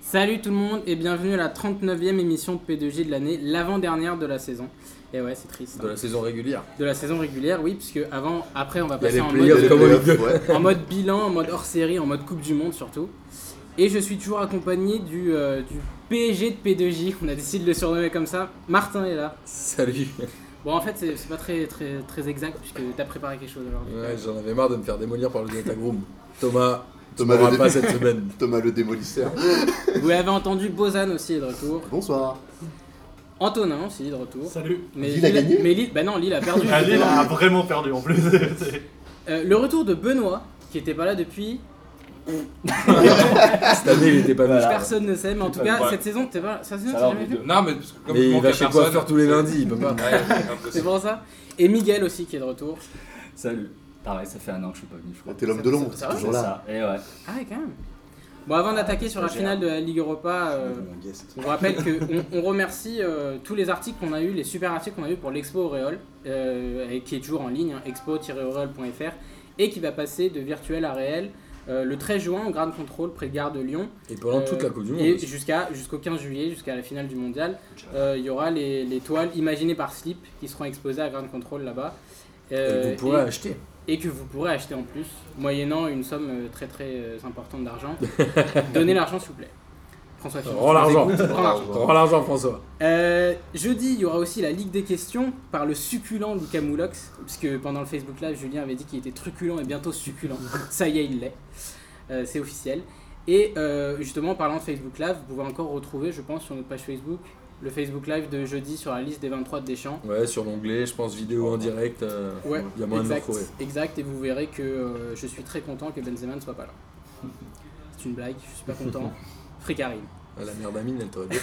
Salut tout le monde et bienvenue à la 39e émission de P2J de l'année, l'avant-dernière de la saison. Et ouais, c'est triste. De hein. la saison régulière. De la saison régulière, oui, puisque avant, après, on va Il y a passer les en playoffs mode, comme les au playoffs, ouais. en mode bilan, en mode hors série, en mode Coupe du Monde surtout. Et je suis toujours accompagné du, euh, du PSG de P2J, on a décidé de le surnommer comme ça. Martin est là. Salut. Bon, en fait, c'est c'est pas très, très, très exact puisque t'as préparé quelque chose aujourd'hui. Ouais, j'en avais marre de me faire démolir par le Jonathan Groom. Thomas, Thomas Thomas le ne pas dé- cette semaine. Thomas le démolisseur. Vous l'avez entendu, Bozan aussi est de retour. Bonsoir. Antonin aussi est de retour. Salut. Mais Lille a gagné Mais Lille, bah non, Lille a perdu. Ah, Lille a vraiment perdu en plus. C'est- Euh, le retour de Benoît, qui était pas là depuis, Cette année, il était pas là. personne ne sait, mais en tout Ah, pas cas, vrai. cette saison, t'es pas, cette saison, Ça t'es leur jamais dit venu. de- Non, mais parce que comme Mais il il manque va à chez le personne, coiffeur tous les c'est- lundis, il peut pas. Ouais, c'est C'est impossible. pour ça. Et Miguel aussi qui est de retour. Salut. Pareil, ça fait un an que je suis pas venu, je crois. T'es l'homme de l'ombre, Ça- ça c'est va, toujours C'est là. ça. Et ouais. Ah, ouais, quand même. Bon, avant d'attaquer sur la finale de la Ligue Europa, euh, Mon guest. on vous rappelle qu'on on remercie euh, tous les articles qu'on a eu, les super articles qu'on a eu pour l'Expo Auréole, euh, et qui est toujours en ligne, hein, expo-auréole.fr, et qui va passer de virtuel à réel euh, le 13 juin au Grand Contrôle près de Gare de Lyon. Et pendant toute Euh, la Coupe du Monde. Et aussi. jusqu'à, jusqu'au 15 juillet, jusqu'à la finale du mondial, euh, il y aura les, les toiles imaginées par Slip qui seront exposées à Grand Control là-bas. Euh, Et vous pourrez acheter. et que vous pourrez acheter en plus, moyennant une somme euh, très très euh, importante d'argent. Donnez l'argent s'il vous plaît. François Fillon, Rends je vous l'argent. écoute, rends l'argent. Rends l'argent, François. Euh, jeudi, il y aura aussi la Ligue des questions par le succulent Lucas Moulox, puisque pendant le Facebook Live, Julien avait dit qu'il était truculent et bientôt succulent. Ça y est, il l'est. Euh, c'est officiel. Et euh, justement, en parlant de Facebook Live, vous pouvez encore retrouver, je pense, sur notre page Facebook, le Facebook Live de jeudi sur la liste des 23 de Deschamps. Ouais, sur l'onglet, je pense vidéo en direct. euh, Ouais, Il y a moyen de le exact, retrouver. exact, et vous verrez que euh, je suis très content que Benzema ne soit pas là. C'est une blague, je suis pas content. Fricarine. Ah, La mère d'Amine, elle t'aurait dit.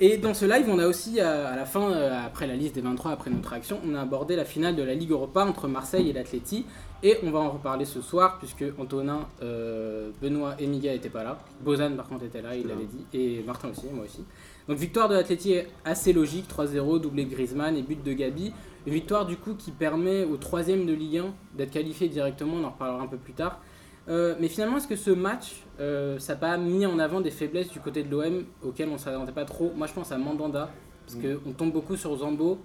Et dans ce live, on a aussi, euh, à la fin, euh, après la liste des 23, après notre action, on a abordé la finale de la Ligue Europa entre Marseille et l'Atleti. Et on va en reparler ce soir, puisque Antonin, euh, Benoît et Miguel n'étaient pas là. Bozan, par contre, était là, il l'avait dit. Et Martin aussi, moi aussi. Donc, victoire de l'Atleti est assez logique 3-0, doublé de Griezmann et but de Gabi. Une victoire, du coup, qui permet au troisième de Ligue 1 d'être qualifié directement. On en reparlera un peu plus tard. Euh, mais finalement, est-ce que ce match, euh, ça n'a pas mis en avant des faiblesses du côté de l'OM auxquelles on ne s'attendait pas trop Moi, je pense à Mandanda, parce qu'on tombe beaucoup sur Zambo,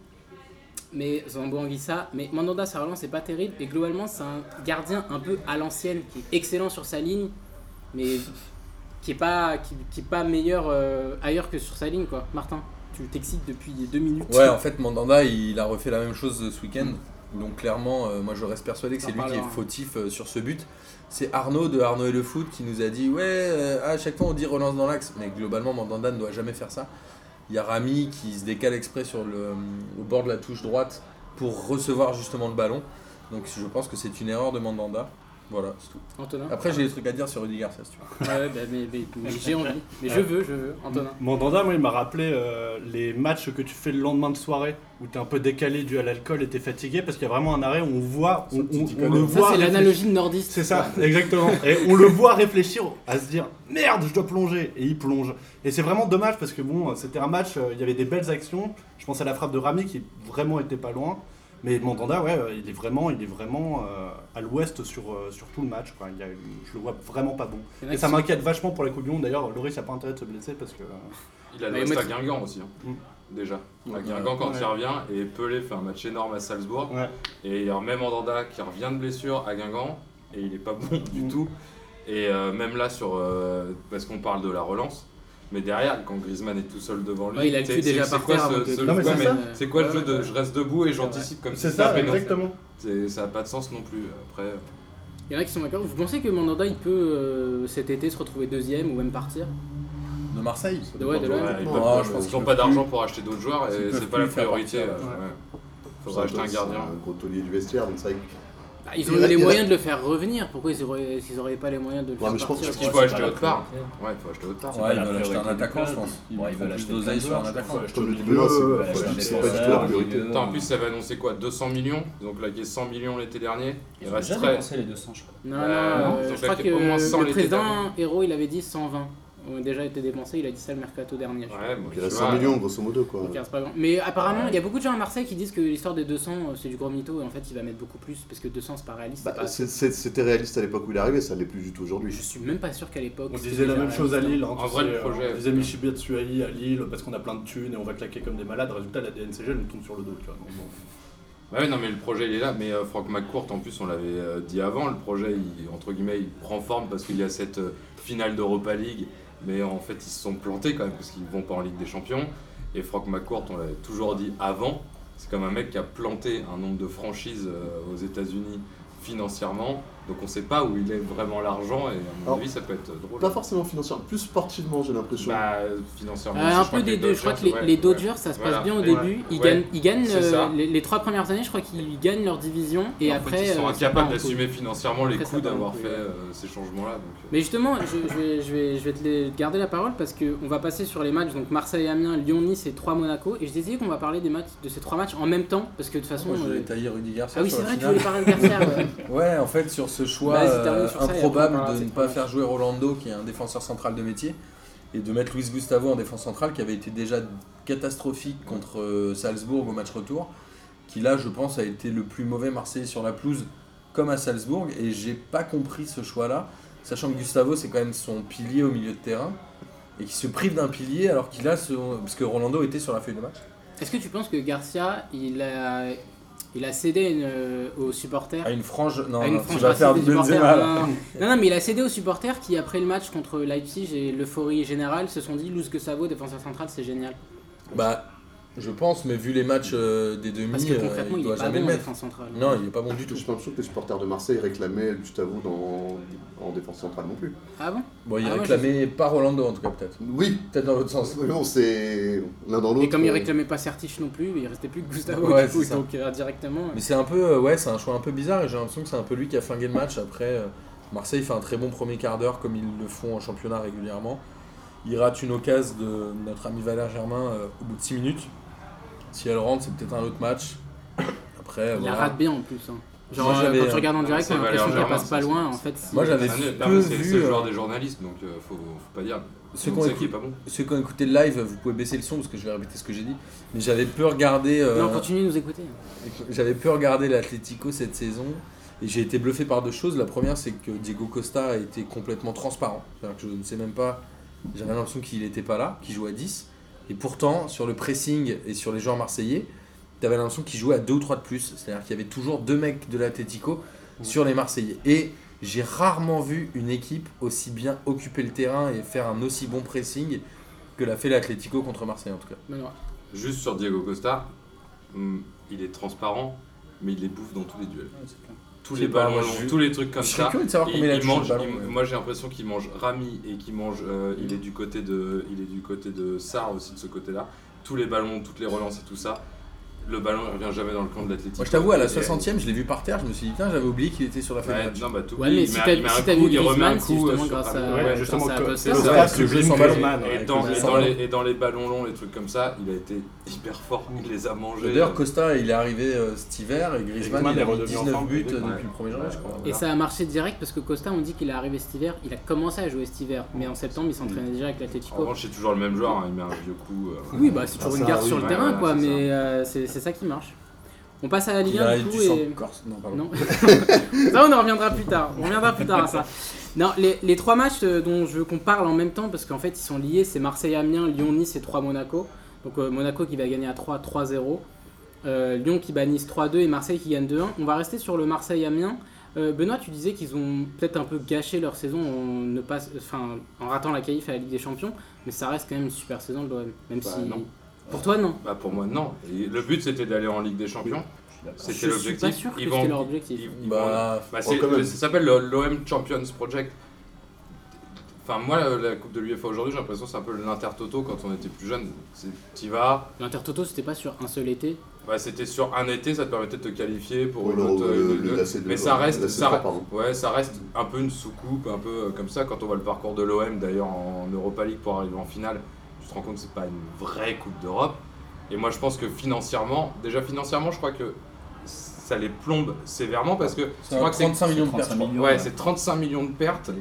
mais Zambo Anguissa, mais Mandanda, sa relance, c'est pas terrible, et globalement, c'est un gardien un peu à l'ancienne, qui est excellent sur sa ligne, mais qui est pas, qui, qui est pas meilleur euh, ailleurs que sur sa ligne, quoi. Martin, tu t'excites depuis deux minutes. Ouais, en fait, Mandanda, il a refait la même chose ce week-end. Donc, clairement, euh, moi, je reste persuadé que On c'est en lui qui parlera, est hein. fautif euh, sur ce but. C'est Arnaud de Arnaud et le foot qui nous a dit Ouais, euh, à chaque fois, on dit relance dans l'axe. Mais globalement, Mandanda ne doit jamais faire ça. Il y a Rami qui se décale exprès sur le, au bord de la touche droite pour recevoir justement le ballon. Donc, je pense que c'est une erreur de Mandanda. Voilà, c'est tout. Antonin Après, j'ai des trucs à dire sur Rudy Garcia, si tu veux. Ouais, bah, mais, mais- mais j'ai envie, mais je veux, je veux, Antonin. Mandanda, moi, il m'a rappelé euh, les matchs que tu fais le lendemain de soirée où t'es un peu décalé dû à l'alcool et t'es fatigué parce qu'il y a vraiment un arrêt où on voit, on, Son petit on- on Ticonel. Ça, le voit. Ça, c'est réfléchir. l'analogie de nordiste. C'est ça, exactement. Et on le voit réfléchir à se dire merde, je dois plonger. Et il plonge. Et c'est vraiment dommage parce que bon, c'était un match, euh, il y avait des belles actions. Je pense à la frappe de Rami qui vraiment était pas loin. Mais Mandanda, ouais, euh, il est vraiment, il est vraiment euh, à l'ouest sur, euh, sur tout le match. quoi. Il y a- je le vois vraiment pas bon. Il y en a Et qui ça sont- m'inquiète vachement pour la Coupe du Monde. D'ailleurs, Loris n'a pas intérêt de se blesser parce que. euh, Il a le Mais reste moi, à Guingamp aussi. hein. Mm. Déjà. Ouais. À Guingamp, quand Ouais. il revient, et Pelé fait un match énorme à Salzbourg. ouais. Et il y a même Andanda qui revient de blessure à Guingamp, et il est pas bon du Mm. tout. Et euh, même là, sur euh, parce qu'on parle de la relance, mais derrière, quand Griezmann est tout seul devant lui, Ouais, il a le t'sais- cul déjà c'est- par c'est quoi terre ce- avant que- ce- Non, mais ouais, c'est mais ça. C'est quoi le Ouais, jeu de ouais. je reste debout et j'anticipe comme si C'est ça ça, tapait, non exactement. C'est- Ça n'a pas de sens non plus. Après, euh, Il y en a qui sont d'accord. Vous pensez que Mandanda il peut euh, cet été se retrouver deuxième ou même partir De Marseille De ouais, de dépend là. de- ouais, ils non, peuvent- je Ah, je pense pense qu'ils n'ont qu'ils pas peuvent d'argent pour acheter d'autres joueurs ils et peuvent c'est pas plus la faire priorité. partir, euh, ouais. ouais. Faudra acheter un gardien. Un gros taulier du vestiaire, donc c'est vrai que- Bah, Ils Il ont y en eu a- il les y en a- moyens de le faire revenir. Pourquoi ils auraient, ils auraient pas les moyens de le Ouais, mais je faire pense partir Parce qu'il faut Ouais, acheter autre part. priorité. Ouais, il faut acheter autre part. Ouais, ils veulent acheter un attaquant, je pense. Ouais, Ils ils veulent veulent plus acheter d'oseille sur un attaquant. Comme le dit Benoît, c'est Ouais, pas ouais, du- ouais, c'est pas du tout ouais, la priorité. Putain, en plus, ça avait annoncé quoi 200 millions Ils ont claqué 100 millions l'été dernier. Il Ils ont déjà resterait. dépensé les 200, je crois. Non, non, Euh, euh, ils ont je crois fait que au moins 100 le l'été président Héro il avait dit 120. ont déjà été dépensés. Il a dit ça le mercato dernier. je crois. Ouais, bon, Il tu reste vois, 100 millions, grosso modo, quoi. Donc, c'est pas grand. Mais apparemment, il y a beaucoup de gens à Marseille qui disent que l'histoire des 200, euh, c'est du gros mytho et en fait, il va mettre beaucoup plus parce que 200, c'est pas réaliste. c'est Bah, pas- c'est- c'est- C'était réaliste à l'époque où il est arrivé, ça l'est plus du tout Je aujourd'hui. suis même pas sûr qu'à l'époque. On c'était disait la déjà même chose à réaliste. Lille. hein, En tu vrai, sais, le euh, projet, On disait Michibiatsu à Lille parce qu'on a plein de thunes et on va claquer comme des malades. Résultat, la DNCG elle nous tombe sur le dos. Tu vois. Donc, bon. Bah ouais, non, mais le projet il est là. Mais euh, Franck McCourt, en plus, on l'avait euh, dit avant, le projet, il, entre guillemets, il prend forme parce qu'il y a cette euh, finale d'Europa League. Mais en fait, ils se sont plantés quand même parce qu'ils vont pas en Ligue des Champions. Et Franck McCourt, on l'avait toujours dit avant, c'est comme un mec qui a planté un nombre de franchises euh, aux États-Unis financièrement. Donc on sait pas où il est vraiment l'argent. Et à mon Alors, avis, ça peut être drôle. Pas forcément financièrement, plus sportivement, j'ai l'impression. Bah, financièrement. Euh, aussi, un je crois peu que des deux. Je crois que les, ouais, les ouais. Dodgers, ça se passe Voilà. bien au Ouais. début. Ils Ouais. gagnent, ils gagnent C'est euh, ça. les, les trois premières années, je crois qu'ils gagnent leur division et En fait, après. ils euh, ça sont part en incapables couille. d'assumer financièrement les Après, ça coûts part en d'avoir couille, fait ouais. euh, ces changements-là. donc, euh, Mais justement, je, je vais, je vais- je vais te les- garder la parole parce qu'on va passer sur les matchs donc Marseille-Amiens, Lyon-Nice et 3 Monaco. Et je disais qu'on va parler des matchs, de ces trois matchs en même temps parce que de toute façon. Moi, je euh, voulais tailler Rudy Garcia ah oui, sur c'est vrai, la Bah, tu finale. voulais parler de Garcia. ouais. Ouais, en fait, sur ce choix Vas-y, euh, termine sur ça et après, on parlera improbable de de ne cette pas image. faire jouer Rolando, qui est un défenseur central de métier, et de mettre Luis Gustavo en défense centrale, qui avait été déjà catastrophique contre euh, Salzbourg au match retour, qui là, je pense, a été le plus mauvais Marseillais sur la pelouse, comme à Salzbourg, et j'ai pas compris ce choix-là, sachant que Gustavo, c'est quand même son pilier au milieu de terrain, et qui se prive d'un pilier alors qu'il a ce. Parce que Rolando était sur la feuille de match. Est-ce que tu penses que Garcia, il a, il a cédé une, euh, aux supporters À une frange. Non, à Ah, une non, tu frange vas raciste faire des du Benzema supporters. là. Non, non. non, mais il a cédé aux supporters qui, après le match contre Leipzig et l'euphorie générale, se sont dit Luz que ça vaut, défenseur central, c'est génial. Bah, je pense, mais vu les matchs euh, des demi, Parce que euh, concrètement, il il, doit est pas jamais bon le en mettre. défense centrale. Non, il est pas bon du tout. J'ai l'impression que les supporters de Marseille réclamaient Gustavo dans... en défense centrale non plus. Ah bon Bon, il Ah ouais, réclamait pas Rolando en tout cas, peut-être. Oui, Peut-être dans l'autre sens. mais bon, c'est l'un dans l'autre. Et comme il euh, réclamait pas Certif non plus, il restait plus que Gustavo Ouais, du coup, c'est ça. donc euh, directement. Mais c'est un peu, euh, ouais, c'est un choix un peu bizarre et j'ai l'impression que c'est un peu lui qui a flingué le match. Après, euh, Marseille fait un très bon premier quart d'heure comme ils le font en championnat régulièrement. Il rate une occasion de notre ami Valère Germain euh, au bout de 6 minutes. Si elle rentre, c'est peut-être un autre match. Après, il la voilà. rate bien en plus. hein. Genre, Moi, euh, j'avais, quand tu regardes en euh, direct, c'est on a l'impression Valère qu'elle passe Germain, pas c'est- loin. En fait, Moi, j'avais Ah, mais, peu pardon, C'est c'est vu. le genre euh, des journalistes, donc euh, faut, faut pas dire. Ceux On qui ont sait écou- qu'il est pas bon. Ceux qui ont écouté le live, vous pouvez baisser le son parce que je vais répéter ce que j'ai dit. Mais j'avais peu regardé. euh, Non, continuez de nous écouter. J'avais pu regarder l'Atlético cette saison et j'ai été bluffé par deux choses. La première, c'est que Diego Costa a été complètement transparent. C'est-à-dire que je ne sais même pas, j'avais l'impression qu'il n'était pas là, qu'il jouait à 10. Et pourtant, sur le pressing et sur les joueurs marseillais, tu avais l'impression qu'il jouait à 2 ou 3 de plus. C'est-à-dire qu'il y avait toujours deux mecs de l'Atlético sur les Marseillais. Et j'ai rarement vu une équipe aussi bien occuper le terrain et faire un aussi bon pressing que l'a fait l'Atlético contre Marseille en tout cas. Benoît. Juste sur Diego Costa, hum, il est transparent, mais il les bouffe dans tous les duels. Tous Je les sais pas, ballons, moi, je- longs, tous les trucs comme je serais ça. curieux de savoir Il- combien il a il touché le mange, ballon, il- mais- moi j'ai l'impression qu'il mange Rami et qu'il mange. euh, il est du côté de, il est du côté de Sarr aussi de ce côté-là. Tous les ballons, toutes les relances et tout ça. Le ballon il revient jamais dans le camp de l'Atlético. Moi, je t'avoue, à la Et- euh, 60ème, je l'ai vu par terre, je me suis dit, tiens, j'avais oublié qu'il était sur la fin Ouais, de match. non, bah, tout Ouais, oui, mais il si met- t'as- il met un si t'as coup, vu il remet Griezmann, un c'est coup, justement euh, sur grâce Rami. à. Ouais, grâce justement, à que- Costa. c'est ça, le ouais, stade le que jeu Grimm sans fait ballon. Griezmann, ouais, Et dans, Griezmann. et sans dans ballon. les, et dans les ballons longs, les trucs comme ça, il a été hyper fort. Il les a mangés. D'ailleurs, Costa, il est arrivé euh, cet hiver et Griezmann, Griezmann il est a mis redevenu 19 enfin buts euh, Griezmann, depuis ouais. le premier janvier, je crois. Et ça a marché direct parce que Costa, on dit qu'il est arrivé cet hiver. Il a commencé à jouer cet hiver, mais en septembre, il s'entraînait Mm. déjà avec En l'Atlético. revanche, c'est toujours le même joueur, hein, il met un vieux coup. euh, Oui, bah c'est toujours Ah, une ça, gare oui, sur le ouais, terrain, ouais, quoi, c'est mais euh, c'est c'est ça qui marche. On passe à la Ligue Il 1 a du coup du et. sang de Corse. Non, pardon. Non. ça, on en reviendra plus tard. On reviendra plus tard à ça. Non, les, les trois matchs euh, dont je veux qu'on parle en même temps, parce qu'en fait, ils sont liés c'est Marseille-Amiens, Lyon-Nice et 3 Monaco. Donc, euh, Monaco qui va gagner à 3, 3-0. Euh, Lyon qui bat Nice 3-2 et Marseille qui gagne 2-1. On va rester sur le Marseille-Amiens. Euh, Benoît, tu disais qu'ils ont peut-être un peu gâché leur saison en, ne pas, enfin, en ratant la qualif à la Ligue des Champions, mais ça reste quand même une super saison de l'OM. Même Bah, si. non. Pour toi, non. Bah pour moi, non. Et le but, c'était d'aller en Ligue des Champions. Je C'était suis l'objectif. pas sûr que Ils c'était vont- leur objectif. ils- ils vont- Bah, Bah, c'est- quand même. ça s'appelle le- l'OM Champions Project. Enfin, moi, la- la Coupe de l'UEFA aujourd'hui, j'ai l'impression que c'est un peu l'Intertoto quand on était plus jeune. C'est- T'y vas, L'Intertoto, c'était pas sur un seul été. bah, c'était sur un été, ça te permettait de te qualifier pour Pour une le- euh, autre. oh le- une autre- le lacet de- mais ça oh, le reste, lacet ça, trois, pardon. ouais, ça reste un peu une soucoupe, un peu euh, comme ça. Quand on voit le parcours de l'OM d'ailleurs en Europa League pour arriver en finale, tu te rends compte que c'est pas une vraie Coupe d'Europe. Et moi, je pense que financièrement, déjà financièrement, je crois que ça les plombe sévèrement parce que je C'est crois un que c'est 35 millions de pertes. 35 je crois. millions. Ouais, c'est 35 millions de pertes.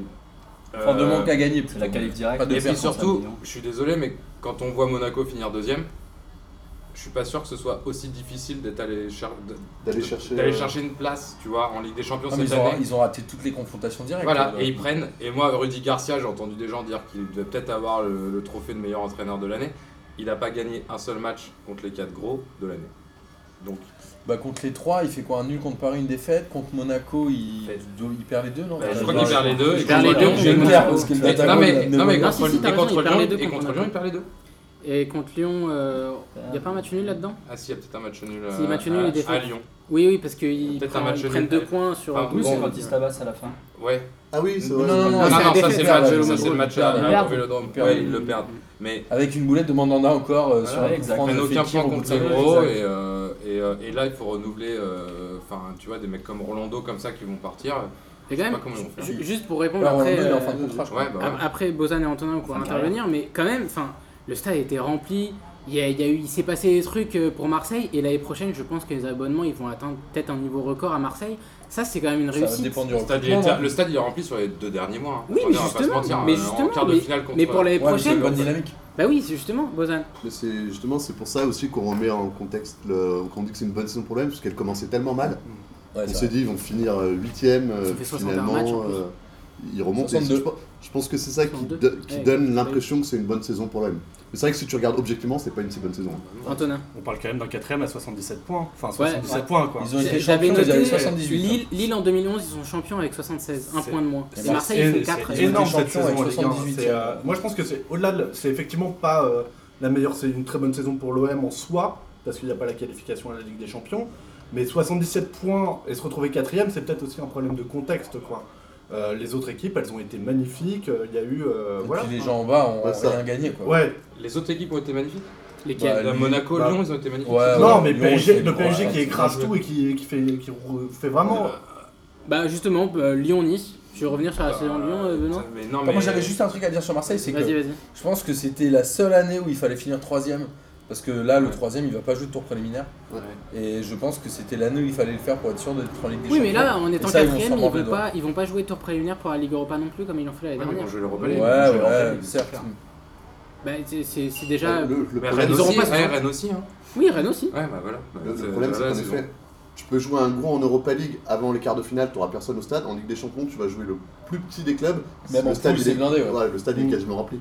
Enfin, de Euh, manque à gagner plutôt. C'est la qualif Pas directe. de Et puis perte, surtout, je suis désolé, mais quand on voit Monaco finir deuxième, je suis pas sûr que ce soit aussi difficile d'être allé cher- de- D'aller chercher. d'aller euh, chercher une place, tu vois, en Ligue des Champions Ah, mais cette ils, ont, année. ils ont raté toutes les confrontations directes. Voilà, euh, et ils prennent. Et moi, Rudy Garcia, j'ai entendu des gens dire qu'il devait peut-être avoir le, le trophée de meilleur entraîneur de l'année. Il n'a pas gagné un seul match contre les quatre gros de l'année. Donc, Bah, contre les 3, il fait quoi Un nul contre Paris, une défaite. Contre Monaco, il, Fait. do- il perd les deux, non bah, Ouais, je crois bah, qu'il perd les deux. Il Et perd contre les deux, Lyon, contre il Monaco. gagne. perds parce que le Mais- Data Non, mais, Gold n'a- non, mais n'a- contre, Non, si, si, t'as et raison, contre il perd Lyon, les deux et contre contre Lyon, il perd les deux. Et contre Lyon, il n'y a pas un match nul là-dedans Ah, si, il y a peut-être un match nul, Si, euh, match nul à- et défaite. à Lyon. Oui, oui, parce qu'ils Peut-être un prennent, match ils prennent nul. deux points sur Ah, un Oui, Bon, c'est bon. quand il se tabasse à la fin. Ouais. Ah oui, c'est Non, vrai. non, non, Ah, c'est non, la ça, défaite, c'est le là, match, ouais, ça, ils c'est le le match perdent. à- Ils à- au perdent. Vélodrome. Ils Ouais, perdent. ils le perdent. Mais Avec une boulette de Mandanda encore euh, sur Ouais, un coup exact. franc prennent de aucun Fekir point au bout de contre cinq les minutes. gros. Exact. Et, euh, et, euh, et là, il faut renouveler. euh, Enfin, tu vois, des mecs comme Rolando comme ça qui vont Et partir. quand Je sais même, pas comment ils vont ju- faire. juste pour répondre Alors, on après, est en euh, fin de contrat, je crois. Ouais, bah ouais. ap- après Bozan et Antonin pourront Fin de carrière. intervenir, mais quand même, enfin, le stade était rempli. Il, y a- il y a eu- il s'est passé des trucs euh, pour Marseille et l'année prochaine, je pense que les abonnements ils vont atteindre peut-être un niveau record à Marseille. Ça, c'est quand même une Ça réussite. dépend du Le stade, il recrutement, était- non le stade, il est rempli sur les deux derniers mois. hein. Oui, On mais va pas se justement, mentir, mais hein, justement, En quart de finale contre. Mais pour l'année Ouais, mais c'est prochaine, une bonne dynamique. bah oui, c'est justement Bozan. Mais c'est justement c'est pour ça aussi qu'on remet en contexte le- qu'on dit que c'est une bonne saison pour l'OM parce qu'elle commençait tellement mal. Ouais, on Ah, c'est s'est dit ils vont finir euh, huitième Ça euh, fait 61 finalement. matchs, en plus. euh, ils remontent. et 62. Je, pense- je pense que c'est ça qui, 62. do- qui Ouais. donne l'impression que c'est une bonne saison pour l'OM. Mais c'est vrai que si tu regardes objectivement, c'est pas une si bonne saison. Antonin. On parle quand même d'un 4 à 77 points. Enfin, Ouais. 77 points, quoi. Ils ont été J'avais champions, ils avaient noté 78. hein. euh, Lille, Lille en 2011, ils sont champions avec 76, un C'est- point de moins. c'est- Et Marseille, ils font C'est- 4. c'est Ils ont énorme été cette champions saison, avec les gars. 78. C'est, euh, moi, je pense que c'est au-delà. de- C'est effectivement pas euh, la meilleure. C'est une très bonne saison pour l'OM en soi, parce qu'il n'y a pas la qualification à la Ligue des Champions. Mais 77 points et se retrouver quatrième, c'est peut-être aussi un problème de contexte, quoi. Euh, les autres équipes, elles ont été magnifiques. euh, Il y a eu, euh, Et voilà. puis les gens en bas ont Ouais, ça. rien gagné quoi. Ouais. Les autres équipes ont été magnifiques. Lesquels Bah, La Lille, Monaco, bah- Lyon, ils ont été magnifiques. Ouais, non, euh, ouais, mais Lyon, PSG, ils le font- PSG ouais, qui c'est écrase bien tout et qui, qui fait, qui re- fait vraiment. Bah justement, bah, Lyon-Nice. Tu veux revenir sur la Bah, saison de Lyon, euh, Benoît Mais non, Moi mais- j'avais juste un truc à dire sur Marseille, c'est que Vas-y, vas-y. je pense que c'était la seule année où il fallait finir troisième. Parce que là, le troisième, il va pas jouer de tour préliminaire. Ouais. Et je pense que c'était l'année où il fallait le faire pour être sûr d'être en Ligue des Oui, mais Champions. là, en étant ça, ils vont quatrième, s'en ils, mordre les vont doigts. pas, ils vont pas jouer tour préliminaire pour la Ligue Europa non plus, comme ils l'ont fait l'année Ouais, mais dernière. bon, je vais le Ouais, rebeller. ouais, Champions. certes. Bah, c'est- c'est c'est déjà. Euh, Le, le Mais problème, Rennes ils auront aussi, pas ce ouais, choix. Rennes aussi. hein. Oui, Rennes aussi. Ouais, bah voilà. Bah, le- le c'est- problème, c'est voilà, qu'en c'est effet, tu peux jouer un gros en Europa League avant les quarts de finale, tu n'auras personne au stade. En Ligue des Champions, tu vas jouer le plus petit des clubs. Même en le stade, foot, il est c'est Mm. blindé, ouais. le stade il est quasiment rempli.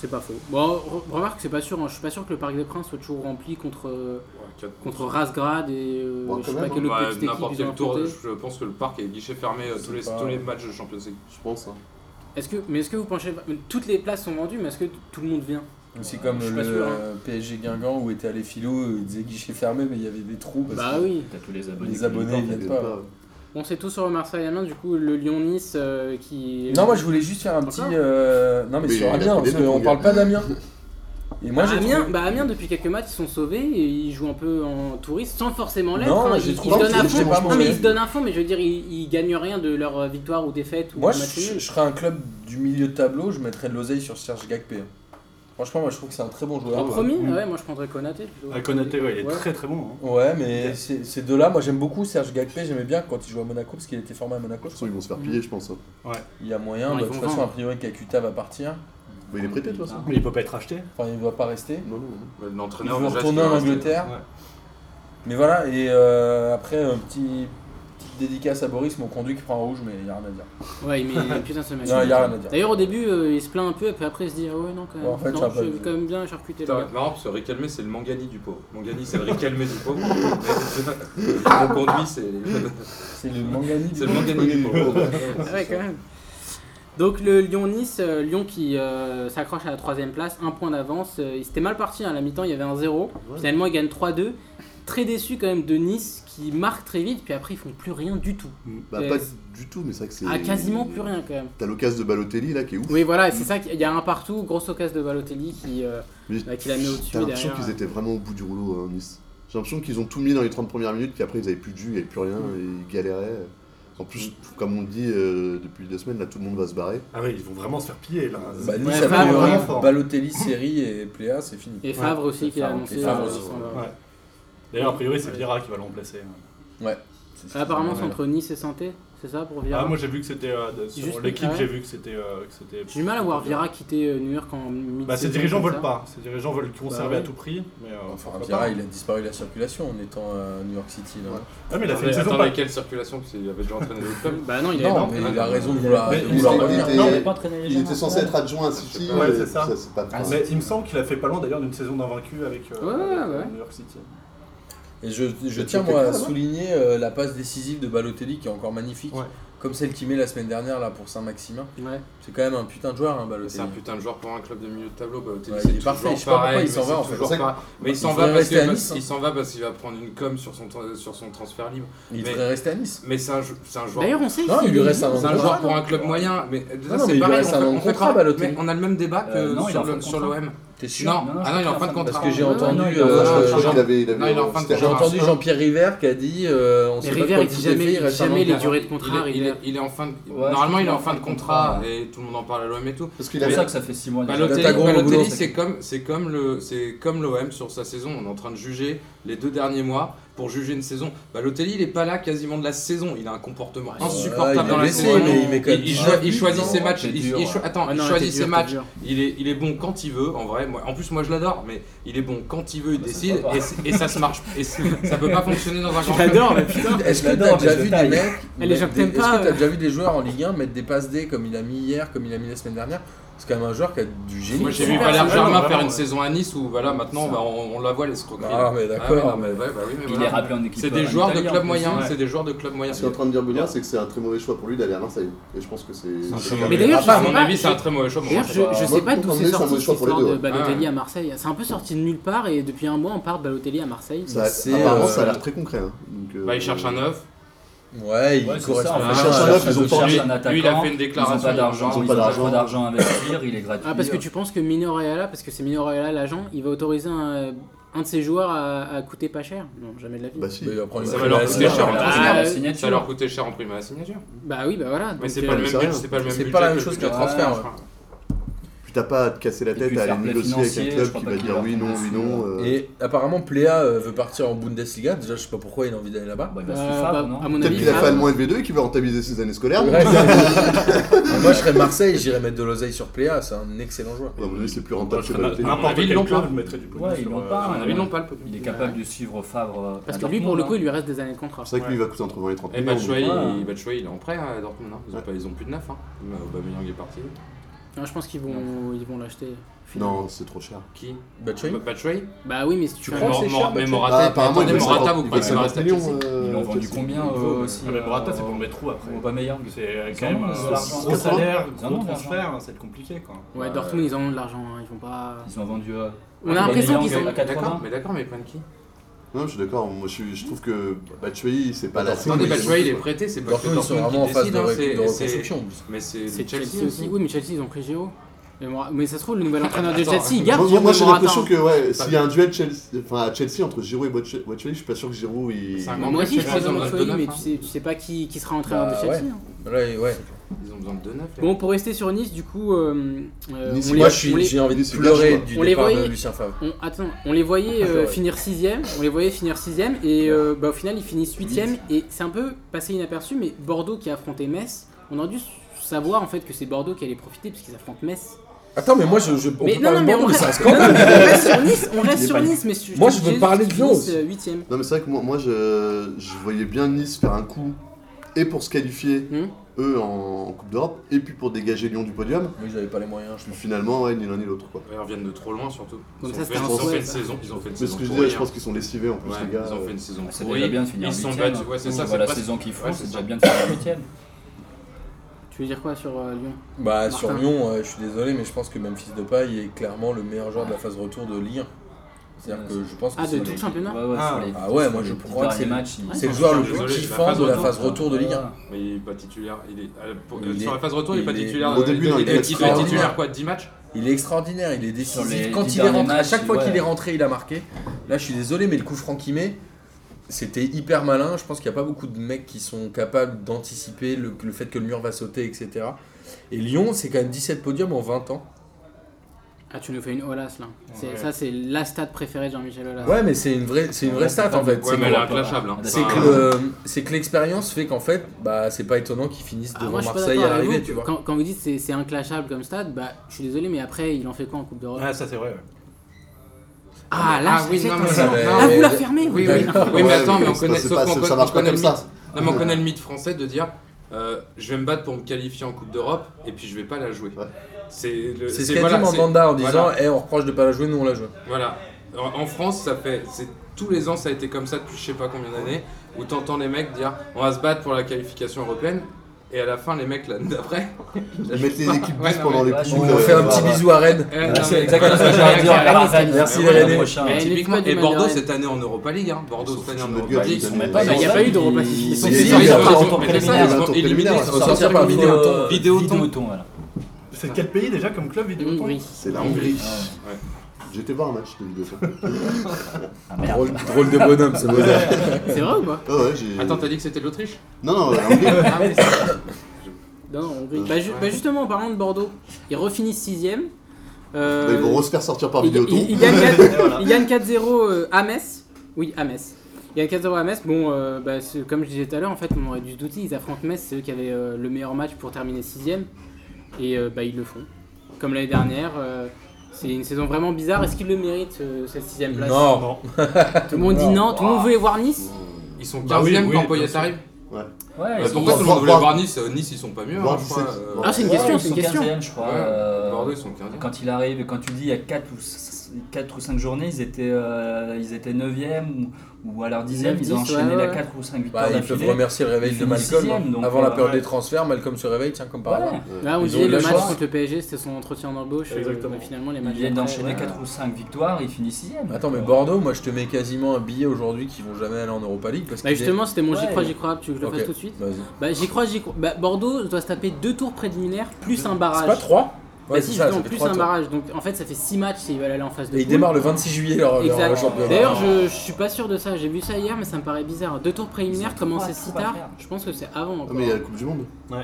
C'est pas faux. Bon, re- remarque, c'est pas sûr. hein. Je suis pas sûr que le Parc des Princes soit toujours rempli contre, euh, bon. Ouais, quatre- contre Razgrad et euh, Bon, je sais quand pas même, quelle autre Bah, petite équipe N'importe ils ont quel tour, affronté. je pense que le parc est guichet fermé euh, tous les, C'est pas- tous les matchs de Champions League. Je pense. hein. Est-ce que, mais est-ce que vous penchez pas- Toutes les places sont vendues, mais est-ce que t- tout le monde vient C'est comme Je le suis pas sûr, hein. euh, PSG Guingamp où était allé Philo, il disait guichet fermé, mais il y avait des trous. Parce Bah que oui. T'as tous les abonnés. Les qui abonnés, nous ils portent. viennent. Il y a pas. pas- Bon, c'est tout sur le Marseille Amiens. Du coup, le Lyon-Nice euh, qui. Non, moi je voulais juste faire un petit. Encore euh, Non, mais, Mais il sur a Amiens, fait des parce deux, qu'on ton parle gars. pas d'Amiens. Et moi j'ai. Amiens, trouvé- bah, Amiens, depuis quelques matchs, ils sont sauvés et ils jouent un peu en touriste sans forcément l'être. Non, hein. moi, Ils, j'ai ils trouvé se que donnent à c'était fond. pas Non, mais mauvais. ils se donnent à fond, mais je veux dire, ils, ils gagnent rien de leur euh, victoire ou défaite ou Moi, match je, nul. je serais un club du milieu de tableau, je mettrais de l'oseille sur Serge Gagpé. Franchement, moi, je trouve que c'est un très bon En joueur. Ah premier, Ah Mm. ouais, moi je prendrais Konaté. plutôt. Ah, Konaté, ouais, il est Ouais. très très bon. hein. bah. Ouais, mais c'est- ces deux-là, moi, j'aime beaucoup Serge Gagpé. J'aimais bien quand il jouait à Monaco, parce qu'il était formé à Monaco. De toute façon, ils vont se Mm. faire piller, je pense. hein. Il y a moyen. Non, bah, ils de toute vont façon, a vendre. priori, Kakuta va partir. Mais il est prêté, toi, ça Mais il peut pas être acheté. Enfin, il ne va pas rester. Non, non. Ouais, Il L'entraîneur va bah, déjà, retourner c'est- en Angleterre. Ouais. Mais voilà, et euh, après, un petit, petite dédicace à Boris, mon conduit qui prend un rouge, mais il n'y a rien à dire. Ouais, mais putain, ce match. Non, il n'y a rien à dire. D'ailleurs, au début, euh, il se plaint un peu, et puis après, il se dit Ah ouais, non, quand même. Ouais, en fait, ça non, a pas je vais vu. quand même bien charcuter C'est le gars. marrant parce que Riquelme c'est le Mangani du pauvre. Mangani c'est le Riquelme du pauvre. Mais Mon conduit c'est C'est le Mangani du c'est le Mangani du pauvre. Ah ouais, quand même. Donc le Lyon-Nice, euh, Lyon qui euh, s'accroche à la troisième place, un point d'avance. Euh, ils étaient mal partis hein, à la mi-temps, il y avait un 0. Finalement, ils gagnent 3-2. Très déçu quand même de Nice qui marque très vite, puis après ils font plus rien du tout. Bah, Et pas c'est- du tout, mais c'est vrai que c'est. Ah, quasiment plus rien quand même. T'as l'occasion de Balotelli, là, qui est ouf. Oui, voilà, et c'est ça, qu'il y a un partout, grosse occasion de Balotelli qui. euh, Mais Ouais, qu'il a mis au-dessus J'ai l'impression derrière, qu'ils ouais. étaient vraiment au bout du rouleau, hein, Nice. J'ai l'impression qu'ils ont tout mis dans les 30 premières minutes, puis après ils avaient plus de jus, il n'y avait plus rien, et ils galéraient. En plus, comme on dit euh, depuis deux semaines, là tout le monde va se barrer. Ah oui, ils vont vraiment se faire piller là. Bah, Nice, Ouais, a Favre, priori, vraiment fort. Balotelli, Série et Pléa, c'est fini. Et Favre aussi c'est qui a Favre, annoncé. c'est Favre euh, aussi. son- Ouais. D'ailleurs, a priori, c'est Vira qui va le remplacer. Ouais. C'est ce qu'ils euh, Apparemment, ont c'est dit. entre Nice et Santé. c'est ça pour Ah, Vieira moi j'ai vu que c'était euh, de- Juste sur le l'équipe, carré. j'ai vu que c'était. euh, que c'était- J'ai du mal à voir Vieira quitter euh, New York en mi Bah, ses dirigeants veulent pas. Ces dirigeants veulent le Bah, conserver ouais. à tout prix. Mais euh, Enfin, pourquoi Vieira, pas. il a disparu de la circulation en étant à New York City. là. Ouais. Ouais, mais il a fait une Attendez, saison attendez, pas- quelle circulation Parce qu'il avait déjà entraîné le club. Bah non, il est Non, énorme. mais non. il a raison de vouloir, Mais de il vouloir s'est- revenir. il Non, était- mais pas entraîné Il était censé être adjoint à City, Ouais, mais c'est ça. c'est pas Ah, Mais c'est- il me semble qu'il a fait pas loin d'ailleurs d'une saison d'invaincu avec euh, Ouais, ouais, ouais. New York City. Et je, je C'est tiens tout moi à quelque chose, hein. souligner euh, la passe décisive de Balotelli qui est encore magnifique, Ouais. comme celle qu'il met la semaine dernière là pour Saint-Maximin. Ouais. C'est quand même un putain de joueur, hein, Balotelli. C'est un putain de joueur pour un club de milieu de tableau. Bah, Othello, Ouais, c'est il est toujours parfait, je sais pas pourquoi pareil, il s'en mais va, c'est en fait. toujours C'est pareil. Mais il s'en devrait va parce rester à que- Nice, hein. il s'en va parce qu'il va prendre une com sur son tra- sur son transfert libre. Il Mais- devrait rester à Nice. Mais c'est un jou- c'est un joueur D'ailleurs, on sait Non, s'il il lui est- reste un C'est un contrat, joueur pour non Ah un club moyen, mais euh, Non, non, mais c'est il pareil. reste on un fait- long on fait contrat, pas- Balotelli. mais on a le même débat que Euh, non, il est en sur fin le- de sur contrat. l'OM. T'es sûr Non, non, ah non, il est en fin de contrat. Parce que j'ai Ouais, entendu, non, il est euh, en Moi, fin de j'ai- je crois Jean- qu'il avait, il avait Non, il est en fin de c'était j'ai contrat. un- entendu Jean-Pierre River qui a dit euh, on Mais sait River, il pas quoi dit le foot jamais- des filles, il reste dit un jamais manque les à- durées de contrat. Il est- il River. est- il est en fin de- Ouais, Normalement, je il est en comprends, fin de je contrat comprends. et tout le monde en parle à l'OM et Bah, tout. Parce qu'il C'est a pour Mais- ça que ça fait 6 mois. déjà. Balotelli, Tagro, Balotelli, Boulot, c'est comme, c'est comme le, c'est comme l'OM sur sa saison. On est en train de juger les deux derniers mois pour juger une saison. Balotelli, il est pas là quasiment de la saison. Il a un comportement Ouais, insupportable Ah, il est dans la blessé, saison. mais il met quand Il- même il pas cho- de il but, choisit non, ses matchs. c'est il- dur, il cho- ouais. Attends, Ah il non, t'es choisit dur, ses t'es matchs. dur. Il est, il est bon quand il veut, en vrai. Moi, en plus, moi, je l'adore, mais il est bon quand il veut, il Bah, ça se décide, voit pas. et, c- et ça se marche. Et c- ça peut pas fonctionner dans un grand Je club. l'adore, mais putain. Est-ce que J'adore, t'as mais déjà je vu des taille. les mecs mettre gens que des- t'aimes Est-ce pas, que t'as euh. déjà vu des joueurs en Ligue 1 mettre des passes D comme il a mis hier, comme il a mis la semaine dernière C'est quand même un joueur qui a du génie. Moi, j'ai Super, vu Valère c'est Germain vraiment, faire une ouais. saison à Nice où, voilà, maintenant, bah, on, on la voit l'escroquerie. Ah, mais d'accord. ouais, non, mais ouais, bah oui, mais Il voilà. est rappelé en équipe. C'est euh, des en joueurs de Italie, en club plus. moyen. Ouais. C'est des joueurs de club moyen. Ce qu'il est en train de dire Bouillard, c'est que c'est un très mauvais choix pour lui d'aller à Marseille. Et je pense que c'est. C'est un Mais mauvais- d'ailleurs, Ah, je bah, à sais mon pas, avis, c'est je- un très mauvais choix. pour D'ailleurs, moi. je, je sais Moi, pas pour d'où emmener, c'est c'est un sorti mauvais cette choix pour les histoire deux, de ouais. Balotelli Ah. à Marseille. C'est un peu sorti de nulle part et depuis un mois on parle de Balotelli à Marseille. Ça, C'est, apparemment, euh, ça a l'air très concret. hein. Donc, euh, Bah, il cherche un œuf. Ouais, il Ouais, c'est correspond ça, à en fait. la cherche un la neuf, phase ils ont de pas- cherche. cherchent lui- un attaquant. lui, il a fait une Ils déclaration, ont pas d'argent, ils ont ils pas ont pas d'argent. trop d'argent à investir, il est gratuit. Ah, parce que tu penses que Minoreala, parce que c'est Minoreala l'agent, il va autoriser un, un de ses joueurs à, à coûter pas cher Non, jamais de la vie. Bah, si. Mais il va prendre Ça une va leur prime à coûter la cher en saison. Bah, transfert. euh, Ça leur coûtait cher en prime à la signature. Bah oui, bah voilà. Mais donc, c'est euh, pas le même c'est budget. rien. C'est pas le même C'est budget. pas la même que- chose qu'un Ouais, transfert, je ouais. crois. Puis t'as pas à te casser la Et tête puis à le fair aller play négocier avec un financier, je club crois qui pas va qu'il dire va oui, non, rentrer oui, dessus, non. euh, Et apparemment, Pléa euh, veut partir en Bundesliga. Déjà, je sais pas pourquoi il a envie d'aller là-bas. Bah, il euh, va se faire, bah, non à mon Peut-être avis, qu'il a fait ah, allemand LV2 et qu'il veut rentabiliser ses années scolaires. Ouais, c'est- Moi, je serais Marseille, j'irais mettre de l'oseille sur Pléa. C'est un excellent joueur. À mon avis, c'est plus rentable que Moi, Bah, je Balotelli. serais mal- N'importe avis, ils quel l'ont club, pas. je mettrais du pognon Ouais, ils sur, l'ont euh, pas, À mon ouais. avis, non, pas le peu. Il est capable de suivre Favre. euh, Parce à que lui, Dortmund, pour le hein. coup, il lui reste des années de contrat. C'est vrai que lui, il va coûter entre 20 et 30 Et millions. Batshuayi, Ouais. il- Batshuayi, il est en prêt à Dortmund. hein. Ils ont pas- Ils ont plus de neuf. hein. Euh, Aubameyang est parti. Non, je pense qu'ils vont ils vont l'acheter. finalement. Non, c'est trop cher. Qui Batshuayi Batshuayi Bah oui, mais si tu, Tu fais un- crois que Mor- c'est Mor- cher, Mais Batshuayi Morata, Ah, apparemment, il attendez, va Morata, vous il va prenez Morata. 50 millions. Ils euh, l'ont vendu Chelsea. combien il eux, vaut, aussi Ah, mais Morata, c'est pour euh, mettre trous après. au Aubameyang C'est euh, Ils en quand même ont un de l'argent. gros salaire, Ils en ont gros de l'argent. transfert, hein, c'est compliqué quoi. Ouais, Dortmund, ils en ont de l'argent, hein, ils vont pas. Ils ont vendu. euh, On a l'impression Aubameyang qu'ils ont. à 80. D'accord, Bah, mais d'accord, mais ils prennent qui Non, je suis d'accord. Moi, je, suis- je trouve que Batshuayi, c'est pas la Dortmund, Attendez, ils- Batshuayi, il est prêté. C'est pas que Dortmund, ils sont Dortmund vraiment en qui phase décide. de hein, ré- c'est- de c'est- reconstruction. en plus. Mais c'est C'est Chelsea, Chelsea aussi. aussi. Oui, mais Chelsea, ils ont pris Géo. Mais, Mora- mais ça se trouve, le nouvel entraîneur de Attends, Chelsea, il Moi, attends. garde hein. moi, Diego moi, j'ai Morata. l'impression que ouais, s'il y a un duel Chelsea, enfin, à Chelsea entre Giroud et Botche- Batshuayi, je suis pas sûr que Giroud il. C'est un Mais grand Bah, Moi aussi, je Chelsea, crois ils ont dans besoin de Chouaï, neuf, mais hein. tu sais, tu sais pas qui, qui sera entraîneur Bah, de Chelsea. hein. Ouais, ouais. Ils ont besoin de deux neufs. les Bon, pour rester sur Nice, du coup, euh, euh, Nice, on, Moi, les, je on suis- les- j'ai envie de on les pleurer voyait- du on les départ de voyait- Lucien Favre. on- attends, on les voyait euh, Ouais. finir sixième, on les voyait finir sixième, et euh, bah, au final, ils finissent huitième, et c'est un peu passé inaperçu, mais Bordeaux qui a affronté Metz, on aurait dû s- savoir en fait que c'est Bordeaux qui allait profiter parce qu'ils affrontent Metz. Attends, mais moi, je, je, on mais peut parler de Bordeaux, mais c'est un non, non, scandale. mais on reste sur Nice, on Il reste est sur pas- Nice, mais je- Moi, je veux Nice, parler de Lyon Nice, aussi. euh, huitième. Non, mais c'est vrai que moi, moi je, je voyais bien Nice faire un coup et pour se qualifier Hum. eux en, en Coupe d'Europe et puis pour dégager Lyon du podium. Oui, ils avaient pas les moyens, je Puis pense. finalement, ouais, ni l'un ni l'autre quoi. Ils reviennent de trop loin surtout. Ils Donc ont ça, fait c'était ils un ont fait souhait, une ça. saison. Ils ont fait une Mais saison. ce que je pour disais, je rien. pense qu'ils sont lessivés en plus, Ouais, les gars. euh, ils ont fait une saison Ah, C'est pourrie. déjà bien de finir Ils se sont hein. huitième. battus. Ouais, c'est Quand ça, on c'est voit la pas- saison qu'ils Ouais, font, c'est c'est ça. déjà bien de finir huitième. Tu veux dire quoi sur euh, Lyon Bah, sur Martin. Lyon, euh, je suis désolé, mais je pense que Memphis Depay est clairement le meilleur joueur de la phase retour de Ligue 1. C'est-à-dire Ouais, que je pense que Ah, c'est de tout le le- championnat Ouais, ouais, Ah. sur les- Ah ouais, sur moi, les je dix crois que derniers matchs, ils- c'est le joueur le plus Désolé, la kiffant phase de la retour. phase retour de Ligue 1. Mais il est pas titulaire. Il est, à la- pour- Il sur est- la phase retour, il est pas il est- titulaire. au début, non, il il était est titulaire, extraordinaire. titulaire, quoi 10 matchs Il est extraordinaire, il est Sur les décisif. Quand dix il est rentré, derniers à chaque matchs, fois ouais. qu'il est rentré, il a marqué. Là, je suis désolé, mais le coup franc qu'il met, c'était hyper malin. Je pense qu'il n'y a pas beaucoup de mecs qui sont capables d'anticiper le, le fait que le mur va sauter, etc. Et Lyon, c'est quand même 17 podiums en 20 ans. Ah, tu nous fais une Olas là. C'est- Ouais. Ça, c'est la stat préférée de Jean-Michel Olas. Ouais, mais c'est une vraie, c'est une vraie stat en fait. Ouais, C'est mais que- elle est inclashable. hein. C'est que, Enfin, le- c'est que l'expérience fait qu'en fait, bah, c'est pas étonnant qu'ils finissent Ah, devant moi, je suis pas Marseille à d'accord avec l'arrivée, vous. tu vois. Quand, quand vous dites c'est c'est inclashable comme stade, bah, je suis désolé, mais après, il en fait quoi en Coupe d'Europe Ah, ça c'est vrai. ouais. Ah, là, Ah, oui, c'est non, mais- intéressant. non, Ah, mais- vous la fermez Oui, oui. oui. Oui, mais attends, mais on ça connaît, se sauf passe- qu'on ça connaît- on marche pas connaît comme le ça. mythe. Non, mais on connaît le mythe français de dire euh, je vais me battre pour me qualifier en Coupe d'Europe et puis je vais pas la jouer. Ouais. C'est le- C'est ce c'est- qu'a voilà, dit c'est- Mandanda en disant voilà. Eh, on reproche de pas la jouer, nous on la joue. Voilà. En en France, ça fait. c'est- Tous les ans, ça a été comme ça depuis je sais pas combien d'années, où t'entends les mecs dire on va se battre pour la qualification européenne, et à la fin, les mecs là d'après. Ils mettent les équipes Ouais, douces non, pendant mais les ouais, je poules. On Euh, fait un bah, petit bah. bisou à Rennes. Euh, non, mais- C'est exactement ce que j'allais dire. Voilà. Rennes, c'est- Merci, les l'année Rennais. prochaine. Mais- Typiquement, l'équipe du et Bordeaux Madrid. cette année en Europa League, hein. Bordeaux cette année en Ils sont Europa League, foutus de ils notre sont gueule, Bah, il n'y a pas eu d'Europa Ils- League. ils sont- Ils ils sont- sont- ils ils sont- sont- ils sont- ils mais sont- ça, ils ils sont- sont- éliminés, ils sont sortis par Vidéoton. Vidéoton. voilà. C'est quel pays déjà comme club vidéo Oui. C'est la Hongrie. Ouais. Ouais. J'étais voir un match de vidéo. Ah merde. Drôle, drôle de bonhomme, ce bonhomme. C'est vrai ou pas Ah ouais, j'ai. Attends, t'as dit que c'était l'Autriche Non, non, la Hongrie. Ah, mais c'est- Non, non, Hongrie. Euh, Bah, ju- bah, justement, en parlant de Bordeaux, ils refinissent 6ème. Bah, Ils vont se faire sortir par Ils Vidéoton. il, il gagne 4 il gagne 4-0 euh, à Metz. Oui, à Metz. Il gagne 4-0 à Metz. Bon, euh, bah, c'est- comme je disais tout à l'heure, en fait, on aurait dû se douter. Ils affrontent Metz, c'est eux qui avaient euh, le meilleur match pour terminer 6ème. Et euh, bah, ils le font. Comme l'année dernière. euh, c'est une saison vraiment bizarre. Est-ce qu'ils le méritent, euh, cette 6ème place Non, Non. Tout le monde dit non. Tout le monde veut voir Nice. Ils sont Bah oui, 15ème oui, quand bien Poyet sûr. arrive. Ouais, Bah, ils sont- Pourquoi sont- tout le monde voulait Voir- voir Nice euh, Nice, ils sont pas mieux. Voir hein, je crois, 17. euh, Voir- Ah, c'est une Ouais, question, ils c'est sont une question. 15e, je crois. Ouais, euh, Bordeaux, ils sont 15e. Quand il arrive, et quand tu dis il y a 4 ou, 4 ou 5 journées, ils étaient, euh, ils étaient 9e ou, ou à leur 10e, ils ont 9e, enchaîné ouais, la ouais. 4 ou 5 victoires bah, ils peuvent d'affilée. remercier le réveil Ils de finissent Malcolm. sixième, donc, Avant la euh, période ouais. des transferts, Malcolm se réveille, tiens, comme par hasard. Ouais. Là, on Ils ont disait eu le la match chance. contre le PSG, c'était son entretien d'embauche. euh, Exactement. bah, finalement, les Ils matchs. viennent d'après, d'enchaîner ouais. 4 ou 5 victoires, ils finissent 6e. Attends, mais Bordeaux, moi je te mets quasiment un billet aujourd'hui qu'ils vont jamais aller en Europa League. Parce Bah qu'ils- justement, c'était mon j'y Ouais. crois, j'y crois. Tu veux que je le Ok. fasse tout de suite Vas-y. Bah j'y crois, j'y crois. Bah, Bordeaux doit se taper deux tours préliminaires plus un barrage. C'est pas 3 Bah si, justement, plus un barrage. Donc en fait, ça fait 6 matchs s'ils veulent aller en phase de Et ils poule. démarrent le 26 juillet leur, leur Exact. championnat. D'ailleurs, je, je suis pas sûr de ça. J'ai vu ça hier, mais ça me paraît bizarre. Deux tours préliminaires Ils ont commencer trois si tours à tard. faire. Je pense que c'est avant Ah, encore. mais il y a la Coupe du Monde. Ils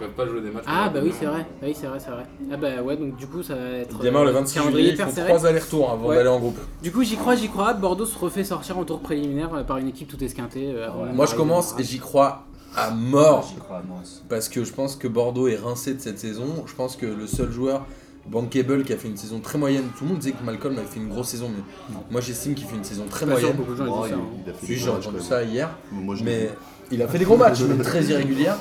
peuvent pas jouer des matchs. Ah bah oui, maintenant. c'est vrai. Bah oui, c'est vrai, c'est vrai. Ah bah ouais, donc du coup, ça va être. Ils démarrent le euh, 26 calendrier juillet, ils hyper font serré. 3 allers-retours hein, avant Ouais. d'aller en groupe. Du coup, j'y crois, j'y crois. Bordeaux se refait sortir en tour préliminaire euh, par une équipe tout esquintée. euh, avant Ouais. la Moi barrage. je Ah, commence et j'y crois à mort J'y crois, moi aussi. parce que je pense que Bordeaux est rincé de cette saison. Je pense que le seul joueur, Bankable, qui a fait une saison très moyenne, tout le monde disait que Malcolm avait fait une grosse saison, mais moi j'estime qu'il fait une saison très Pas sûr, moyenne. beaucoup de gens Oh, disent ça. hein. il- Il a fait Si, des J'ai bons matchs, quand entendu même. ça hier, Moi, je l'ai mais vu. il a fait des gros matchs, mais très irrégulières.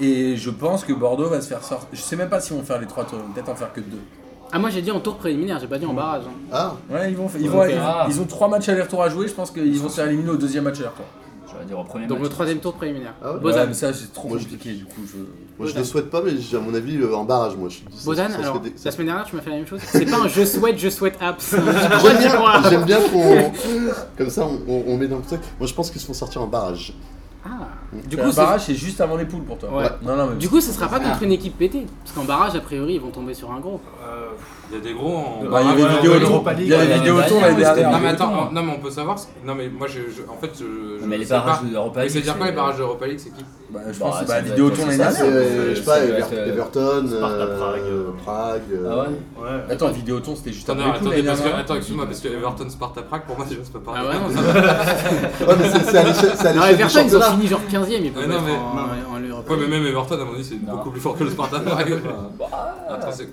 Et je pense que Bordeaux va se faire sortir. Je sais même pas si vont faire les 3 tours, ils vont peut-être en faire que 2. Ah moi j'ai dit en tour préliminaire, j'ai pas dit en barrage. hein. Ah, Ouais, ils vont, ils Ouais, vont, ok. ils- Ah. ils ont trois matchs aller-retour à jouer. Je pense qu'ils vont se faire éliminer au deuxième match aller-retour. J'aurais dire au premier Donc match. le troisième tour préliminaire. Ah ouais. Bozan. Ouais, mais ça, c'est trop Moi, je- compliqué. Du coup, je. moi je Bozan. les souhaite pas, mais j'ai, à mon avis euh, en barrage. Moi, je dis ça- Bozan, ça serait alors des- la semaine dernière tu m'as fait la même chose. C'est pas un je souhaite, je souhaite app. J'aime bien, j'aime bien qu'on. Comme ça, on, on- on met dans le truc. Moi, je pense qu'ils se font sortir en barrage. Ah. Du Euh, Du coup, coup, c'est- barrage, c'est juste avant les poules pour toi. Ouais. Non, non, mais. Du coup, ce sera pas contre une équipe pétée. Parce qu'en barrage, a priori, ils vont tomber sur un gros. Euh, Il y a des gros Bah, en. il y Ouais, avait ouais, vidéo ouais, autour. Europa League, Il y avait ouais, vidéo ouais, autour ouais, l'année c'était- dernière. Non Ah, mais Évidemment. attends, on- non mais on peut savoir. ce- Non mais moi je, je- en fait je. je mais les sais pas. barrages de l'Europa Mais League. C'est-à-dire quoi les c'est- barrages d'Europa League, c'est qui Bah, je Bah, pense que ça bah, doit vidéo être- autour c'est l'année Ça, ça, c'est, dernière. euh, je sais pas, ça doit Ever- être, euh, Everton, Sparta euh, Prague, euh, Prague, euh, Ah ouais ouais. Attends, vidéo autour, c'était juste Attends, avant les poules Ah attendez, l'année parce que, dernière. attends, excuse-moi, parce que Everton Sparta Prague, pour moi déjà c'est pas pareil. Ah ouais, non, Ouais, mais c'est, c'est à l'échelle, c'est à Non, l'échelle du Everton, ils ont championnat. fini genre 15ème. Ils peuvent Mais non, être mais- en, en, en Europe. Ouais, mais même Everton, à mon avis, c'est Non. beaucoup plus fort que le Sparta Prague. Attends, c'est-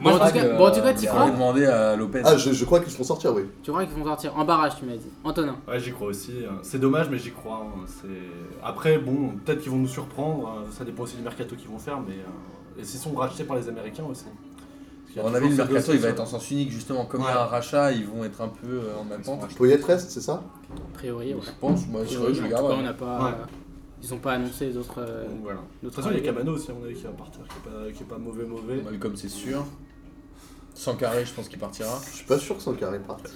Moi, Bon, en je tout cas, que- bon, en tout cas, t'y euh, On va crois demander à Lopez. Ah, je, je crois qu'ils se font sortir, oui. Tu crois qu'ils vont sortir en barrage, tu m'as dit. Antonin. Ouais, j'y crois aussi. hein. C'est dommage, mais j'y crois. hein. C'est- Après, bon, peut-être qu'ils vont nous surprendre. hein. Ça dépend aussi du mercato qu'ils vont faire, mais. euh, Et s'ils sont rachetés par les Américains aussi. Parce qu'il y a On toujours avait le ce mercato, dossier il va sur- être en sens unique justement. Comme il y Ouais. a un rachat, ils vont être un peu euh, en attente. Poyet reste, c'est ça A priori, ouais. Je pense, moi, je En tout je cas, on regarde. n'a pas. Ouais. euh, Ils ont pas annoncé les autres. euh, Donc, voilà. De d'autres toute façon, il y a arrivées. Cabano aussi, à mon avis, qui va partir, qui est pas, qui est pas mauvais, mauvais. Malcolm, c'est sûr. Sans carré, je pense qu'il partira. Je suis pas sûr que Sankaré parte.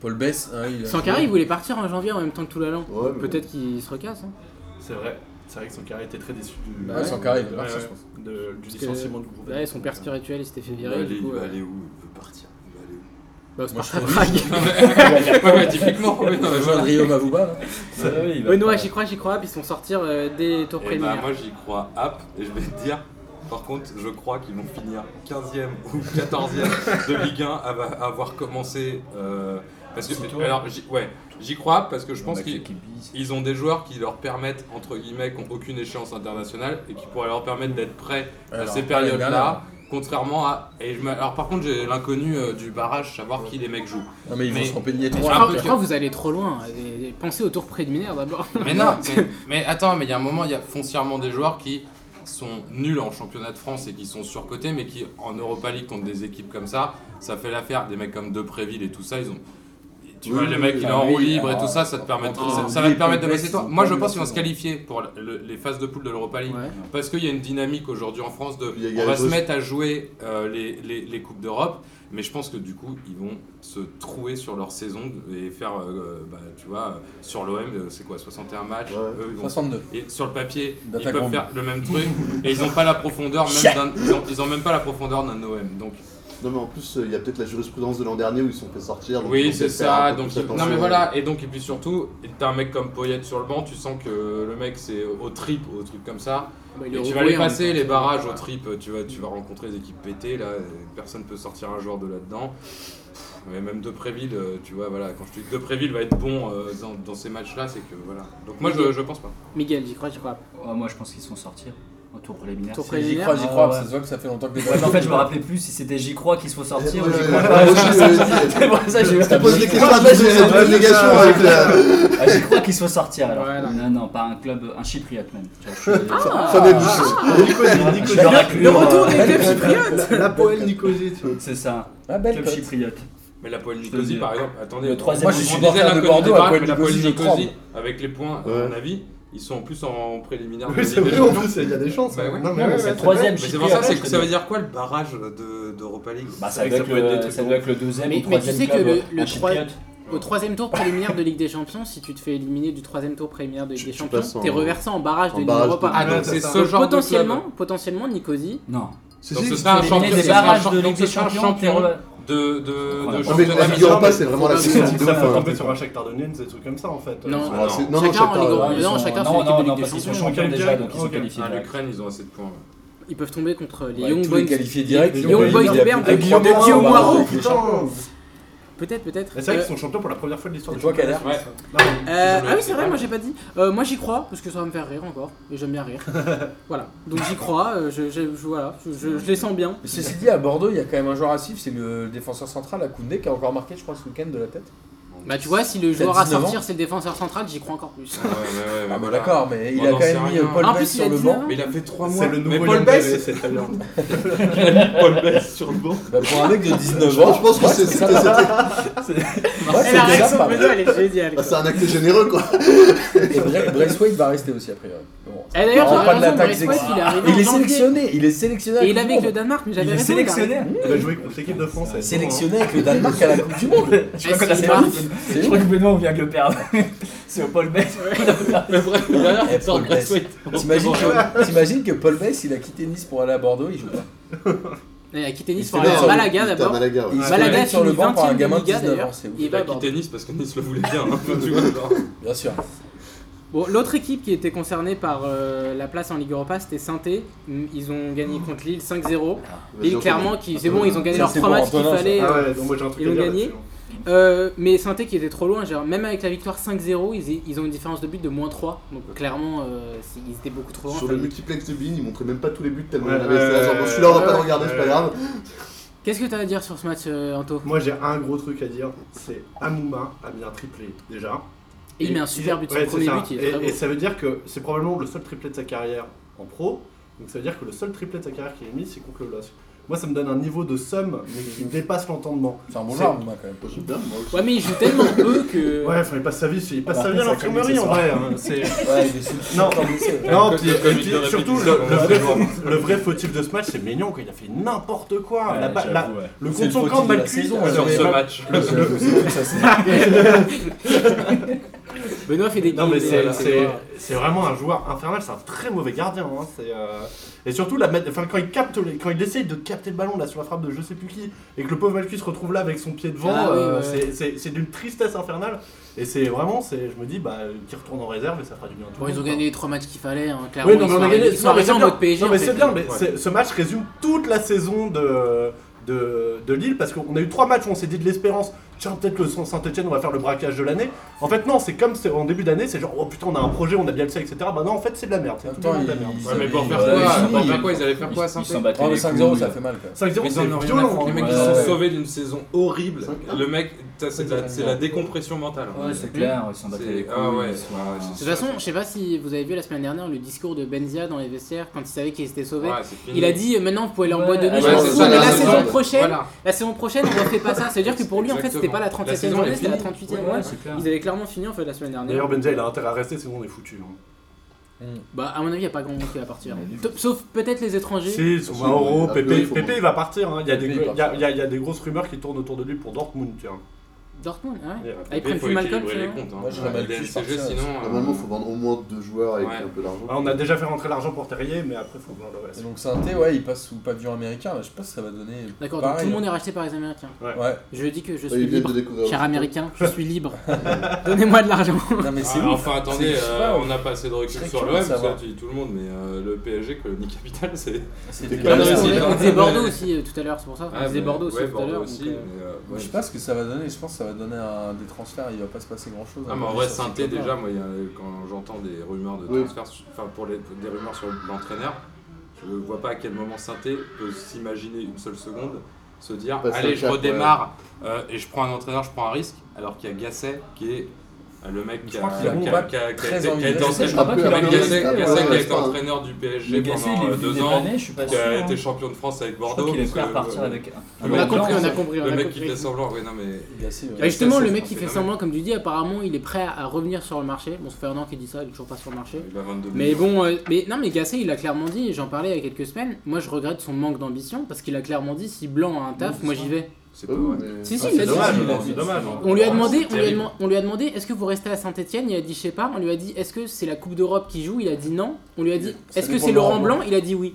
Paul Bess, hein, il a Sankara, il voulait partir en janvier en même temps que Toulalan. Ouais, mais- Peut-être qu'il se recasse. hein. C'est vrai. C'est vrai que Sankara était très déçu du, Bah, Ouais, Sankara, il va Ouais, partir, ouais, je pense. de- du que- licenciement du groupe. Là, son père spirituel, il s'était fait Il virer. va aller- du coup, Bah, il va euh, aller où Il peut partir. Il va aller où bah, au Moi, Sparta je trouve- Prague. Ouais, ouais, typiquement. ouais, non, mais rejoint voilà. Rio Mavuba. là. Ouais, il va Ouais, non, pas- ouais, j'y crois, j'y crois, puis ils sont sortis euh, des tours Eh ben, préliminaires. moi, j'y crois app, et je vais te dire, Par contre, je crois qu'ils vont finir 15e ou 14e de Ligue 1 à va- à avoir commencé. euh, parce que, Sitôt. alors, j'y- ouais, j'y crois parce que je pense Bah, qu'ils qui- qui- ils ont des joueurs qui leur permettent, entre guillemets, qui n'ont aucune échéance internationale et qui pourraient leur permettre d'être prêts à Alors, ces périodes-là. Contrairement à. et je me- alors, par contre, j'ai l'inconnu euh, du barrage, savoir qui les mecs jouent. Non, mais ils vont Mais- s'empeigner Je Ouais, crois, un peu je que- crois que vous allez trop loin. Et- et Pensez au tour préliminaire d'abord. Mais non, mais, mais attends, mais il y a un moment, il y a foncièrement des joueurs qui sont nuls en championnat de France et qui sont surcotés, mais qui en Europa League contre des équipes comme ça, ça fait l'affaire. Des mecs comme Depréville et tout ça, ils ont. Tu vois, Oui, le mec, oui, il est bah en oui, roue libre et alors, tout ça, ça te permet, entre ça, les ça va te deux permettre de complexes, laisser toi. ils ont Moi, pas je eu pense la qu'ils vont se saison. qualifier pour le- le- les phases de poule de l'Europa League. Ouais. Parce qu'il y a une dynamique aujourd'hui en France de Il y a on va Galactus. se mettre à jouer euh, les, les- les Coupes d'Europe, mais je pense que du coup ils vont se trouer sur leur saison et faire, euh, bah, tu vois, euh, sur l'OM, euh, c'est quoi, 61 matchs Ouais. eux, ils vont- 62. et sur le papier, ils Data peuvent Grom. faire le même truc et ils n'ont pas la profondeur même d'un, ils ont, ils ont même pas la profondeur d'un OM. Donc Non, mais en plus, euh, il y a peut-être la jurisprudence de l'an dernier où ils sont fait sortir. donc ils oui, vont c'est peut-être faire un ça. peu Donc plus il- non attention. mais voilà et donc et puis surtout, t'as un mec comme Poyet sur le banc, tu sens que le mec c'est au trip, au truc comme ça. Bah, il est Et tu roué vas les en passer même temps. les barrages au trip, tu vas, tu vas rencontrer des équipes pétées, là, euh, personne peut sortir un joueur de là-dedans. Pff, Mais même Depréville, euh, tu vois, voilà, quand je te dis que Depréville va être bon euh, dans, dans ces matchs-là, c'est que voilà. Donc moi je, je pense pas. Miguel, j'y crois, j'y crois. Ouais, moi, je pense qu'ils sont sortis au tour préliminaire. Tour Si- J'y préliminaire. crois, j'y crois, Ah, parce que ouais. ça se voit que ça fait longtemps que les En fait, je me rappelais plus si c'était J'y crois qu'ils se font sortir ou J'y crois Ouais, pas. ouais, ouais, C'est pour ça que Je te je- pose des questions à base de Ouais, cette c'est négation ça. avec la Ah, J'y crois qu'ils se font sortir alors. Ouais, non. non, non, pas un club, un chypriote même. Tu vois, je suis- fameuse bouche. Je suis Bah, dans la Le culture, retour euh, des clubs chypriotes La poêle Nicosie, tu vois. C'est ça, Ah, belle club cote. chypriote. Mais la poêle Je te Nicosie, dis. par exemple, attendez, Le troisième on Moi, je suis disait supporter de l'inconnu Bordeaux, des la barrages, poêle mais la poêle Nicosie, je Nicosie, avec les points, Ouais. à mon avis, ils sont en plus en préliminaire. Oui, c'est vrai, en plus, il y a des chances. Bah ouais. Non, Non, mais ouais, c'est ouais, le troisième Mais c'est chypriote. pour ça, c'est je que te ça veut dis. dire quoi le barrage de, d'Europa League Bah, ça C'est doit vrai être que peut être des le- trucs ça gros. doit être le deuxième Mais- ou mais tu troisième sais que club, le- euh, le un troi- chypriote. Au troisième tour préliminaire de Ligue des Champions, si tu te fais éliminer du troisième tour préliminaire de Ligue Tu- des tu Champions, passes en- t'es reversé en barrage en de Ligue barrage de Europa. Ah, donc Ouais, c'est ça. ce Donc, genre de potentiellement, club. potentiellement, Nicosie. Non. Si, Donc si, ce sera un Éliminer champion, des ce sera un barrages champ- de donc Ligue ce des sera un Champions, champion t'es re- de, de, Ah, de Non, mais championnat la Ligue Europa, mineur. c'est vraiment la C'est ça, saison ça faut de hein. tomber sur un Shakhtar Donetsk, des trucs comme ça en fait. Non. Ah, c'est- Chacun en Shakhtar, Ligue euh, Europa. Ils non, sont- chacun, c'est l'équipe de non, non, Ligue non, des parce qu'ils sont Champions. champions déjà, donc ils sont Ok. qualifiés. Ah, direct. L'Ukraine, ils ont assez de points. Ils peuvent tomber contre les Ouais, Young tous les Boys. qualifiés direct. Young ils ont Boys pas eu de la- Berne. la Guillaume Guillaume Morin, on va Morin, voir. putain. Peut-être, peut-être. Mais C'est vrai Euh, qu'ils sont champions pour la première fois de l'histoire Et du toi, championnat. Kader Non, mais- Euh, Désolé, ah oui, c'est c'est vrai, pas moi j'ai pas dit. Euh, moi j'y crois, parce que ça va me faire rire encore, et j'aime bien rire. voilà, donc j'y crois, euh, je, je- je- voilà, je, je- je les sens bien. Ceci dit, à Bordeaux, il y a quand même un joueur à suivre, c'est le défenseur central, à Koundé, qui a encore marqué, je crois, ce week-end de la tête. Bah tu vois, si le joueur à 19 ans. sortir c'est le défenseur central, j'y crois encore plus. Ouais, ouais, ouais, Ah, bah voilà. d'accord, mais il Bon, a non, quand c'est même mis rien. euh, Paul En Bess plus, il sur a le 19 banc. ans. Mais il a fait 3 mois. C'est le mais nouveau Paul Paul Bess, c'est très bien. Paul Bess sur le banc. Bah, pour un mec de 19 ans, Je pense que c'est- c'était ça. c'était- Ouais, Et la c'est déjà réaction pas de mal. Benoît, elle est géniale. bah, quoi. c'est un acte généreux quoi. Et Bra- Braithwaite va rester aussi, a priori. Bon. Et d'ailleurs, On parle j'avais de raison, l'attaque Braithwaite, sexy. il est arrivé Il en est janvier. sélectionné, il est sélectionné. à Et il est la Coupe avec du le Monde. Danemark, mais Il j'avais est raison. il a sélectionné Il a joué contre l'équipe de France. elle est Sélectionné avec le Danemark à la Coupe du Monde. Je crois Ah, qu'on a c'est perdu. grave. Je crois que Benoît, on vient de le perdre. C'est au Paul Bess. Mais bref, la dernière Eh, c'est sur Paul Bess. Braithwaite. T'imagines que, t'imagines que Paul Bess, il a quitté Nice pour aller à Bordeaux, il joue pas. Il a quitté Nice Il pour fait aller à bien, Malaga Putain, d'abord. Malaga, ouais. Il se Malaga fait mettre sur le finit banc par un 20e gamin de Liga, 19 ans, d'ailleurs. c'est ouf. Il Il va a à Bordeaux. quitté Nice parce que Nice le voulait bien. hein, tu vois. Bien sûr. Bon, l'autre équipe qui était concernée par euh, la place en Ligue Europa, c'était Sainté. Mm, Ils ont gagné contre Lille 5-0. Vas-y, Lille, Antonin. clairement, qui c'est bon, ils ont gagné Ça, leurs c'est 3 pour matchs qu'il Antonin, ça. fallait. Ah euh, ouais, donc moi j'ai un truc Ils à ont dire gagné. là-dessus. Euh, mais Sainté qui était trop loin, genre, même avec la victoire 5-0, ils, ils ont une différence de but de moins 3. Donc clairement, euh, c'est- ils étaient beaucoup trop loin. Sur le multiplex de Bean, ils montraient même pas tous les buts tellement Ouais, il y en avait. C'est là, genre, ouais, bon, Celui-là, on va ouais, pas le ouais. regarder, c'est pas Ouais. grave. Qu'est-ce que t'as à dire sur ce match, euh, Anto Moi j'ai un gros truc à dire, c'est Amouma a mis un triplé déjà. Et Il met un super but, son Ouais, c'est premier ça. but, il est et, très beau. et ça veut dire que c'est probablement le seul triplé de sa carrière en pro. Donc ça veut dire que le seul triplé de sa carrière qu'il a mis, c'est contre le LOSC. Moi ça me donne un niveau de somme mais qui dépasse l'entendement. C'est un bon joueur, Mouma, quand même. Moi, j'aime bien, moi aussi. Ouais, mais il joue tellement peu que. Ouais, enfin, il passe sa vie, il passe Ah bah, sa vie à ça commence l'infirmerie ce en soir. vrai. hein. C'est- Ouais, il est sous le Non. temps blessé. Non, Comme- puis, comme et il puis, devrait surtout, plus le, dire, le euh, vrai, bonjour. le vrai fautif de ce match, c'est Maignan, quand il a fait n'importe quoi. La ba- la- le C'est le compte son camp fautif de mal la cuit. saison, euh, ouais. Sur mais ce pas- match. C'est tout ça, c'est- Benoît fait des Non, mais guides, c'est- euh, c'est c'est vraiment un joueur infernal, c'est un très mauvais gardien. hein, c'est, euh, Et surtout, la... ma- enfin, quand, il capte les- quand il essaye de capter le ballon là, sur la frappe de je sais plus qui, et que le pauvre Malky se retrouve là avec son pied devant, Ah, oui, euh, ouais, c'est- c'est- c'est d'une tristesse infernale. Et c'est vraiment, c'est- je me dis, bah, qu'il retourne en réserve et ça fera du bien. à tout Bon, le ils ont monde, gagné les trois matchs qu'il fallait, hein, quoi. clairement. Oui, non, mais on a gagné. Ils sont Non, mais arrivés c'est en bien. mode PSG. Non, en mais fait. c'est bien, mais Ouais. c'est- ce match résume toute la saison de, de, de Lille parce qu'on a eu trois matchs où on s'est dit de l'espérance. Tiens, peut-être le Saint-Etienne, on va faire le braquage de l'année. En fait, non, c'est comme c'est- en début d'année, c'est genre, oh putain, on a un projet, on a bien le ça, etc. Bah non, en fait, c'est de la merde. C'est tout le Attends, monde de la ils- merde. Ouais, mais pour faire Ouais, quoi ils- Pour faire quoi Ils allaient faire quoi Ils sans ils s'en Oh, battaient le les 5-0, couilles. ça fait mal quand même. 5-0, Mais ils c'est en ont rien à violent. foutre. Les mecs, hein. ils Ouais. sont sauvés d'une saison horrible. Le mec, t'as- c'est la, Ouais. c'est la décompression mentale. Ouais, c'est clair, ils s'en battaient les C'est- couilles. Ah ouais. ils sont- ouais, De toute façon, je sais pas si vous avez vu la semaine dernière le discours de Benzia dans les vestiaires quand il savait qu'il s'était sauvé. Ouais, c'est fini. Il a dit euh, maintenant vous pouvez aller en Ouais, boîte de nuit, ouais, je m'en c'est fous, ça, mais la la saison saison de- prochaine, Voilà. la saison prochaine on refait pas ça. C'est-à-dire que pour lui en fait c'était Exactement. pas la 37e La journée, saison, c'était elle la est 38e. finie. ouais. Ouais, c'est clair. Ils avaient clairement fini en fait la semaine dernière. hein. D'ailleurs, Benja, il a intérêt à rester, sinon on est foutu. hein. Bah à mon avis y a pas grand monde qui va partir. T- Sauf peut-être les étrangers. Si, Si, Mauro, mais Pépé, après, il faut- Pépé, il va partir. hein. Il y a des- Pépé, il il y a- il y a- il y a des grosses rumeurs qui tournent autour de lui pour Dortmund. Tiens. Dortmund, ah ouais. Et, euh, Ah, ils Après, prennent il faut plus Malcolm. équilibrer les finalement. comptes. hein. Moi, j'aurais Ouais, Malcolm le LCG, sorti, sinon. euh, Normalement, faut vendre au moins deux joueurs avec Ouais. un peu d'argent. Ah, On a déjà fait rentrer l'argent pour Terrier, mais après, faut voir le Et reste. donc Sainté, ouais, il passe sous pavillon américain, là, je sais pas si ça va donner. D'accord, donc pareil. tout le monde est racheté par les Américains. Ouais, Je dis que je Ouais, suis ils viennent libre. de découvrir. Cher américain, je suis libre. Donnez-moi de l'argent. non mais c'est ah, ouf. enfin attendez, C'est- je sais euh, pas, on n'a pas assez de je recul serais sur curieux l'OM, de savoir. ça tu dis tout le monde, mais euh, le PSG, Colonie Capital, c'est. C'était Ouais, pas ouais, réussi. ouais. On disait Bordeaux aussi euh, tout à l'heure, c'est pour ça. On Ah, disait mais- Bordeaux ouais, aussi tout à l'heure. aussi, donc, euh, mais, euh, ouais. Je sais pas ce que ça va donner, je pense que ça va donner un- des transferts, il va pas se passer hein. grand chose. Ah, mais en vrai, synthé déjà, moi, il y a- quand j'entends des rumeurs de Oui. transfert, enfin, pour les, des rumeurs sur l'entraîneur, je vois pas à quel moment synthé peut s'imaginer une seule seconde, se dire, Passer le allez, je cap, redémarre euh, et je prends un entraîneur, je prends un risque, alors qu'il y a Gasset qui est euh, le mec qui a crois qu'il a qui pas a- qui a- qui a très été- qui a été envie. entraîneur- Je crois pas qu'il a même envie Gasset- de- Gasset qui a été ah, Ouais. entraîneur du Mais PSG Gasset, pendant il euh, est venu deux ans, dépanner, je suis pas qui sûr. a hein. été champion de France avec Je crois Bordeaux. qu'il est parce prêt à que, repartir euh, avec un- le On a mec- compris, on a le compris. on a mec qui compris. fait semblant, ouais, non mais. Bah justement, Ça, le c'est mec un qui fait phénomène. semblant, comme tu dis, apparemment il est prêt à à revenir sur le marché. Bon, ça fait un an qu'il dit ça, il est toujours pas sur le marché. Il a 22 Mais bon, euh, mais non, mais Gasset, il a clairement dit, j'en parlais il y a quelques semaines. Moi, je regrette son manque d'ambition parce qu'il a clairement dit si Blanc a un taf, Oui, c'est moi ça. j'y vais. C'est Ah pas oui, vrai. mais- Si, si, Ah, il a c'est dit. dommage, si, il a c'est dit, dommage, c'est hein. On lui a Oh, demandé, c'est on lui a, terrible. deman- on lui a demandé, est-ce que vous restez à Saint-Etienne Il a dit, je sais pas. On lui a dit, est-ce que c'est la Coupe d'Europe qui joue Il a dit non. On lui a dit, Ça est-ce que dépend c'est de Laurent Laurent Blanc Il a dit oui.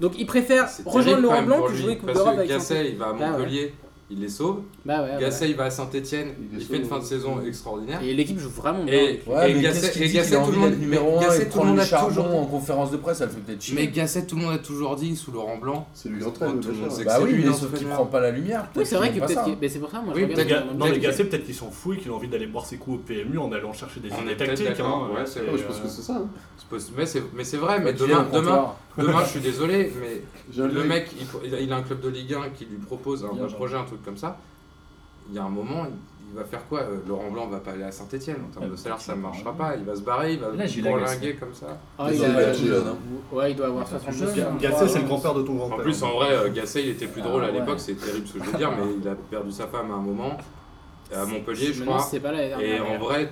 Donc il préfère C'est rejoindre terrible quand Laurent même Blanc pour que lui, jouer Coupe parce d'Europe que avec Saint-Étienne. Gasset, il va à ouais. Montpellier, il les sauve. Bah ouais, ouais. Gasset, il va à Saint-Etienne, Il les Ah, il Mm. fait une sauve. fin de saison extraordinaire. Et l'équipe joue vraiment bien. Et, Ouais, et mais Gasset, qu'est-ce qu'il et dit Gasset, qu'il a tout envie le monde, d'être numéro mais 1 et Gasset, de tout le prendre monde le a toujours charbon en dit. conférence de presse, ça le fait peut-être Mais chier. Gasset, tout le monde a toujours dit sous Laurent Blanc. C'est lui l'entraîne, Tout le monde déjà. sait que Bah c'est oui, lui mais sauf qu'il l'entraîneur. prend pas la lumière. Oui, c'est vrai que qu'il aime pas peut-être. ça. qu'il- Mais c'est pour ça, moi, Oui, je regarde. Les gars- dans le Non, les doc. gars, c'est peut-être qu'ils s'en foutent, qu'il a envie d'aller boire ses coups au PMU en allant chercher des On idées est peut-être tactiques. d'accord, hein. ouais, c'est- Et, Ouais, je pense euh, que c'est ça. hein. C'est possible. Mais c'est- Mais c'est vrai, mais Quand il est au demain, demain, comptoir. demain, je suis désolé, mais J'ai un le mec- mec, il, il a- il a un club de Ligue 1 qui lui propose un, Bien un joué. projet, un truc comme ça. Il y a un moment, il, il va faire quoi Euh, Laurent Blanc va pas aller à Saint-Etienne. En termes Ouais, de salaire, ça ne tu marchera vois. pas. Il va se barrer, il va Là, Gilles Lagacé. bourlinguer comme ça. Ah, Ils il ont a- pas la jeune, hein. Ouais, il doit avoir 72 Gasset, ans. Gasset, c'est le grand-père de ton En grand-père. plus, en vrai, euh, Gasset, il était plus Ah, drôle à ouais. l'époque, c'est terrible ce que je veux dire, mais il a perdu sa femme à un moment, à Montpellier, je Maintenant, crois. c'est pas la Et en dernière. vrai,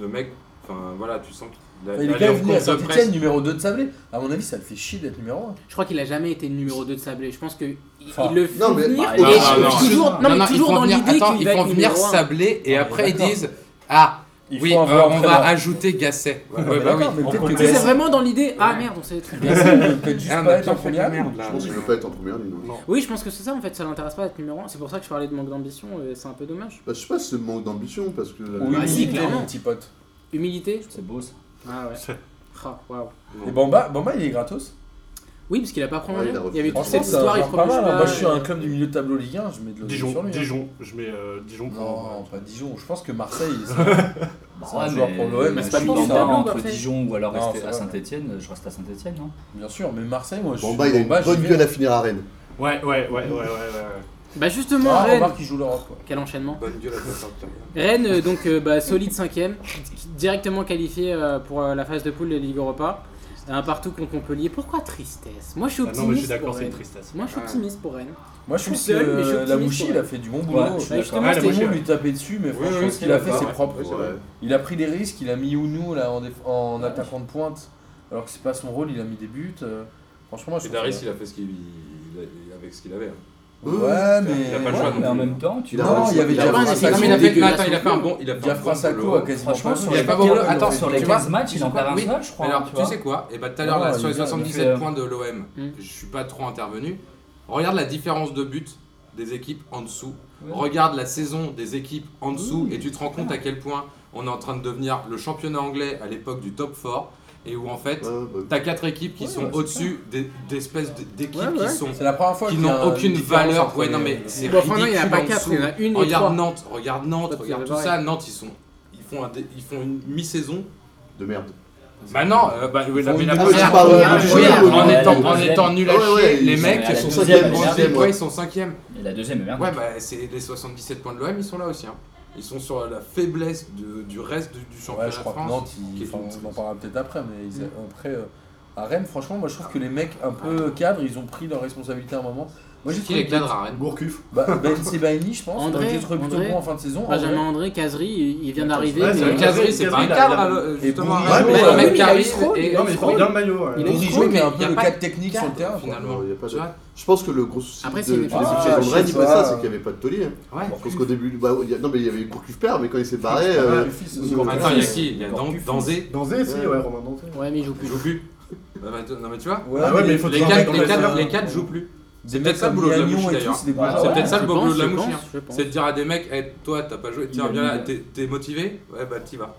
le mec, enfin voilà, tu sens qu'il a Enfin, Il est allé quand en même venu à conf de presse. Saint-Etienne, numéro 2 de Sablé. À mon avis, ça le fait chier d'être numéro 1. Je crois qu'il a jamais été numéro 2 de Sablé. Je pense que il Enfin, il le fait non, mais- venir Bah, et non, non, toujours- toujours non, mais ils toujours font dans venir- l'idée attends, qu'il ils va vont être venir numéro 1. sabler et Ah, après ils d'accord. disent Ah, Il oui, faut euh, avoir on un va entraîneur. ajouter Gasset. Ouais, Ouais, bah bah oui. d'accord, mais on peut-être que comprend. Tu sais, C'est Gasset- vraiment dans l'idée ah merde, on s'est trompé. Gasset ne peut juste Ah, pas mais être en t'en fais première de la ligue. merde, là. Je pense qu'il veut pas être en première ligne. hein. non. Oui, je pense que c'est ça en fait, ça l'intéresse pas d'être numéro 1. C'est pour ça que je parlais de manque d'ambition, euh, c'est un peu dommage. Bah, je sais pas si c'est le manque d'ambition parce que. Ou Bah, si, humilité, clairement. mon petit pote. Humilité C'est beau ça. Ah ouais. Ah, waouh. Et Bamba, Bamba, il est gratos. Oui, parce qu'il a pas prolongé. Ouais, il a il y avait toute refusé. cette Franchement, ça histoire, il marche pas prolonge mal. pas. euh, hein. Moi, je suis un club du milieu de tableau Ligue 1, je mets de l'eau sur Dijon, lui. hein. Dijon, je mets euh, Dijon pour. Non, pas Dijon. Je pense que Marseille, c'est c'est un joueur pour l'OM. mais je c'est pas suis bon, dans- c'est pas bon. entre Marseille. Dijon ou alors Non, rester c'est à vrai. Saint-Etienne, je reste à Saint-Etienne, non Bien sûr, mais Marseille, moi, je Bon, suis bah, il a une Bamba, bonne j'y vais. gueule à finir à Rennes. Ouais, ouais, ouais, ouais, ouais, ouais. ouais. Bah justement, Ah, Rennes. remarque, il joue l'Europe. quoi. Quel enchaînement. Bonne gueule à toi, Saint-Pierre. Rennes, euh, donc euh, bah, solide 5 directement qualifié euh, pour euh, la phase de poule de Ligue Europa. Un partout contre Montpellier. Pourquoi tristesse Moi je suis Ah non, mais je optimiste. suis pour d'accord, c'est Rennes. une tristesse. Moi je suis optimiste pour Rennes. Moi, je Je suis trouve que seul, mais je suis euh, la optimiste Mouchi, pour il a elle. fait du bon boulot. Ouais, je Tout suis Bah, justement, Ouais, c'était le Mouchi, monde lui tapait dessus, mais Oui, oui, franchement, ce qu'il c'est a fait, d'accord, c'est ouais. propre. Ouais, c'est vrai. Il a pris des risques, il a mis Ounou là, en, déf- en attaquant de pointe, alors que c'est pas son rôle, il a mis des buts. euh, Franchement, moi, je Et trouve Daris, ça- il a fait ce qu'il il a- avec ce qu'il avait. hein. Ouais, mais. Il a pas le choix Ouais, non mais en plus. même temps, tu Il a vois, pas Non, il y avait Il a pas un Diafra essai. Sakho. Non, mais il a fait, attends, il a fait un bon. Il a fait un Diafra bon Sakho boulot. a quasiment franchement, pas sur Il a les, pas beaucoup- 15 attends, sur les tu vois, 15 matchs, il en perd un oui. seul, je crois. Mais alors, tu, vois. sais quoi Et bah tout à Ah, l'heure, là, il sur les fait, euh, 77 points de l'OM, Mm. je suis pas trop intervenu. Regarde la différence de but des équipes en dessous. Ouais. Regarde la saison des équipes en dessous Oui, et tu te rends compte à quel point on est en train de devenir le championnat anglais à l'époque du top 4 et où en fait, Ouais, bah, t'as quatre équipes qui Ouais, sont ouais, c'est au-dessus des- d'espèces d- d'équipes Ouais, ouais. qui sont C'est la première fois qui qu'il y a n'ont une aucune différence valeur. entre Ouais, les- non, mais c'est Bon, enfin, non, il n'y en a ridicule pas en quatre, dessous. il y en a une et trois. Regarde Nantes, regarde Nantes, Toi, tu regarde fais tout pareil. ça. Nantes, ils sont, ils font, un dé- ils font une mi-saison. de merde. Bah non, euh, bah, oui, la, font mais une la Ah, deuxième première. c'est pas ouais, Ah, ouais, regarde, ouais, en, ouais, étant, ouais, en ouais. étant nul à Ah Ouais, chier, ouais, les ils mecs sont- ils sont ils sont cinquième, cinquième, on se dit cinquième, quoi, ouais. ils sont cinquième. Et la deuxième, merde. Ouais, bah c'est les 77 points de l'OM, ils sont là aussi. hein. Ils sont sur la faiblesse de- du reste du, du championnat Ouais, je crois que France. Nantes, qui ils, est enfin, une- on en parlera peut-être après, mais ils- après, euh, à Rennes, franchement, moi je trouve que les mecs un peu cadres, ils ont pris leurs responsabilités à un moment. Moi j'ai qui trouvé les cadre à Rennes Gourcuff. Ben, ben Sebaini, je pense, André, j'ai trouvé plutôt André. bon en fin de saison. Benjamin André. André, Casery, il il vient d'arriver. Ouais, mais- c'est vrai. Le Casery, c'est pas un Casery, cadre, il a- alors, justement. Bourigeau, à Rennes. ouais, Le mec mais qui il a eu arrive Stroll, et- Non, mais il Stroll, porte bien le maillot. ouais. Il a- Bourigeau, mais mais un il y a peu le pas cadre de technique sur cadre, le terrain. quoi. finalement. Non, il y a pas de- Tu vois Je pense que le gros souci Après, c'est de, une de l'équipe défense. saison de Ah, Rennes, je sais après pas. ça, c'est qu'il n'y avait pas de taulier. Ouais. Je pense qu'au début, bah, il y a- non, mais il y avait Gourcuff père, mais quand il s'est barré, Ouais, euh, le fils, ils euh, ont- Attends, il y a qui Il y a Encore Dan- plus fou. Danzé, Danzé, si, Ouais. ouais, Romain Danzé. Ouais, mais il joue plus. joue plus. Bah, bah, non, mais tu vois Ouais, Ah ouais, mais il faut les toujours mettre dans quatre, les, les quatre, erreurs. les quatre jouent plus. Des peut-être mecs ça le comme boulot de la Gagnon mouche, et tout, d'ailleurs. c'est des Ouais, bourgeois. C'est peut-être ça Je le boulot pense, de la je mouche. pense, hein. je pense. C'est de dire à des mecs, Eh, toi t'as pas joué, Il tiens a viens mis là, la- t'es t'es motivé Ouais bah t'y vas.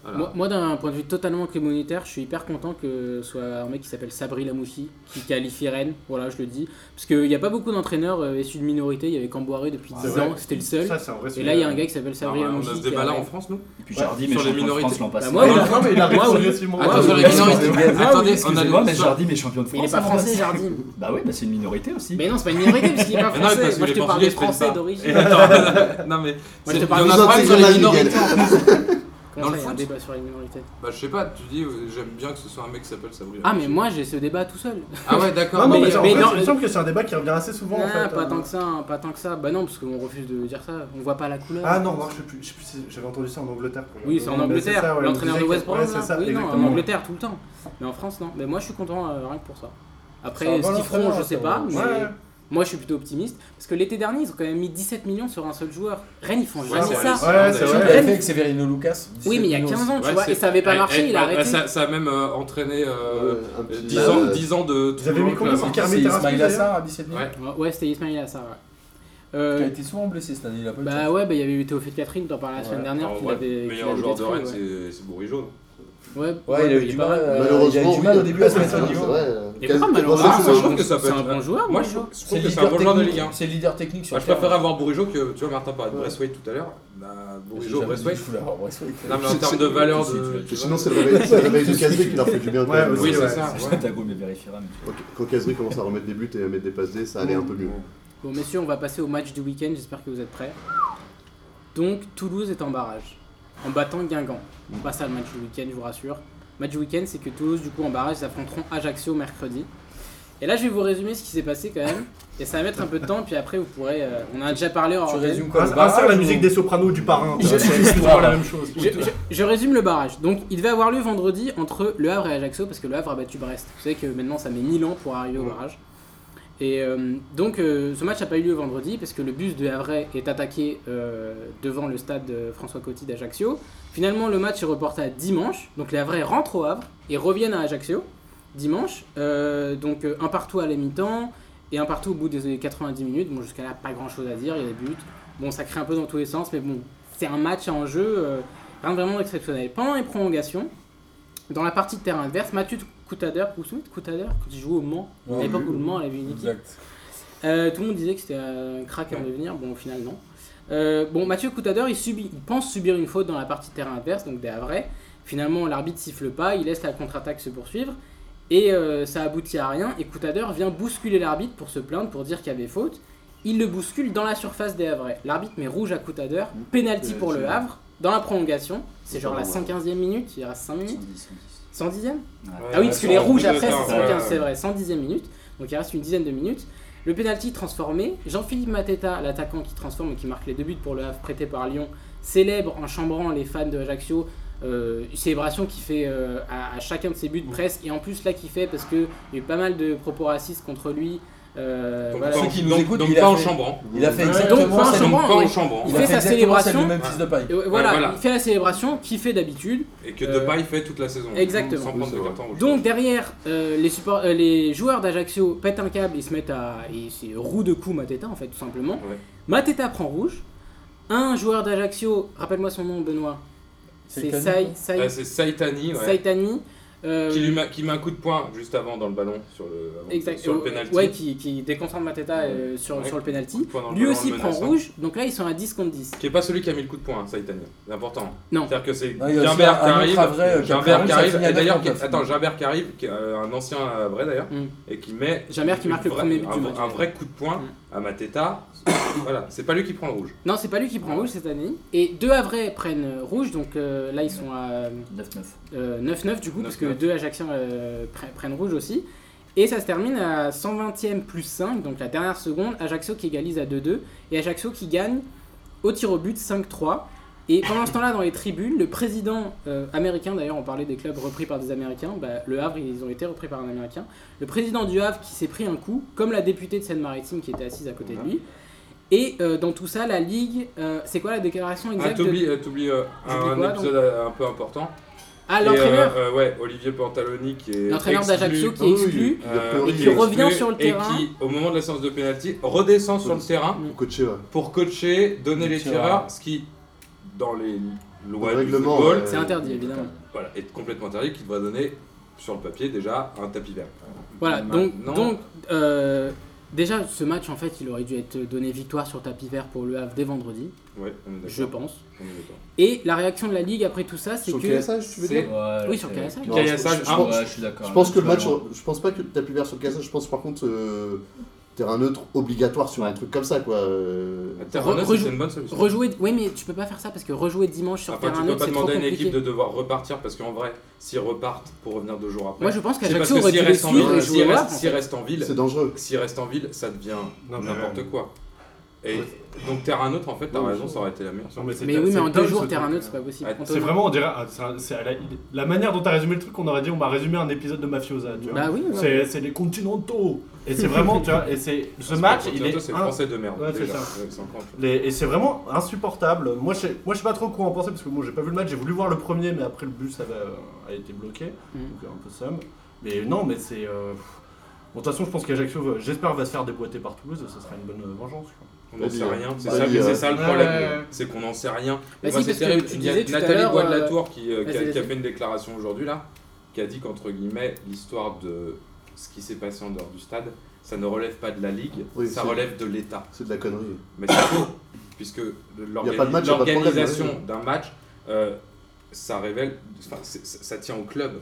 Voilà. Moi, moi, d'un point de vue totalement communautaire, je suis hyper content que ce soit un mec qui s'appelle Sabri Lamoussi qui qualifie Rennes. Voilà, je le dis. Parce qu'il n'y a pas beaucoup d'entraîneurs euh, issus de minorité. Il y avait Camboiré depuis Ah, 10 ouais. ans, c'était le seul. Ça, c'est un vrai Et sujet. là, il y a un gars qui s'appelle Alors, Sabri Ah on Lamoussi. a ce qui est à débat là en Rennes. France nous Et puis Jardim, mais Sur les champion de minorités. France l'an passé. Bah, moi, Ah, il non, a- non, mais il arrive Moi, oui. progressivement. Attends, sur les Parce que- minorités. Ah oui, Attendez, on a excusez-moi, mais sur- Jardim est champion de Mais il est France. pas l'an français, passé. Jardim. Bah oui, bah c'est une minorité aussi. Mais non, c'est pas une minorité parce qu'il est pas Mais non, mais français. parce que Moi, je les te parle Portugais des se prennent Français pas. Et d'origine. attends, non mais. je c'est- te parle il y en a des un autres, problème sur c'est les la minorités. Comme ça, Dans le il y a un foot. débat sur les minorités. Bah je sais pas, tu dis euh, j'aime bien que ce soit un mec qui s'appelle Sabri. Ah, mais moi, j'ai ce débat tout seul. Ah ouais Non, d'accord. non, mais- mais, ça, en mais fait, non, il me semble que c'est un débat qui revient assez souvent. en Ah, fait, pas euh. tant que ça, hein, pas tant que ça. Bah non, parce qu'on refuse de dire ça. On voit pas la couleur. Ah non, moi, je sais plus, je sais plus si- j'avais entendu ça en Angleterre. Oui, c'est en Mais Angleterre, ça, ouais, l'entraîneur on de disait West que- ouais, Brom. c'est là. ça, oui, non, en exactement. Angleterre tout le temps. Mais en France, non. Mais moi, je suis content euh, rien que pour ça. C'est un Après, bon ce qu'ils feront, entraîneur, je ça sais va. pas. Mais Ouais, ouais. moi, je suis plutôt optimiste. Parce que l'été dernier, ils ont quand même mis hallucinant 17 millions sur un seul joueur. Rennes, ils font Ouais, jamais c'est ça. hallucinant, Ouais, d'ailleurs. c'est Tu l'as vrai. fait avec Severino Lucas Oui, mais il y a 17 millions 15 ans, tu Ouais, vois. c'est- Et ça avait pas Eh, eh, marché, il a bah, arrêté. Ça ça a même euh, entraîné euh, euh, un petit- 10 ans euh, 10 ans de. hein. Vous avez mis combien sur aussi. Carmi C'est Terrasse, Ismail d'ailleurs. Assar à 17 millions. Ouais. Ouais, Ouais, c'était Ismail Assar. ouais. Il a Euh, été souvent blessé cette année, il a pas eu de Bah chance. ouais, bah il y avait eu Théophile Catherine, t'en parlais la semaine Ouais. dernière. qu'il avait- qu'il Ah, meilleur avait joueur de détruit, Rennes c'est- c'est Bourigeau. Ouais, ouais, Ouais, il a eu est du pas mal. mal. euh, il a eu Malheureusement, du mal oui, au début à se ouais, mettre au c'est niveau. vrai. Mais Quasi- pas mal, quasi- Ah, Ah, c'est moi, un je trouve bon- que ça peut c'est être un bon joueur, Moi, bon je joueur. trouve je C'est trouve que c'est leader un bon joueur de Ligue technique- 1. C'est leader technique sur Bah, je le préfère terrain. avoir Bourigeau que tu vois Martin parlait de Braithwaite tout à l'heure. Bah, Bourigeau, Jamais Braithwaite. dit fou, là, Braithwaite. Non mais en termes de valeur de. Et sinon, c'est le réveil- c'est le réveil de Casri qui leur fait du bien. quand Ouais, même. aussi, Oui ouais. c'est ça. ouais. Tago mais vérifiera. mais- Quand- Quand Casri commence à remettre des buts et à mettre des passes D, ça allait un peu mieux. Bon messieurs, on va passer au match du week-end, j'espère que vous êtes prêts. Donc Toulouse est en barrage, en battant Guingamp. Mm. On passe à le match du week-end, je vous rassure. Match du week-end, c'est que Toulouse, du coup, en barrage, ils affronteront Ajaccio mercredi. Et là, je vais vous résumer ce qui s'est passé quand même. Et ça va mettre un peu de temps, puis après, vous pourrez... euh, on a déjà parlé en Tu résumes quoi Ah, le ça- ah, ça, barrage la ou- musique des sopranos ou du parrain. Je- C'est toujours la même chose. Je, je- je résume le barrage. Donc, il devait avoir lieu vendredi entre Le Havre et Ajaccio parce que Le Havre a battu Brest. Vous savez que maintenant, ça met 1000 ans pour arriver au barrage. Et euh, donc, euh, ce match n'a pas eu lieu vendredi parce que le bus de Havre est attaqué euh, devant le stade euh, François Coty d'Ajaccio. Finalement, le match est reporté à dimanche. Donc, les Havrais rentrent au Havre et reviennent à Ajaccio dimanche. Euh, donc, euh, un partout à la mi-temps et un partout au bout des 90 minutes. Bon, jusqu'à là, pas grand chose à dire. Il y a des buts. Bon, ça crée un peu dans tous les sens, mais bon, c'est un match en jeu. euh, Rien de vraiment exceptionnel. Pendant les prolongations, dans la partie de terrain adverse, Mathieu Coutader, vous vous souvenez de Coutader Quand il jouait au Mans, Ouais, à l'époque oui. où le Mans avait une équipe. Exact. Euh, tout le monde disait que c'était un crack à en devenir. Bon, au final, non. Euh, bon, Mathieu Coutader, il, subit, il pense subir une faute dans la partie de terrain adverse, donc des Havrais. Finalement, l'arbitre siffle pas, il laisse la contre-attaque se poursuivre. Et euh, ça aboutit à rien. Et Coutader vient bousculer l'arbitre pour se plaindre, pour dire qu'il y avait faute. Il le bouscule dans la surface des Havrais. L'arbitre met rouge à Coutader, penalty pour le Havre, dans la prolongation. C'est genre la 115e minute, il reste 5 minutes. 110e ah oui, parce que les rouges après, c'est 115, c'est vrai, 110 minutes. Donc il reste une dizaine de minutes. Le penalty transformé, Jean-Philippe Mateta, l'attaquant qui transforme et qui marque les deux buts pour le Havre prêté par Lyon, célèbre en chambrant les fans de Ajaccio. euh, une célébration qu'il fait euh, à, à chacun de ses buts presque et en plus là qu'il fait parce que il y a eu pas mal de propos racistes contre lui Euh, Donc, voilà. pas, en- Ceux qui nous donc- écoutent, donc il pas a en fait- chambrant. Il a fait Donc, pas exactement en celle- Donc, chambrant, pas oui. en hein. chambrant. Il il a fait sa exactement celle de célébration. Memphis de Paille. Et voilà, voilà. il fait la célébration qu'il fait d'habitude. Et que Euh, Depay fait toute la saison. exactement. Sans prendre de Oui, carton rouge. Donc derrière, euh, les, support- euh, les joueurs d'Ajaccio pètent un câble et se mettent à. Et c'est roue de coup Mateta en fait, tout simplement. Ouais. Mateta prend rouge. Un joueur d'Ajaccio, rappelle-moi son nom, Benoît. C'est Sai, Sai- Ah, c'est Saitani, ouais. Saitani. euh, qui, lui met, qui met un coup de poing juste avant dans le ballon sur le, avant- exact, sur le euh, penalty. Ouais, qui, qui déconcentre Mateta euh, sur, Ouais. sur le Coup penalty. de poing dans le Lui ballon, aussi le hein. prend menaçant. rouge, donc là ils sont à 10 contre 10. Qui est pas celui qui a mis le coup de poing, hein, Saitani. C'est important. Non. C'est-à-dire que c'est Non, il y a aussi Gimbert un- qui un autre arrive. Avray, euh, qui a Gimbert pris qui un rouge, arrive. ça finit à Et d'ailleurs, neuf qui- contre neuf. attends, Gimbert qui arrive, qui est euh, un ancien euh, vrai d'ailleurs, Mm. et qui met. Gimbert qui une marque le vraie- premier but un, du match. Mm. un vrai coup de poing à Mateta. voilà, c'est pas lui qui prend le rouge. Non, c'est pas lui qui prend rouge cette année. Et deux Havrais prennent euh, rouge, donc euh, là ils sont à 9-9. euh, 9-9 du coup, parce que 9-9. deux Ajacciens euh, pre- prennent rouge aussi. Et ça se termine à 120e plus 5, donc la dernière seconde. Ajaccio qui égalise à 2-2 et Ajaccio qui gagne au tir au but 5-3. Et pendant ce temps-là, dans les tribunes, le président euh, américain, d'ailleurs, on parlait des clubs repris par des Américains, bah, le Havre, ils ont été repris par un Américain. Le président du Havre qui s'est pris un coup, comme la députée de Seine-Maritime qui était assise à côté de lui. Et euh, dans tout ça, la Ligue, euh, c'est quoi la déclaration Ah, exacte de- t'oublies euh, t'oublies, euh, un, J'oublie quoi, épisode euh, un peu important. Ah, Et, l'entraîneur euh, euh, Ouais, Olivier Pantaloni qui est. L'entraîneur exclu, d'Ajaccio qui Ah est oui, exclu. euh, et oui, qui exclu, revient sur le et terrain. Mmh. qui, au moment de la séance de pénalty, redescend sur le terrain oui. Coaché, ouais. pour coacher, donner Les les tireurs. tireurs, ce qui, dans les lois Le du règlement, football, ouais. C'est interdit, évidemment. voilà, est complètement interdit, qui devrait donner sur le papier déjà un tapis vert. Voilà, Bah, donc, Maintenant- donc euh, déjà, ce match, en fait, il aurait dû être donné victoire sur tapis vert pour le Havre dès vendredi, Ouais, on est je d'accord. pense. on est d'accord. Et la réaction de la Ligue après tout ça, c'est Sur que. KSH, tu veux C'est- dire Oui, sur KSH. Non, Kaya je- Sage, je- je hein. pense- Ouais, je suis d'accord. Je pense que le Pas match, loin. je pense pas que t'as pu vers sur Casa, je pense par contre euh, terrain neutre obligatoire sur un truc comme ça quoi. euh. Ah, Terre Re- Rennes, rejou- c'est une bonne solution. Rejouer. Oui, mais tu peux pas faire ça parce que rejouer dimanche sur Ah, Enfin, tu terrain peux neutre, pas c'est trop demander à une compliqué. équipe de devoir repartir parce qu'en vrai, s'ils repartent pour revenir deux jours après, Moi, je pense c'est parce qu'Ajaccio que aurait dû s'ils les restent en suivre et ville, s'ils jouer au restent- Havre. s'ils restent en ville, C'est dangereux. s'ils restent en ville, ça devient Non, mais- n'importe quoi. Et Ouais. donc terrain neutre, en fait, t'as Ouais, raison, ouais. ça aurait été la meilleure. Non, mais c'est- Mais oui, mais c'est en dingue, deux jours, ce terrain truc. neutre, c'est pas possible. Ouais, C'est Antonin. vraiment, on dirait, ah, c'est un- c'est à la, il- la manière dont t'as résumé le truc, on aurait dit on va résumer un épisode de Mafiosa, tu vois. Bah oui, ouais. c'est c'est les continentaux. Et c'est vraiment, tu vois, et c'est ce match, C'est il pas- est c'est un- français de merde. Ouais, c'est déjà. ça. Ouais, c'est encore- les- et c'est vraiment insupportable. Moi, je sais- moi, je sais pas trop quoi en penser parce que moi, j'ai pas vu le match. J'ai voulu voir le premier, mais après le bus avait, euh, a été bloqué, Mm. donc un peu somme. Mais non, mais c'est. euh, pff. Bon, de toute façon, je pense qu'Ajaccio, va- j'espère, va se faire déboîter par Toulouse. Ça sera une bonne euh, vengeance. quoi. On n'en sait Vas-y, rien, c'est vas-y, ça, mais euh. c'est ça le Ouais, problème, ouais, ouais. c'est qu'on n'en sait rien. Bah Et si, moi, c'est parce que terrible. tu Il y a disais tout à Nathalie l'heure, Bois de euh, la Tour qui, euh, qui vas-y, a, qui a vas-y. fait une déclaration aujourd'hui là, qui a dit qu'entre guillemets l'histoire de ce qui s'est passé en dehors du stade, ça ne relève pas de la ligue, Oui, ça c'est- relève de l'État. C'est de la connerie. Mais c'est faux, puisque Il y a pas de l'organi- match, il y a pas de problème, l'organisation d'un match, euh, ça révèle, enfin, c'est- ça ça tient au club.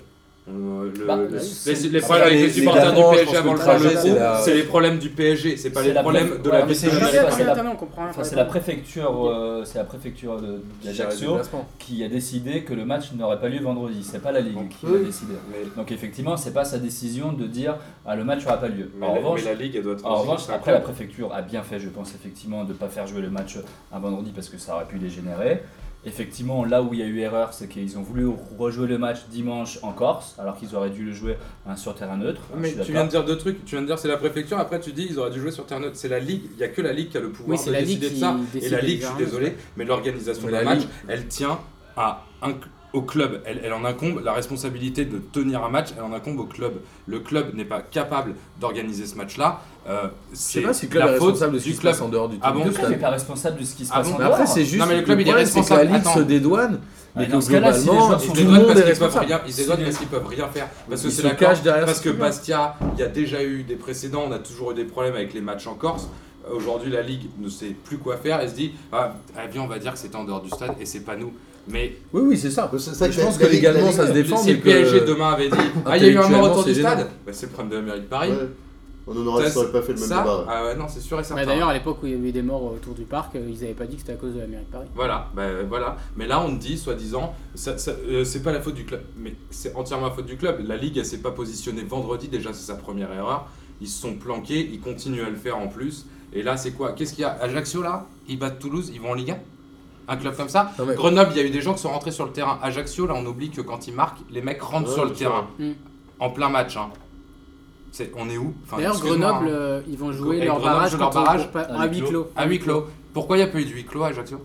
On, euh, le- Bah, le- c'est- les, les c'est- problèmes avec les- les les supporters Danois, du je PSG pense que avant le le trajet, trajet, c'est c'est la- les problèmes du PSG, c'est pas C'est les la problèmes preuve- de voilà, la mais vie c'est de Attendez, juste la- la- attendez, c'est attendez, on comprend. hein, Enfin, c'est la préfecture, euh, c'est la préfecture de- d'Ajaccio qui a décidé que le match n'aurait pas lieu vendredi. C'est pas la Ligue qui l'a Oui. décidé. Mais- Donc effectivement, c'est pas sa décision de dire ah, le match n'aura pas lieu. Mais, En la, revanche, mais la ligue, elle doit être. en revanche, après la préfecture a bien fait, je pense effectivement, de ne pas faire jouer le match un vendredi parce que ça aurait pu dégénérer. Effectivement, là où il y a eu erreur, c'est qu'ils ont voulu rejouer le match dimanche en Corse, alors qu'ils auraient dû le jouer hein, sur terrain neutre. Mais Je suis tu viens d'accord. de dire deux trucs. Tu viens de dire c'est la préfecture. Après tu dis ils auraient dû jouer sur terre neutre. C'est la ligue. Il y a que la ligue qui a le Oui, pouvoir c'est de la Ligue décider qui de ça. Et décide la des ligue, je suis terrains. désolé, mais l'organisation Mais d'un la match, Ligue- elle tient à un- au club. Elle, elle en incombe la responsabilité de tenir un match. Elle en incombe au club. Le club n'est pas capable d'organiser ce match-là. Euh, Je c'est sais pas si le club est la faute responsable de ce qui du se club. passe en dehors du Ah terrain bon de Le club n'est stade. pas responsable de ce qui se Ah passe bon en Mais dehors. après, c'est juste. Non, mais le club, il est problème, c'est que la responsable. Ligue se Attends. dédouane, mais Mais que dans ce cas-là, si les globalement, joueurs sont tout le Ils dédouanent monde parce est qu'ils peuvent responsable. rien, ils dédouanent parce qu'ils peuvent rien faire. Parce que Ils c'est se la cachent Corse, derrière Parce ce que qu'ils Bastia, il y a déjà eu des précédents, on a toujours eu des problèmes avec les matchs en Corse. Euh, Aujourd'hui, la Ligue ne sait plus quoi faire. Elle se dit Ah, ah bien, on va dire que c'était en dehors du stade et c'est pas nous. Mais Oui, oui, c'est ça. Mais c'est ça Je la- pense que la Ligue- la légalement, Ligue- ça se défend. si mais le PSG que- demain avait dit Ah, il y a eu un mort intellectuellement, autour du c'est stade gênant. Bah, C'est le problème de la mairie de Paris. Ouais. On en aurait Ça, ça aurait pas fait le même Ça, débat. ouais. ah ouais, non, c'est sûr et hein, certain. Ouais, D'ailleurs, à l'époque où il y avait des morts autour du parc, euh, ils n'avaient pas dit que c'était à cause de la mairie de Paris. Voilà, bah, euh, voilà. Mais là, on te dit, soi-disant, ça, ça, euh, c'est pas la faute du club. Mais c'est entièrement la faute du club. La Ligue, elle s'est pas positionnée vendredi. Déjà, c'est sa première erreur. Ils se sont planqués. Ils continuent à le faire en plus. Et là, c'est quoi Qu'est-ce qu'il y a Ajaccio, là Ils battent Toulouse. Ils vont en Ligue 1 Un club comme ça Non, mais- Grenoble, il y a eu des gens qui sont rentrés sur le terrain. Ajaccio, là, on oublie que quand ils marquent, les mecs rentrent Ouais, sur le bien sûr. terrain. Mm. En plein match. hein. c'est- on est où Enfin, D'ailleurs, excuse-moi, Grenoble, hein. euh, ils vont jouer Et leur Grenoble barrage, joue leur contre- barrage pas- à à huis huis clos. à huis clos. Pourquoi il n'y a pas eu de huis clos à Ajaccio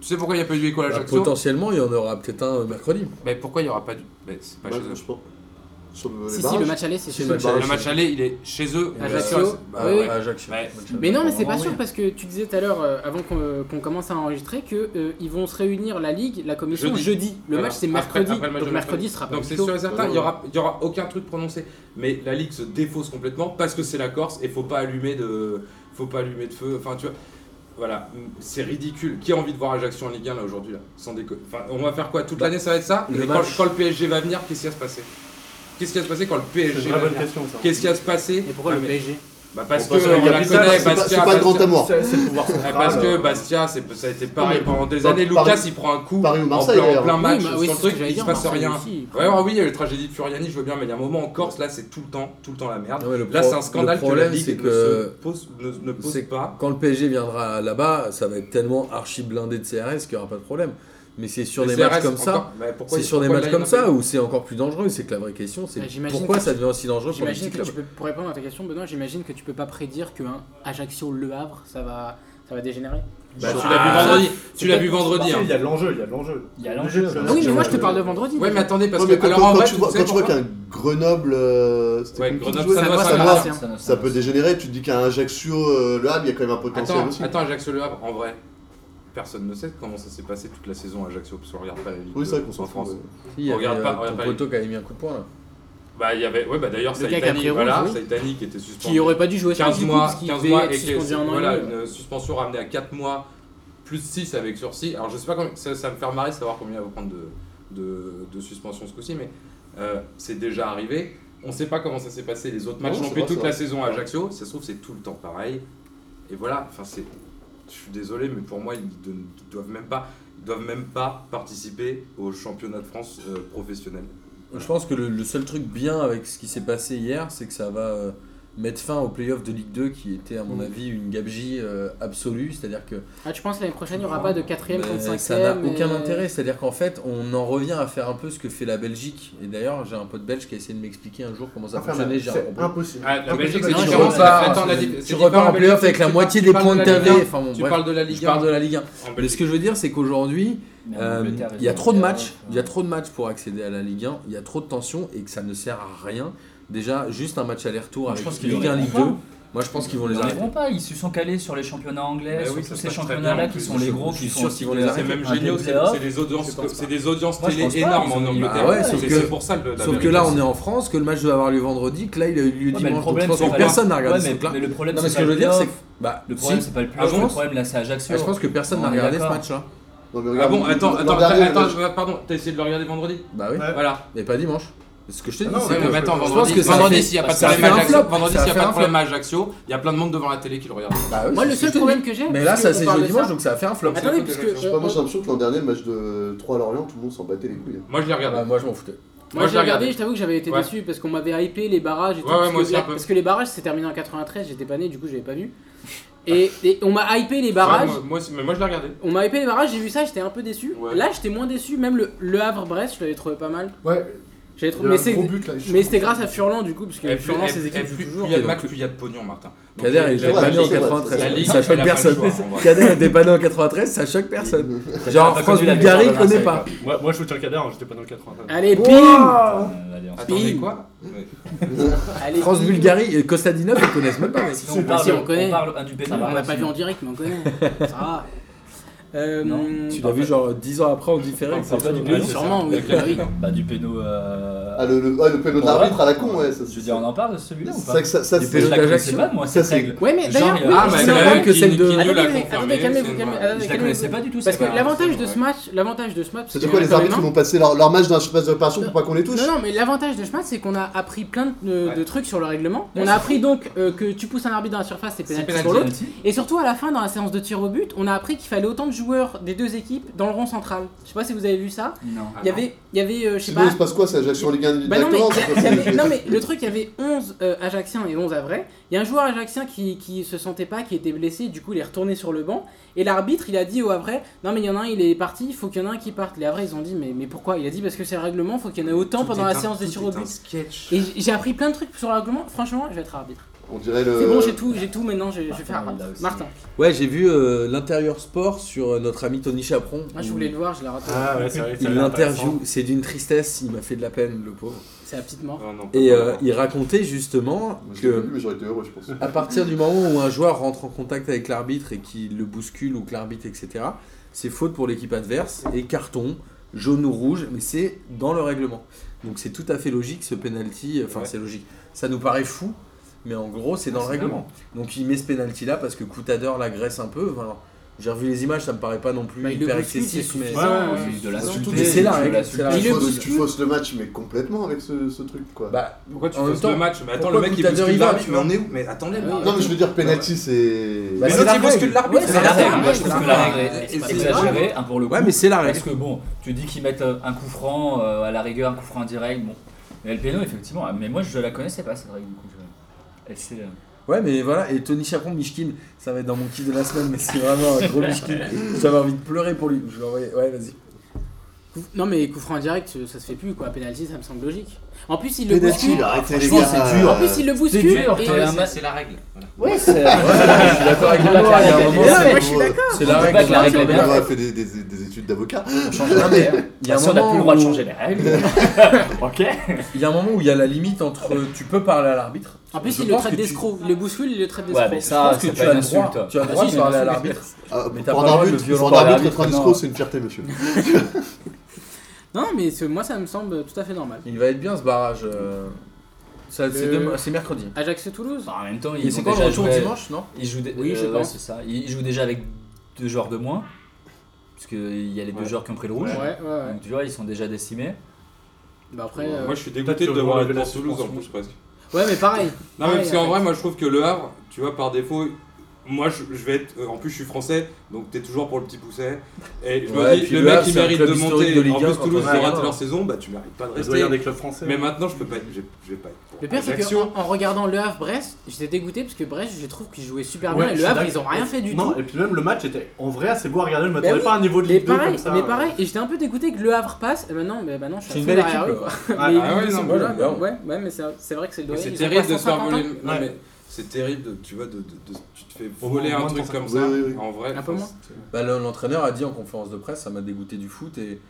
Tu sais pourquoi il n'y a pas eu de huis clos à Bah, Ajaccio potentiellement, il y en aura peut-être un mercredi. Mais pourquoi il n'y aura pas de. Mais c'est pas Ouais, chez eux. je pense. Sur bah le, les Si, si, barrages le match aller, c'est Si, sûr. le match aller. Le match aller, il est chez eux. Et Ajaccio, Ajaccio, bah, oui, oui. à Ajaccio. Ouais. Mais non, mais c'est pas Normalement, sûr oui. parce que tu disais tout à l'heure, euh, avant qu'on euh, qu'on commence à enregistrer, que euh, ils vont se réunir la ligue, la commission jeudi. Jeudi. Le Voilà. match c'est Après- mercredi, après le match donc de mercredi sera pas au Donc c'est Pico. sûr et certain, il n'y aura, il y aura aucun truc prononcé. Mais la Ligue se défausse complètement parce que c'est la Corse et faut pas allumer de, faut pas allumer de feu. Enfin, tu vois, voilà, c'est ridicule. Qui a envie de voir Ajaccio en Ligue 1 là aujourd'hui là Sans déco- Enfin, on va faire quoi Toute l'année ça va être ça le Mais quand, match- quand le PSG va venir, qu'est-ce qui va se passer Qu'est-ce qui va se passer quand le C'est PSG une va vraie bonne venir question ça. Qu'est-ce qui va se passer Et pourquoi Ah, le mais- PSG bah parce que Bon, bah, ça, il on y a la que ça, connaît, c'est pas- Bastia. c'est pas le grand Bastia- amour. C'est c'est le pouvoir Ah, central. parce que euh, Bastia, c'est- ça a été pareil Non, mais pendant des dans- années. Paris- Lucas, il prend un coup Paris ou en Marseille, plein, en d'ailleurs. plein match Oui, bah, sur oui, le c'est ce truc, que j'allais il se dire, passe Marseille rien. aussi. Ouais, ouais, oui, il y a eu la tragédie de Furiani, je veux bien, mais il y a un moment en Corse, là, c'est tout le temps, tout le temps la merde. Non, mais le Là, pro- c'est un scandale le que la problème, Ligue c'est ne se que pose, ne, ne pose c'est- pas. Quand le PSG viendra là-bas, ça va être tellement archi blindé de CRS qu'il n'y aura pas de problème. Mais c'est sur Les des matchs CRS, comme ça, encore- mais pourquoi- c'est sur des pourquoi matchs là, il y en comme a pas ça eu où c'est encore plus dangereux. C'est que la vraie question, c'est Bah, j'imagine pourquoi que- ça devient aussi dangereux pour les petits J'imagine que clubs tu peux, pour répondre à ta question, Benoît, j'imagine que tu peux pas prédire qu'un Ajaccio-Le Havre, ça va, ça va dégénérer. Bah, tu Ah, l'as vu ça, vendredi. Tu l'as vu Marseille, vendredi. hein. Il y a de l'enjeu, il y a de l'enjeu. Il y a l'enjeu. Ah oui, mais moi je te parle de vendredi. Ouais, mais attendez, parce Ouais, que. mais quand, Alors, quand- en quand vrai, tu vois, sais quand tu vois pourquoi qu'un Grenoble, euh, c'était Ouais, contre qui Grenoble, jouait ça Ça doit doit ça savoir, doit. c'est- Ça peut dégénérer, tu te dis qu'un Ajaccio, euh, le Havre, il y a quand même un potentiel Attends, aussi. attends, Ajaccio Le Havre, en vrai, personne ne sait comment ça s'est passé toute la saison à Ajaccio, parce qu'on regarde pas la Ligue Oui, c'est vrai 2 qu'on s'en en fout, France. ouais. Si, il y avait, Regarde euh, pas- regarde ton pas les- poteau qui avait mis un coup de poing là. Bah, il y avait. Ouais, bah d'ailleurs, Le gars qui a pris Saitani, rouge, voilà, oui. Saitani qui était suspendu. Qui aurait pas dû jouer je pense, 15 du coup, mois, parce qu'il 15 devait mois être et que- suspendu un an et voilà, demi. une suspension ramenée à 4 mois, plus 6 avec sursis. Alors je sais pas, combien- ça, ça me fait marrer de savoir combien il va prendre de, de, de suspension ce coup-ci, mais euh, c'est déjà arrivé. On sait pas comment ça s'est passé les autres matchs. c'est On vrai, fait toute c'est la vrai. saison à Ajaccio, si ça se trouve c'est tout le temps pareil. Et voilà, enfin c'est... Je suis désolé, mais pour moi ils ne ils doivent même pas... Ils doivent même pas participer au championnat de France euh, professionnel. Je pense que le, le seul truc bien avec ce qui s'est passé hier, c'est que ça va euh, mettre fin aux playoffs de Ligue 2 qui était à mon avis une gabegie euh, absolue. C'est-à-dire que Ah, tu penses l'année prochaine il n'y aura pas de 4ème Mais contre 5 ça n'a aucun intérêt, c'est-à-dire qu'en fait, on en revient à faire un peu ce que fait la Belgique. Et d'ailleurs, j'ai un pote belge qui a essayé de m'expliquer un jour comment ça fonctionnait. j'ai un C'est compris. impossible. Ah, la Belgique, c'est Non, tu différent. repars, Attends, la- tu- c'est tu différent, repars en la Belgique, playoff avec tu la parles- moitié tu des parles points de que la t'avais. Ligue un. Enfin bon, Tu bref, parles de la je Ligue 1. parle de la Ligue 1. En Mais Belgique. ce que je veux dire, c'est qu'aujourd'hui, Mais en euh, Angleterre, il y a ils ont trop de des matchs, erreurs, il y a ouais. trop de matchs pour accéder à la Ligue 1, il y a trop de tensions et que ça ne sert à rien. Déjà, juste un match aller-retour Moi, avec je pense qu'ils Ligue les 1, Ligue 2. auront pas. Moi, je pense qu'ils vont Ils les n'en arrêter. arriveront pas, ils se sont calés sur les championnats anglais, Bah sur oui, ça tous se ces passe très bien, championnats-là en qui plus. sont les gros, Je qui suis sont sûr qu'ils vont les C'est arrêter. même Un géniaux, peu c'est playoff. c'est des audiences, Je pense c'est des audiences Moi, je télé pense pas, énormes ils en ont- Angleterre. Bah ouais, sauf c'est que- c'est pour ça le. la Sauf que vérité, là, c'est- on est en France, que le match devait avoir lieu vendredi, que là, il a eu lieu Ouais, mais dimanche. donc je pense c'est que pas- personne n'a regardé Ouais, ce mais- truc-là. Mais le problème, Non, mais c'est ce pas que je veux dire, c'est que. playoff. Bah, Le problème, si. c'est pas le Ah, playoff, je le pense- problème, là, c'est Ajaccio. Ah, je pense que personne On n'a est regardé ce d'accord. match-là. Non, mais Ah regarde, bon, le- attends, le- attends, dernier, attends, le- attends, pardon, t'as essayé de le regarder vendredi Bah oui, Ouais. Voilà. mais pas dimanche. Ce que je te dis, Ah non, c'est que ouais, mais attends, je pense vendredi, que ça vendredi, fait- s'il n'y a pas de ça problème fait à un Ajaccio, flop. vendredi, Ça s'il n'y a fait pas un de problème flop. à Ajaccio, il y a plein de monde devant la télé qui le regarde. Bah oui, Moi c'est le ce que seul je te problème dis. que j'ai. parce Mais là, que ça on c'est parle de jeudi dimanche, ça. donc ça a fait un flop. Attendez, parce que. Je Je sais pas, moi j'ai euh, l'impression que l'an dernier, le match de 3 à Lorient, tout le monde s'en battait les couilles. Moi, je l'ai Ah bah, regardé. moi, je m'en foutais. Moi Moi, je j'ai l'ai regardé, regardé. je t'avoue que j'avais été Ouais. déçu parce qu'on m'avait hypé les barrages et tout. Ouais, ouais, parce, moi que, aussi, un peu. parce que les barrages c'est terminé en 93, j'étais pas né, du coup j'avais pas vu. Et, et on m'a hypé les barrages. Ouais, moi- moi aussi, mais moi, je l'ai regardé. On m'a hypé les barrages, j'ai vu ça, j'étais un peu déçu. Ouais. Là j'étais moins déçu, même le, le Havre-Brest, je l'avais trouvé pas mal. Ouais, J'avais il y trouvé. a Mais un c'est- gros but là. mais c'était grâce à Furlan du coup, parce que Et plus- Furlan et- ses et équipes plus- jouent toujours. Plus il y a de et matchs, donc- plus il y a de pognon, Martin. Donc, Kader, il la- était ouais, pas né en c'est vrai, 93. La Ligue, ça elle choque a pas le personne. choix, en vrai. Kader était pas né en 93, ça choque personne. Genre, pas France connu la Bulgarie, il victoire de connaît pas. Marseille, Moi, moi je soutiens Kader, hein, j'étais pas dans le 93. Allez, ping Ouah Euh, l'Alliance. Attendez, Bim. quoi Ouais. Allez, France ping. Bulgarie et Kostadinov, ils connaissent même pas. mec. Sinon, on bah, parle, si, on connaît. on parle ah, du pénal. Ça va, on l'a pas vu là-dessus. en direct, mais on connaît. Ça va. Euh, Non, Tu l'as vu genre 10 ans après en différé. C'est pas du oui, péno. sûrement, oui. Avec la- oui. Bah, du péno. euh, Ah, le, le, ah, le péno de Bon, l'arbitre ouais. à la con, ouais, ça Je veux dire, on en parle de celui-là ou C'est pas vrai que ça, ça, Du Je c'est. péno. la Ajaccio. connaissais pas, moi, Ça, cette c'est- règle. Ouais, mais Genre, d'ailleurs, il y a- oui, Ah, je mais suis la d'accord. même qui celle de- qui nous Attendez, l'a attendez, confirmé. calmez-vous, c'est- calmez-vous. Attendez, voilà. Je la calmez-vous. connaissais pas du tout, Parce cette que règle. l'avantage de ouais. ce match, l'avantage de ce match, parce C'était que quoi on les a quand même arbitres un- ils vont passer leur, leur match d'un espace de réparation pour pas qu'on les touche Non, non, mais l'avantage de ce match, c'est qu'on a appris plein de, de trucs sur le règlement. Ouais, On c'est a appris donc euh, que tu pousses un arbitre dans la surface, c'est pénalty pénalty. pour l'autre. Penalty. Et surtout à la fin, dans la séance de tir au but, on a appris qu'il fallait autant de joueurs des deux équipes dans le rond central. Je sais pas si vous avez vu ça. Non. Ah Il y avait, il y avait, euh, je sais Sinon, pas. il se passe quoi C'est Ajaccio en Ligue 1 Bah non, mais, directement c'est il y pas- avait- non, mais le truc, il y avait 11 euh, Ajacciens et 11 Avrais. Il y a un joueur Ajaccien qui, qui se sentait pas, qui était blessé, du coup il est retourné sur le banc. Et l'arbitre, il a dit aux Avrais Non, mais il y en a un, il est parti, il faut qu'il y en a un qui parte. Les Avrais, ils ont dit Mais, mais pourquoi Il a dit Parce que c'est le règlement, faut qu'il y en ait autant pendant la séance des tirs au but. Et j- j'ai appris plein de trucs sur le règlement. Franchement, je vais être arbitre. On dirait le. C'est bon, j'ai tout, j'ai tout maintenant, je, je vais faire Martin, arbitre. il a aussi. Martin, Ouais, j'ai vu euh, l'intérieur sport sur euh, notre ami Tony Chaperon. moi Ah, je voulais le voir, je l'ai raté. Ah ouais, c'est vrai. Il l'interview, c'est d'une tristesse, il m'a fait de la peine, le pauvre. C'est la petite mort. Non, non, pas Et euh, vraiment. il racontait justement Je l'ai pas que vu, mais j'aurais été heureux, je pense. à partir du moment où un joueur rentre en contact avec l'arbitre et qu'il le bouscule ou que l'arbitre, etc., c'est faute pour l'équipe adverse et carton, jaune ou rouge, mais c'est dans le règlement. Donc c'est tout à fait logique ce penalty, enfin Ouais. Ah, c'est logique. Ça nous paraît fou, mais en gros c'est dans le c'est règlement. Donc il met ce penalty là parce que Coutador l'agresse un peu. Enfin, j'ai revu les images, ça me paraît pas non plus Bah, il le hyper bouscule, c'est excessif, mais. suffisant. Ouais, ouais, ouais. De la Surtout sauter, que c'est la de règle, la c'est la Il Tu le fausses- bouscule. Tu fausses le match, mais complètement avec ce, ce truc, quoi. Bah, Pourquoi tu en même fais temps, le match Mais attends, pourquoi le mec il Coutador, bouscule il va, l'arbitre, tu mais vois on est où Mais attendez, Ah oui. l'arbitre- non, mais je veux dire, penalty, c'est. Bah, Mais c'est la l'autre il règle. bouscule l'arbitre, Ouais, c'est C'est la la règle. règle. Moi, je trouve que la Ouais, règle c'est est pas grave. exagérée, hein, pour le coup. Ouais, mais c'est la règle. Parce que bon, tu dis qu'ils mettent euh, un coup franc euh, à la rigueur, un coup franc direct, bon. Mais le péno, effectivement, ah, mais moi je la connaissais pas cette règle du coup. je- Elle c'est. euh, Ouais, mais voilà, et Tony Chaperon, Mishkin, ça va être dans mon kiff de la semaine, mais c'est vraiment un gros Mishkin. J'avais envie de pleurer pour lui. Je vais envoyer- Ouais, vas-y. Coup- Non, mais coup franc en direct, euh, ça ça se fait plus quoi. Pénalty, ça me semble logique. En plus, il le Penalty, bouscule. arrêtez les franchement, gars. c'est dur. En plus, il le bouscule. dur, et- t'es un ma- C'est la règle. Voilà. Ouais, c'est. Je suis d'accord avec toi, il y a un Claire. moment, Ouais, c'est- ouais, je suis d'accord. c'est la On peut règle. pas que la on règle va- est bien. On a fait des, des- des études d'avocat. On change rien, mais Il y a un Bah, si on n'a moment plus le droit de où- changer les règles. ok. Il y a un moment où il y a la limite entre tu peux parler à l'arbitre. En plus, Je il le pense traite que tu- d'escroc. Il le bouscule, il le traite Ouais, d'escroc. mais Je ça, pense que Ah, c'est tu pas as une le droit, insulte. tu as le droit si, de c'est une parler à insulte. l'arbitre. Ah, Mais t'as pas Pour un le droit de arbitre, violer pour par un arbitre, l'arbitre, être un non. escroc, c'est une fierté, monsieur. Non, mais c'est- moi, ça me semble tout à fait normal. Il va être bien ce barrage. euh, ça, C'est Euh, demain- c'est mercredi. Ajaccio-Toulouse Bah, En même temps, Et ils c'est ont quoi le déjà retour joué. dimanche, non Ils jouent. dé- Oui, je euh, pense. ouais, c'est ça. Ils ils jouent déjà avec deux joueurs de moins, parce qu'il y a les deux joueurs qui ont pris le rouge. Ouais, ouais, ouais. Donc tu vois, ils sont déjà décimés. Bah après. euh, Moi je suis Peut-être dégoûté de devoir voir lever le la pour Toulouse en suspension. plus presque. Ouais, mais pareil. Non, mais parce Ouais, qu'en ouais. vrai, moi je trouve que Le Havre, tu vois, par défaut, moi je, je vais être. euh, En plus, je suis français, donc t'es toujours pour le petit pousset. Et je Ouais, me et dis, puis le Le mec Havre, il c'est un mérite club de historique monter. de Ligue en 1 plus, Toulouse, quand on ils est ont raté là. leur saison, bah tu mérites pas de Il doit y rester. avoir des clubs français. hein. Mais maintenant, je peux pas. Je, je vais pas être pour Le pire, c'est Ajaccio. qu'en en regardant Le Havre-Brest, j'étais dégoûté parce que Brest, je trouve qu'ils jouaient super Ouais, bien. Et je Le suis Havre, d'accord. ils ont rien fait du tout. Bah Non, et puis même le match était en vrai assez beau à regarder. Je m'attendais oui, pas à un niveau de Mais Ligue 2 pareil, comme ça. mais euh. pareil, et j'étais un peu dégoûté que Le Havre passe, et maintenant, mais maintenant je C'est suis une un peu belle derrière équipe. eux, quoi. Ah, mais ah ouais, ils non, sont mais bons, là, ouais, là, ouais, ouais, mais c'est c'est vrai que c'est le Mais doyen. ils C'est ont terrible de se faire 350 voler. ans. non, Ouais. mais c'est terrible, de, tu vois, de, de- de- tu te fais Au voler moins, un moins de truc comme 150. ça. Oui, oui, oui. En vrai, Un peu enfin, moins. c'est- Bah, le- L'entraîneur a dit en conférence de presse, ça m'a dégoûté du foot et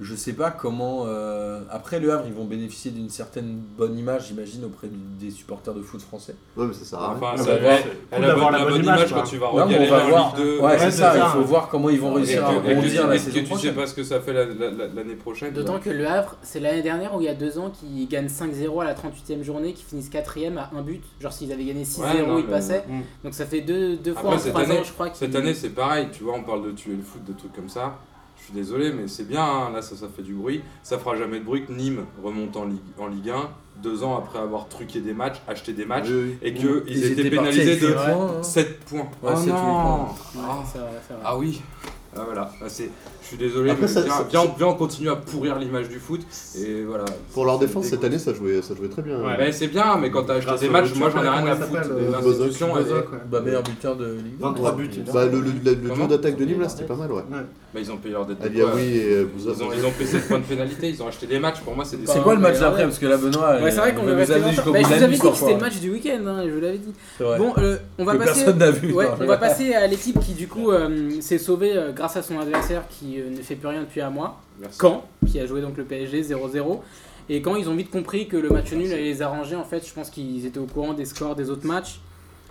je sais pas comment. euh, après Le Havre, ils vont bénéficier d'une certaine bonne image, j'imagine, auprès du- des supporters de foot français. Ah Ouais, mais ça sert à rien. Enfin, Ouais, ça bah, va. c'est Elle cool a d'avoir bonne- la bonne image quand quoi. tu Ouais, vas mais on regarder va la voir. Ligue Ouais, 2. c'est Ouais, ça, c'est il ça. faut voir comment ils vont Et réussir à que- et que rebondir tu- la et que saison tu sais prochaine. pas ce que ça fait la- la- la- l'année prochaine. Bah, D'autant que Le Havre, c'est l'année dernière où il y a deux ans qu'ils gagnent 5-0 à la 38e journée, qu'ils finissent 4ème à un but. Genre s'ils avaient gagné 6-0, Ouais, non, ils mais- passaient. Mm. Donc ça fait deux, deux fois Après, en cette trois année- ans, je crois. Cette qu'ils- année, c'est pareil, tu vois, on parle de tuer le foot, de trucs comme ça. Je suis désolé, mais c'est bien, hein, là, ça, ça fait du bruit. Ça fera jamais de bruit que Nîmes remonte en Ligue, en Ligue 1, deux ans après avoir truqué des matchs, acheté des matchs, Oui, oui. et qu'ils Ils étaient partis pénalisés avec huit de points, hein. 7 points. Ouais, Oh sept, huit non Ouais, Ah. c'est vrai, c'est vrai. Ah oui Ah voilà, Ah, c'est- je suis désolé, Après, mais ça- viens, ça- viens, viens, on continue à pourrir l'image du foot. Et voilà. Pour leur C'est défense, cette dégoûtant. année, ça jouait, ça jouait très bien. Ouais. Ben, c'est bien, mais quand t'as acheté Grâce des au matchs, coach, moi j'en ai comment rien il à foutre. s'appelle, de euh, L'institution, elle est- Bozoc, ouais. Bah, meilleur buteur de Ligue 1. 23 buts. il a- Bah, le, le, le- le Comment duo d'attaque de Nîmes, là, c'était pas mal, ouais. Ben, ils ont payé leur dette. de quoi, Aliaoui et euh, Bouza. Ils ont, ils ont pris 7 points de pénalité, ils ont acheté des matchs. Pour moi, c'est des. C'est quoi le match d'après Parce que là, Benoît, Ouais, c'est vrai qu'on nous devait a rester mis longtemps. jusqu'au Bah, bout je de la vous avais nuit, dit quoi, que c'était le quoi. match du week-end, hein, je vous l'avais dit. C'est vrai. Bon, euh, on va Que passer. personne hein. n'a vu. Ouais, non, on va passer à l'équipe qui du coup euh, s'est sauvée euh, grâce à son adversaire qui euh, ne fait plus rien depuis un mois. Merci. Caen, qui a joué donc le PSG 0-0. Et quand ils ont vite compris que le match nul allait les arranger, en fait, je pense qu'ils étaient au courant des scores des autres matchs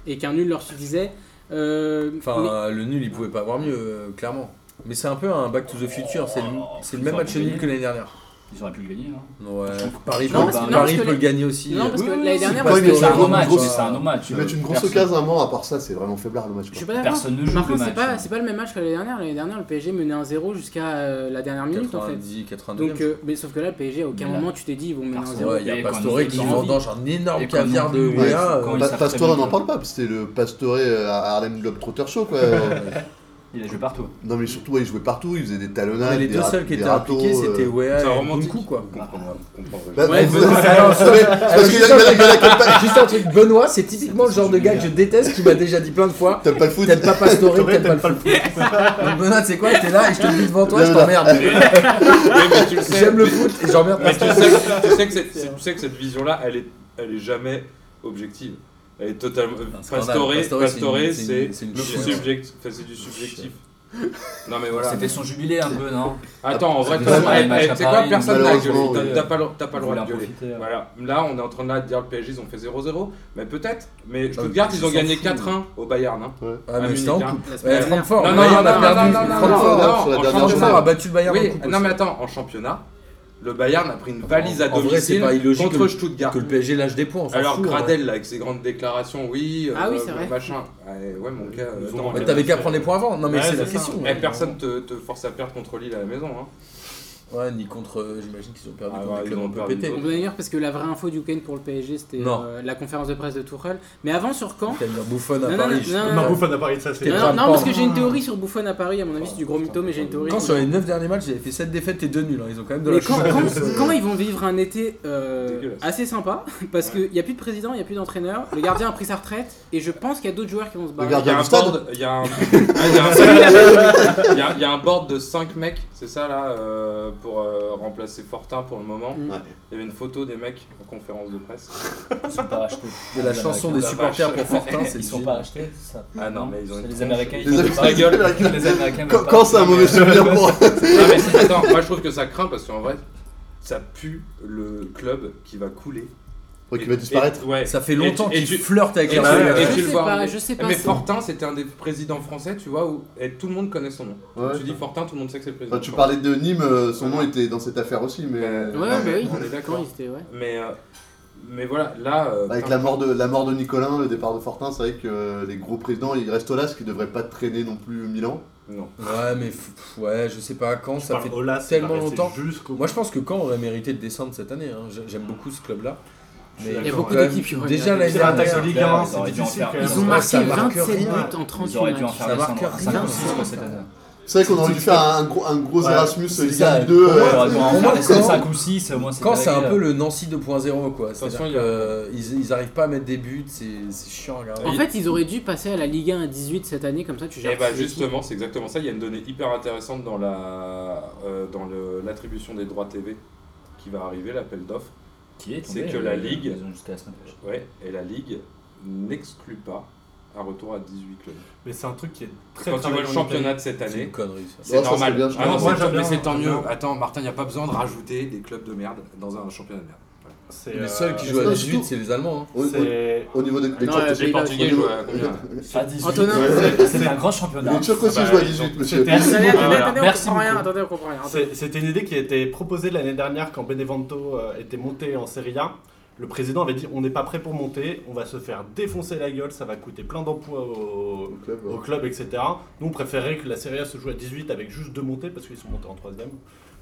et qu'un nul leur suffisait. Euh, Enfin, mais- euh, le nul, il pouvait pas avoir mieux, euh, clairement. Mais c'est un peu un back to the future, c'est le, c'est le Ils même auraient match pu nul gagner. que l'année dernière. Ils auraient pu le gagner. hein. Ouais, Paris, Non, peut, parce que- non, parce Paris que peut le les- gagner aussi. euh, non, parce que l'année dernière, pas parce une que- grosse- C'est un une gros match, grosse- c'est un gros match. Tu mets une grosse Personne- occasion à mort, à part ça, c'est vraiment faiblard le match. je Quoi. suis pas d'accord. Personne ne joue Par le contre, c'est match. hein. pas, c'est pas le même match que l'année dernière. L'année dernière, le PSG menait 1-0 jusqu'à euh, la dernière minute, en fait. 90, 82. Donc, euh, mais sauf que là, le PSG, à aucun Mais là- moment, tu t'es dit, ils vont mener Personne. 1-0. Ouais, il y Et a quand Pastore ils qui ont envie. vendange un énorme Et quand caviar ils de ont envie. Ouéa. Quand euh, ils- Pa- savent très Pastore, euh, bien on n'en que- parle pas, parce que c'était le Pastore à Harlem Globetrotter Show, quoi. Il a joué partout. Non, mais surtout, ouais, ils jouaient partout, ils faisaient des talonnades. Mais les des deux rat- seuls qui des étaient râteaux, impliqués, euh, c'était Wea C'est un et romantique. Bunku, quoi. Comprendra- comprendra. bah, Ouais, vous- Benoît, alors, Non, mais- parce qu'il y en a- il y en a- il y en a qui aiment pas- Juste un truc, Benoît, c'est typiquement le genre de gars que je déteste, qui m'a déjà dit plein de fois T'aimes pas le foot T'aimes pas Pastore, T'aurais- t'aimes pas le t'aimes foot. Donc Benoît, tu sais quoi, t'es là et je te le dis devant toi, je Viens là. t'emmerde. Ouais, mais tu le sais, J'aime le foot et j'emmerde Mais tu Pastore. sais, que- tu sais que cette, tu sais que cette vision-là, elle est, elle est jamais objective. Elle est totalement. scandale. Pastoré, Pastore, c'est une- Pastoré, c'est une- c'est c'est une le chienne. subject, enfin, c'est du subjectif. Non mais voilà. C'était son jubilé un peu, non Attends, en vrai, C'était de toute façon, son eh, match à eh, tu sais quoi, Paris, personne n'a malheureusement, gueulé. oui. T'as- T'as pas le- t'as pas le droit Il de en gueuler. profiter. Voilà, là on est en train de là, de dire le PSG ils ont fait 0-0, mais peut-être, mais Stuttgart mais ils ils ont s'en gagné foutent. 4-1 au Bayern. hein. Ah, À mais Munich, je t'en hein. coupe. La semaine Ouais, dernière. Francfort, Non, non, Bayern non, a non, perdu. non, non, non, Francfort, non, sur la en dernière championnat. Francfort a battu le Bayern Oui, en coupe non aussi. mais attends, en championnat, le Bayern a pris une valise à En- en vrai, c'est domicile pas illogique contre que- Stuttgart. Que le PSG lâche des points, on s'en Alors fout, en vrai. Gradel là, avec ses grandes déclarations, oui, euh, Ah oui, c'est vrai. machin. Ouais, ouais, mon gars, Ils attends, ont- Ouais, T'avais qu'à prendre les points avant, non mais Ouais, c'est la c'est ça. question. eh, personne te, te force à perdre contre Lille à la maison. Hein. Ouais, ni contre. euh, J'imagine qu'ils ont perdu Ah, contre ouais, des ils clubs ont un peu perdu pétés. d'autres. On va d'ailleurs parce que la vraie info du week-end pour le PSG c'était Non. euh, la conférence de presse de Tourelle. Mais avant sur Caen. T'as mis un bouffon à Non, non, Paris. non, je- non, Non, Buffon à Paris, ça c'est. T'es Non, pas non, non, parce bon. que j'ai une théorie sur Buffon à Paris, à mon avis c'est du gros mytho, mais j'ai une théorie. Quand sur les 9 derniers matchs, ils avaient fait 7 défaites et 2 nuls. hein, Ils ont quand même de la Mais quand, chance. quand- quand ils vont vivre un été euh, Dégueulasse. assez sympa, parce qu'il n'y a plus de président, il n'y a plus d'entraîneur, le gardien a pris sa retraite, et je pense qu'il y a d'autres joueurs qui vont se Le barrer. Il y gardien a du un stade board, il y a un, Ah, il y a un- il y a- il y a un board de 5 mecs, c'est ça là, euh, pour euh, remplacer Fortin pour le moment. Mm. Ouais. Il y avait une photo des mecs en conférence de presse. Ils sont pas rachetés. De la chanson des vache. supporters pour Fortin, c'est Ils sont du- pas rachetés, c'est ça Ah non, mais ils ont C'est une Les tronche. Américains, Les ils ont Américains. pas la gueule. Américains. Les Américains Quand, veulent pas. quand c'est un mauvais souvenir pour Non, mais c'est- attends, moi je trouve que ça craint parce qu'en vrai, ça pue le club qui va couler. Ouais, qui va bah, disparaître. Et- ouais. Ça fait longtemps Et tu- et qu'ils tu- flirtent avec Et, la tu- ouais, et je tu sais le vois pas, arriver. je sais pas Mais ça. Fortin, c'était un des présidents français, tu vois, où et tout le monde connaît son nom. Ouais. tu dis Fortin, tout le monde sait que c'est le président. Enfin, tu parlais de Nîmes, euh, son nom était dans cette affaire aussi, mais euh, Ouais, Ouais, Non, bah oui, on est d'accord. Caen, ils étaient, ouais. Mais, euh, mais voilà, là. euh, Avec la mort, de, la mort de Nicolin, le départ de Fortin, c'est vrai que euh, les gros présidents, il reste Olas qui devrait pas traîner non plus Milan. Non. Ouais, mais f- pff, ouais, je sais pas quand. Ça fait tellement tellement longtemps. longtemps. Jusqu'au. Moi, je pense que Caen aurait mérité de descendre cette année. hein. J'ai- J'aime beaucoup ce club-là. Je suis Mais d'accord, Il y a beaucoup quand même, d'équipes qui auraient Déjà mérité. l'année C'est l'attaque dernière, de Ligue 1, Ils c'est auraient dû en difficile faire- quand même. Ils ont Ouais, marqué ça marque 27 buts rien. en Ils 38 auraient dû en matchs. faire Ça descendre marque à rien. 56 quoi, cette année. C'est vrai qu'on aurait dû faire un, gros- un gros Ouais. Erasmus C'est Ligue ça, 1 2. ouais, euh, ouais, ouais, pour ouais, moi, ouais, c'est quand- 5 ou 6, au moins c'est Caen, c'est un réglé. peu le Nancy 2.0 quoi. toute C'est-à-dire façon, il y a- qu'ils ils arrivent pas à mettre des buts, c'est c'est chiant à regarder. En fait, ils auraient dû passer à la Ligue 1 à 18 cette année, comme ça tu gères. Et bah toutes les équipes. justement, c'est exactement ça. Il y a une donnée hyper intéressante dans la euh, dans le- l'attribution des droits TV qui va arriver, l'appel d'offres. Qui est tombé, C'est que la euh, Ligue- ils ont jusqu'à la semaine prochaine. Ouais, et la Ligue n'exclut pas un retour à 18 clubs. Mais c'est un truc qui est très Quand tu vois le championnat de cette C'est une année, connerie ça. c'est Oh, ça, normal. c'est bien, je Ah non, trouve. Moi, c'est- j'aime mais bien, c'est tant j'aime mieux. bien. Attends, Martin, il n'y a pas besoin de rajouter des clubs de merde dans un championnat de merde. Les seuls euh, qui jouent non, à surtout- 18, c'est les Allemands. hein. Au, au- au niveau des, des Non, Turcs euh, aussi. Les Portugais Les Portugais jouent jouent à à combien À 18. Antonin, ouais, c'est un grand championnat. Les Turcs aussi bah, jouent à ils ont- 18, monsieur. C'était Ah, assez- Attendez, attendez, Voilà. attendez, on Merci comprend rien, beaucoup. attendez, on comprend rien. attendez. C'est- C'était une idée qui a été proposée l'année dernière quand Benevento euh, était monté en Serie A. Le président avait dit on n'est pas prêt pour monter, on va se faire défoncer la gueule, ça va coûter plein d'emplois au, Au club, ouais. au club, etc. Nous, on préférait que la Serie A se joue à 18 avec juste deux montées parce qu'ils sont montés en troisième.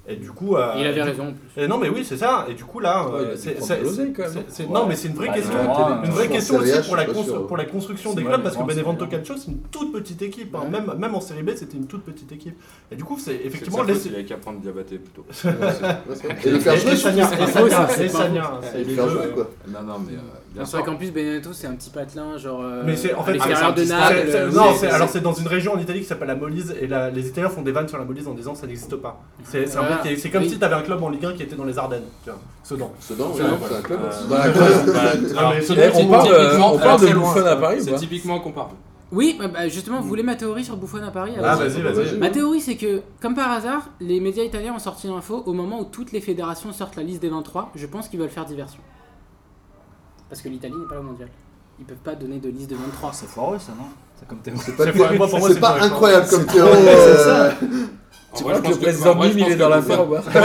Et du coup. euh, Il avait du- raison. Et non, mais oui, c'est ça. Et du coup là, Ouais, euh, il a dû c'est- prendre c'est- de l'oseille, quand même, c'est- non c'est- non mais c'est une vraie Bah, question. non, t'es- non, Une vraie Je question pense que aussi Serie A, pour je la, suis pas constru- sûr. pour la construction C'est des vrai, clubs, parce que vraiment, c'est Benevento vrai. Calcio, c'est une toute petite équipe. hein. Même, même en Serie B, c'était une toute petite équipe. Et du coup, c'est effectivement... Effectivement, les- il n'y a qu'à prendre Diabaté plutôt. Ouais, c'est vrai. Et le faire Et jouer, surtout. Sagna, et Sagna, c'est et pas Sagna, c'est Et les le faire deux, jouer, euh, quoi. Non, non, mais euh, bien C'est vrai sûr. qu'en plus, Benedetto, c'est un petit patelin, genre. euh, Mais c'est- en fait, à l'extérieur ah, mais de c'est un Naples. petit stade, euh, Non, mais- c'est- alors c'est dans une région en Italie qui s'appelle la Molise et la- les Italiens font des vannes sur la Molise en disant ça n'existe pas. C'est c'est un Voilà. peu qui est- c'est comme Oui. si t'avais un club en Ligue 1 qui était dans les Ardennes, tu vois, Sedan. Sedan, ouais, Sedan, c'est un club. Euh, Dans la ouais, classe. bah, alors, mais Eh, c'est on typiquement- parle de, on alors, parle de c'est loin, Buffon à Paris ou C'est pas typiquement comparable. Oui, bah, bah, justement, vous voulez ma théorie sur Buffon à Paris Ah alors vas-y, vas-y. Ma théorie, c'est que, comme par hasard, les médias italiens ont sorti l'info au moment où toutes les fédérations sortent la liste des 23. Je pense qu'ils veulent faire diversion. Parce que l'Italie n'est pas au mondial. Ils peuvent pas donner de liste de 23. C'est foireux ça, non C'est comme t'es. C'est C'est pas- moi, pour moi, pas, c'est pas pas- incroyable comme théorie. euh, En Tu crois vrai, je que pense le président en vrai, je Mime il pense est que dans Buffon- l'affaire ou pas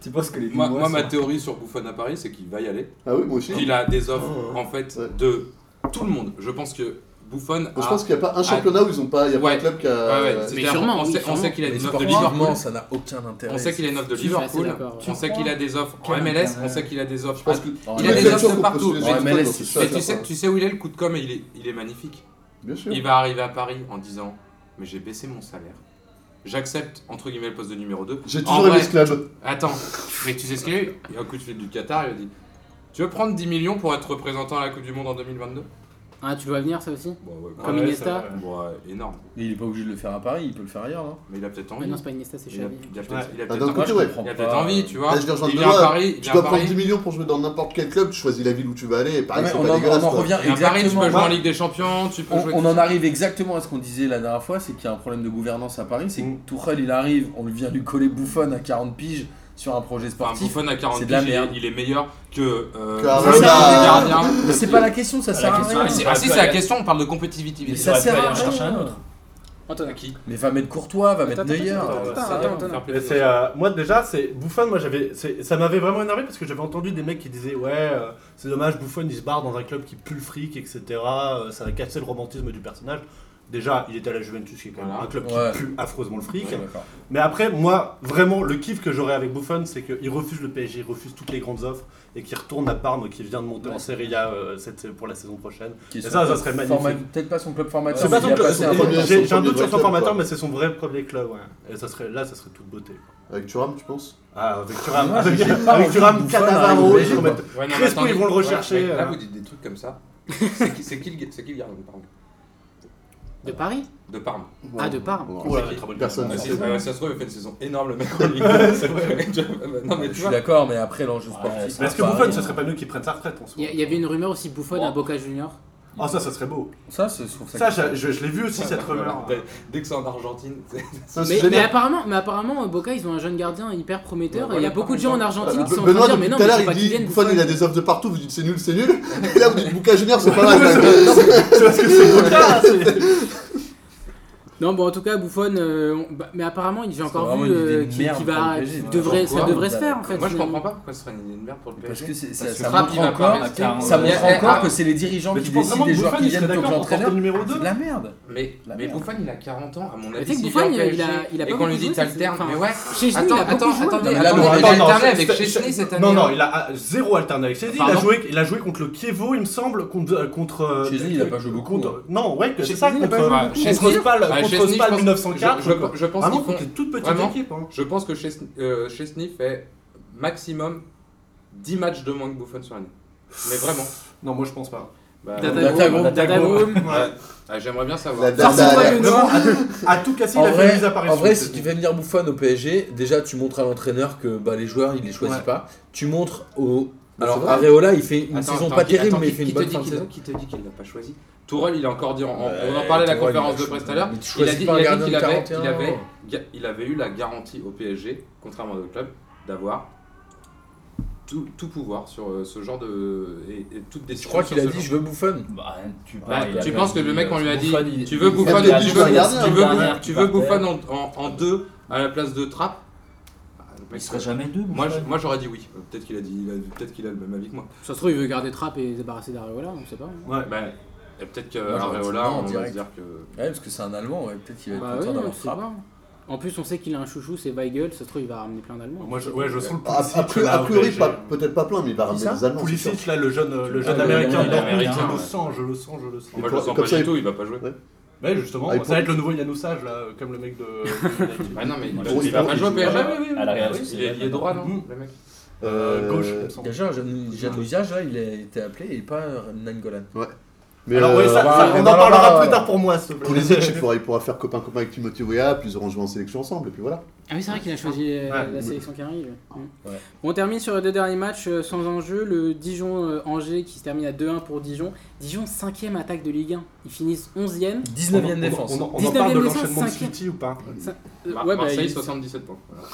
Tu penses que les Moi, Lillois moi, sont- ma théorie sur Bouffon à Paris, c'est qu'il va y aller. Ah oui, moi aussi. Il a des offres en fait Ouais. de tout le monde. Je pense que Bouffon. Moi, je a- Ah. pense qu'il n'y a pas un championnat où ils ont pas, il y a pas Ouais. un club qui a. Ouais, ouais, c'est Mais clair. sûrement, on, oui, sait, on sûrement. sait qu'il a des offres de Sportivement, Liverpool. ça n'a aucun intérêt. On sait qu'il a une offre de Je suis assez Liverpool. d'accord, ouais. On sait qu'il a des offres en Quel MLS. intérêt On sait qu'il a des offres. pense Ah, que- Il a Ouais, des bien offres sûr de qu'on partout. postule Ouais, mais des là, étoiles, c'est- ça, Mais ça, tu sais, ça. tu sais où il est le coup de com et il est, il est magnifique. Bien sûr. Il va arriver à Paris en disant mais j'ai baissé mon salaire. J'accepte, entre guillemets, le poste de numéro 2. J'ai En toujours vrai, aimé ce club. Attends, mais tu sais ce qu'il y a eu Il y a un coup de fil du Qatar, il a dit Tu veux prendre 10 millions pour être représentant à la Coupe du Monde en 2022 Ah, tu le vois venir ça aussi Bah Bon, ouais, Comme ouais, Iniesta ça- bon, ouais, énorme. Mais il est pas obligé de le faire à Paris, il peut le faire ailleurs, non Mais il a peut-être Mais envie. Ah non, c'est pas Iniesta, c'est Il a, Xavi. il a peut-être il a Bah, peut-être d'un côté, envie, ouais. il a peut-être envie, tu vois. Là, je les rejoins il de vient à loin. Paris, il Tu vient dois à prendre Paris. 10 millions pour jouer dans n'importe quel club, tu choisis la ville où tu vas aller. Et pareil, Ouais, c'est on, pas en, dégueulasse. on en quoi. revient Il vient à Paris, tu exactement. peux jouer en Ligue des Champions, tu peux On, jouer. on en arrive exactement à ce qu'on disait la dernière fois, c'est qu'il y a un problème de gouvernance à Paris, c'est Mm. que Tourelle il arrive, on lui vient lui coller Bouffon à 40 piges sur un projet Enfin, sportif. Buffon à 40 c'est de la piges, il est- merde. il est meilleur que. euh, Caramba. le gardien. Mais c'est pas la question, ça sert à question, rien. c'est- Ah si, c'est la question, on parle de compétitivité. Mais Il ça aurait pu sert aller à en chercher un rien. autre. Antonin. Mais va mettre Courtois, va mettre Attends, Neuer. attends, attends, euh, attends, ça attends, sert à attends, rien. attends. Mais c'est, euh, moi déjà, c'est Bouffon, moi j'avais, c'est- ça m'avait vraiment énervé parce que j'avais entendu des mecs qui disaient ouais, euh, c'est dommage, Bouffon il se barre dans un club qui pue le fric, etc. euh, ça va casser le romantisme du personnage. Déjà, il était à la Juventus, qui est quand même Voilà. un club Ouais. qui pue affreusement le fric. Ouais, d'accord. Mais après, moi, vraiment, le kiff que j'aurais avec Buffon, c'est qu'il refuse le PSG, il refuse toutes les grandes offres et qu'il retourne à Parme, qui vient de monter en Serie A euh, cette- pour la saison prochaine. Qui est ça, son ça club serait forma- magnifique. Peut-être pas son club formateur. C'est pas mais son il a club- passé un c'est- bon premier- moment. J'ai son j'ai un doute premier sur son club, formateur, quoi. mais c'est son vrai premier club, ouais. Et ça serait, là, ça serait toute beauté. Avec Turam, tu penses Ah, avec Thuram, Moi, avec, j'ai avec pas envie de Thuram, Ah, Buffon Cannavaro, arriver, ils vont quoi. mettre- Ouais, non, mais Crespo, attendez. ils vont le Ouais, rechercher, mais euh. Là, vous dites des trucs comme ça. C'est qui, c'est qui, le- c'est qui le gardien de Parme De Paris De Parme. Ah, de Parme. Ouais. Ouais, Personne Ah, ne si, sait. euh, ça se trouve, il fait une saison énorme, le mec en Ligue 1. C'est vrai. Tu vois, non, mais Je tu suis vois. d'accord, mais après l'enjeu Ouais, sportif. c'est- Mais est-ce que ça, Buffon, euh, ce serait pas mieux qu'il prenne sa retraite en Il soi y, a- il y avait une rumeur aussi bouffonne à Boca Junior. Ah, ça, ça serait beau. Ça, c'est- je trouve ça. Ça, je, je- je l'ai vu aussi, cette Voilà. rumeur. Dès- Dès que c'est en Argentine, c'est- Ça, c'est Mais, mais génial. apparemment, mais apparemment, euh, Boca, ils ont un jeune gardien hyper prometteur. Ouais, et il y a voilà, beaucoup par de gens en exemple. Argentine qui sont en train de Benoît, dire depuis Mais non, tout à mais l'heure, c'est pas il Kylian dit Buffon, il a des offres de partout, vous dites c'est nul, c'est nul. Et là, vous dites Bouca Junior, c'est pas Non, mal. mais tu vois ce que c'est beau, là, c'est- Non, bon, en tout cas, Buffon. euh, on- bah, mais apparemment, il- j'ai encore vraiment vu une idée euh, de qui, merde qui pour va. le PSG, qui ouais. devrait, ça Pourquoi devrait se faire en fait. Moi, je finalement. comprends pas pourquoi ce serait une idée de merde pour le Parce que PSG. c'est- ça Parce que ça Frappe, montre il va pas encore. rester. à Ça Carmo. montre Mais, encore eh, que c'est les dirigeants Mais qui tu penses décident vraiment des que joueurs Buffon, qui il serait viennent plutôt que d'accord pour porter l'entraîneur. le numéro C'est 2 de la merde. Mais, La mais merde. Buffon, il a 40 ans, à mon Mais avis. tu sais que s'il Buffon, vient au il a- il a PSG, il a Et pas qu'on lui beaucoup dit joué, ça, t'alternes. c'est- Mais ouais, Chesney, il a attends, beaucoup attends, joué, attendez. non, alors, mais- il a Attends, non, alterné je- avec je- Chesney cette année. Non, non, hein. il a ah, zéro alterné avec Chesney. Il a, Pardon joué, il a joué contre le Kievo, il me semble, contre. euh, contre euh, Chesney, il a pas joué beaucoup, contre- hein. Non, ouais, que c'est Chesney, ça, il a contre, euh, pas joué contre, beaucoup. Chesney, Spal, Ah, contre Chesney, Spal je pense- 1904. je- je- quoi. je pense Vraiment qu'ils font- contre les toutes petites Vraiment équipes. hein. Je pense que Chesney, euh, Chesney fait maximum 10 matchs de moins que Buffon sur l'année. Mais vraiment. Non, moi je pense pas. Bah, Data ouais. Data Group, Group, Data Data Group. Ah, J'aimerais bien La savoir. data- Sortons pas le Vraiment, nom. à, à tout casser, il En a fait vrai, des en apparitions. vrai, si tu fais venir Buffon au PSG, déjà tu montres à l'entraîneur que bah, les joueurs il les choisit Ouais. pas. Tu montres au. Mais c'est Alors vrai. Areola il fait une Attends, saison attends, pas qui- terrible, attends, mais il qui- fait une qui te bonne dit fin de qu'il- saison. Qui te dit qu'il n'a pas choisi Tourelle, il a encore dit. On, on Ouais, en parlait à la Tourelle, conférence il a de presse cho- tout à l'heure. mais tu Il a choisis dit il pas un a dit gardien qu'il de avait, 41 il avait, ans. ga- il avait eu la garantie au PSG, contrairement à d'autres clubs, d'avoir tout, tout pouvoir sur euh, ce genre de. et, et toute Je décision. crois qu'il sur a ce dit je veux Buffon. Bah, tu Bah, parles, il a tu quand penses que même le dit, mec, on euh, lui a dit Buffon, il- Tu veux il- Buffon, a tu peut-être dit, veux, tu je vais veux, regarder, hein, dernière tu qui veux partait. Buffon en, en, en deux à la place de Trapp Ah, le mec, Il serait jamais deux. Moi, je- Buffon. moi j'aurais dit oui. Euh, Peut-être qu'il a, dit- il a- peut-être qu'il a le même avis que moi. Ça se trouve, il veut garder Trapp et se débarrasser d'Areola, on sait pas. hein. Ouais. Bah, et peut-être Moi, j'aurais dit qu'Areola, non, on va direct. se dire que. Ouais, parce que c'est un Allemand, ouais, peut-être qu'il va Bah être oui, content on d'avoir sait frappe. pas. En plus, on sait qu'il a un chouchou, c'est Weigel, ça se trouve, il va ramener plein d'Allemands. Moi, je, ouais, je sens le A Pulisic, a priori- là, a au priori, PSG. pas- peut-être pas plein, mais il va ramener ça des Allemands. c'est sûr. Pulisic, là, le jeune, le jeune Ah, le américain, jeune de Dortmund, Américain, je le ouais. sens, je le sens, je le sens. Moi, je toi, le sens comme pas ça, du il- tout, il va pas jouer. Ouais, justement, Ah, il ça va être le nouveau Yanosage, là, comme le mec de. de- Bah non, mais il Moi, va- je il sais va pas, pas il jouer au joue PSG. pas. À Ah la Real oui, Il est Sociedad, il est droit, non Mhm. le mec Euh, Euh, gauche, il me semble. Déjà, un jeune jeune usage, là, il a été appelé et pas euh, Nangolan. Mais Alors, ouais, euh, ça, bah, ça, on en bah, bah, parlera bah, plus bah. tard pour moi, s'il te Pour plaît. les équipes, il pourra, il pourra faire copain-copain avec Timothy Weah, puis ils auront joué en sélection ensemble, et puis voilà. Ah oui, c'est vrai qu'il a choisi euh, Ouais. la sélection qui arrive. Mm. Ouais. On termine sur les deux derniers matchs euh, sans enjeu. Le Dijon-Angers qui se termine à 2-1 pour Dijon. Dijon, 5ème attaque de Ligue 1. Ils finissent 11ème. 19 e On- défense. On, on- on en 19e parle de défense, l'enchaînement de cinquième. City ou pas Euh, Mar- ouais, bah, Marseille, ils- 77 points. Voilà.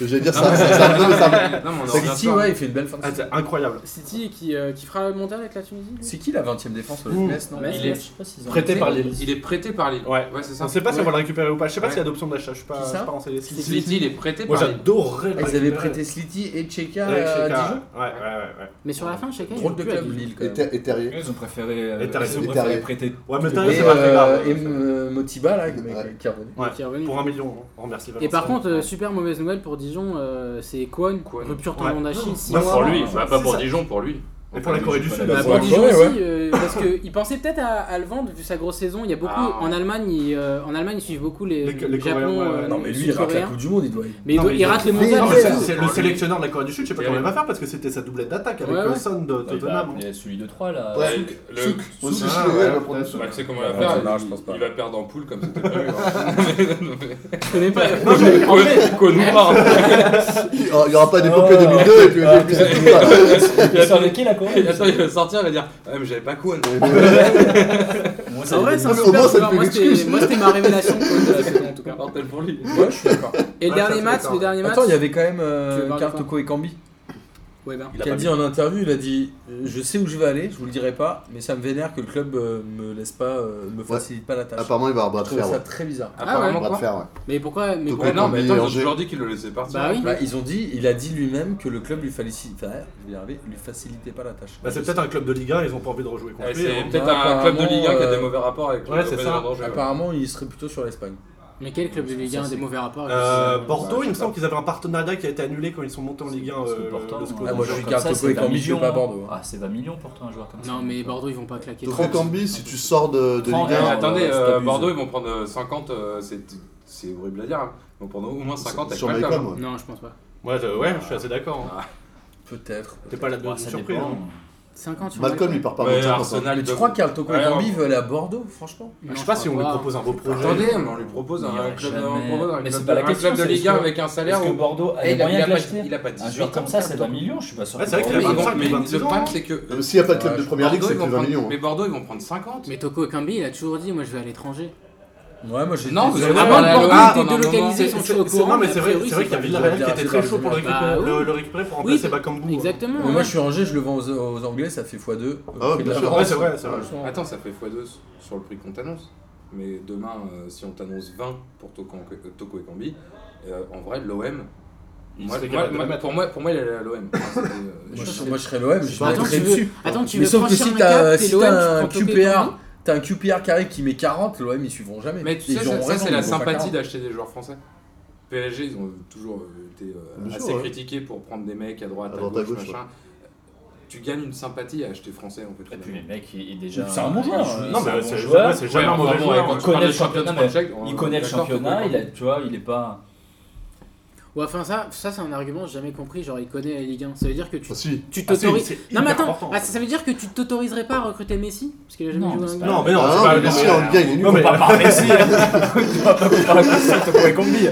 Je vais dire Non, ça, mais- ça- ça- Ah, ça- ça- Non, mais on est en retard. City, ouais, il fait une belle fin de Ah, saison. C'est incroyable. City qui, euh, qui fera le mondial avec la Tunisie. Bah, lui C'est qui la 20 e défense Ouh. le FMS, non Metz, il est- Metz. Prêté par Lille. Il est prêté par Lille. Ouais. c'est On ça. sait pas si on va le récupérer ou pas. Je sais pas Ouais. s'il y a d'option d'achat. Je suis pas Qui ça je suis pas renseigné. City, il est prêté Moi par Lille. j'adorerais. le Ah, Ils avaient récupérer. prêté Slity et Cheka Ouais, à Cheka. Dijon. Ouais, ouais, ouais. ouais. Mais sur la fin, chacun. Drôle de club, Lille, quand et même. Ter- et Terrier. Ils ont préféré, euh, Et t'as ils ont raison. Et t'as- préféré prêter Ouais, mais Et, t'as raison, c'est pas très euh, grave. et euh, Motiba, là, qui- Ouais. qui est revenu. Ouais. Pour un million, hein. on remercie Et Valenciennes. par contre, euh, super mauvaise nouvelle pour Dijon, euh, c'est Kwon, Kwon. rupture Ouais. tendon d'Achille. six Bah, mois. Pour lui, Ouais, bah, pas c'est pour ça. Dijon, pour lui. Et pour la Corée du Sud, Bah, Bah, pour pour la Dijon Corée, aussi, ouais. euh, parce qu'ils pensaient peut-être à, à le vendre vu sa grosse saison. Il y a beaucoup Ah. en Allemagne, ils, euh, en Allemagne ils suivent beaucoup les, Les- les Coréens, Japon, ouais, ouais. euh, Non, mais lui, il rate la Sud-Coréens. Coupe du Monde, il doit. Mais il Non, doit- mais il rate les mondiales. Non, mais c'est c'est- tout. c'est le sélectionneur de la Corée du Sud, je sais pas comment il va faire parce que c'était sa doublette d'attaque avec Ouais, euh, ouais. Son de Il va Tottenham. hein. appeler celui de 3 là. Ouais. Bah, Le- le- Souk. Souk, Aussi, ah, je l'ai, ouais. ouais, le premier Souk. Bah, tu sais comment il va Ouais, faire non, il, je pense pas. il va perdre en poule comme c'était prévu. hein. Je connais pas. Connoir Il y aura- il y aura pas Oh. d'épopée 2002 et puis Ah, et puis c'est tout. quoi. Il va faire le quai la Corée Attends, il va sortir, il va dire Ah, mais j'avais pas Kwon. euh, Moi, C'est ça vrai, dépend. c'est un mais au super moins, joueur. ça te fait Moi, une c'était excuse. moi, c'était ma révélation de la saison en tout cas. Mortel pour lui. Ouais, je suis Ah, d'accord. Et le Ouais, dernier ça, match, c'est le dernier match. Attends, il y avait quand même Tu veux parler de Kartoko et Kambi Ouais, ben. qui a dit en interview, il a dit euh, Je sais où je vais aller, je vous le dirai pas, mais ça me vénère que le club euh, me laisse pas, euh, me facilite pas la tâche. Apparemment, il va y avoir bras je trouve de fer. ça ouais. très bizarre. ouais. Apparemment, Bras de quoi fer, ouais. Mais pourquoi mais Donc, euh, pourquoi- Ouais, non, mais Combi, attends, ils ont Angers. toujours dit qu'il le laissait partir. Bah oui. Bah, ils ont dit, il a dit lui-même que le club lui facilitait, je vais y arriver, lui facilitait pas la tâche. Bah, c'est peut-être un club de Ligue 1, ils ont pas envie de rejouer contre Eh, lui. C'est hein. peut-être Bah, un euh, club de Ligue 1 qui a apparemment, des mauvais rapports avec ouais, c'est ça. Danger, ouais. Apparemment, il serait plutôt sur l'Espagne. Mais quel club de Ligue 1 a des mauvais rapports avec Euh, ce- Bordeaux, bah, il me je semble qu'ils avaient un partenariat qui a été annulé quand ils sont montés en Ligue 1. Parce que euh, pourtant, le Sco- un Ah, moi, je regarde joueur comme ça, Toko c'est et 20 Cambi, je millions. vais pas à Bordeaux, hein. Ah, c'est 20 millions pourtant un joueur comme ça. Non, mais Bordeaux, ils vont pas claquer. Franck Cambi, si tu sors de, de Franck, Ligue Eh, Non, 1, attendez, euh, euh, c'est abusé. Bordeaux, ils vont prendre euh, 50, euh, c'est c'est horrible à dire. hein. Ils vont prendre au moins 50 sur avec la Malcolm, table. ouais. Non, je pense pas. Ouais, euh, ouais, je suis assez d'accord. hein. Peut-être. T'es pas là-dedans Ah, ça surpris. dépend. hein. 50 sur Malcolm, il part pas Ouais, 25 pour ça. Ah, Arsenal, Mais ils tu doivent- crois que Karl Toko et Ouais, Cambi on- veulent aller à Bordeaux, franchement Je sais pas si on lui propose un beau projet. Attendez, mais on lui propose un Il club, ira on jamais. propose un Mais club c'est pas la un question, club de c'est Ligue est-ce 1 que- avec un Est-ce salaire que où Bordeaux a Eh, les il a- moyens il de a pas- l'acheter il a pas Un 18 joueur ans. comme ça, c'est 20 millions, je suis pas sûr. Ouais, c'est vrai que qu'il a Mais Bordeaux- ils vont- 25, mais 26 le problème, ans. c'est que Mais Euh, S'il n'y a pas de club Ouais, de je première ligue, Bordeaux, c'est ils plus vont 20 prendre- millions. hein. Mais Bordeaux, ils vont prendre 50. Mais Toko Ekambi, il a toujours dit Moi, je vais à l'étranger. Ouais, moi j'ai Non, vous Avant avez Ouais, de ouais, ouais, Bordeaux, pendant était un délocalisé, ils C'est- sont c'est- toujours au courant. non, mais a c'est vrai, priori, c'est vrai qu'il y a pas- Villarreal bien qui était fait, très ça, chaud pour le Villarreal. récupérer- Bah, le- oui. le récupérer pour Oui, remplacer Bakambu. hein. Exactement. Mais moi je suis Angers, je le vends aux, aux Anglais, ça fait Euh, x2. Ah ouais, bien sûr. Ouais, c'est vrai, c'est vrai. Attends, ça fait x2 sur le prix qu'on t'annonce. Mais demain, euh, si on t'annonce 20 pour Toko, euh, Toko et Kambi, euh, en vrai, l'OM. Il moi- serait moi- capable de moi- le mettre. pour, moi, pour moi, il est à l'OM. euh, Moi je, moi, je serais l'OM, je Bah, mettrais Attends, Attends, tu veux, dessus. attends, tu Mais veux sauf que franchir si un t'as cap, t'es si l'OM, t'as tu un prends Toko Ekambi QPR, t'as un QPR carré qui met 40, l'OM ils suivront jamais. Mais tu Et sais, ils ça, auront ça, raison, c'est ils la vont faire sympathie 40. d'acheter des joueurs français. PSG, ils ont toujours euh, été euh, Bien sûr, assez ouais. critiqués pour prendre des mecs à droite, À à, droite, gauche, à gauche, machin. Tu gagnes une sympathie à acheter français en fait. Et puis les finalement. mecs, il, il est déjà. C'est un bon joueur, hein. il- Non, c'est un mais bon c'est joueur. ouais, c'est jamais Ouais, un mauvais vraiment, joueur. ouais, hein. quand tu connaît parles le de championnat, championnat, Project, on- Il connaît le d'accord, Toko et championnat, il Kambi. a, tu vois, il est pas. Ouais, enfin, ça, ça c'est un argument, j'ai jamais compris. Genre, il connaît la Ligue 1. Ça veut dire que tu Ah, si. tu Ah, c'est- t'autorises. c'est Non, mais hyper attends, important. ah, ça veut dire que tu t'autoriserais pas à recruter Messi Parce qu'il a jamais Non, joué mais en c'est Ligue pas- 1. Non, mais non, Ah c'est non, pas- mais bien sûr, hein. en Ligue 1, il est nul. Non, mais- Faut pas par Messi hein. Tu vas pas comparer Messi, Toko et Combi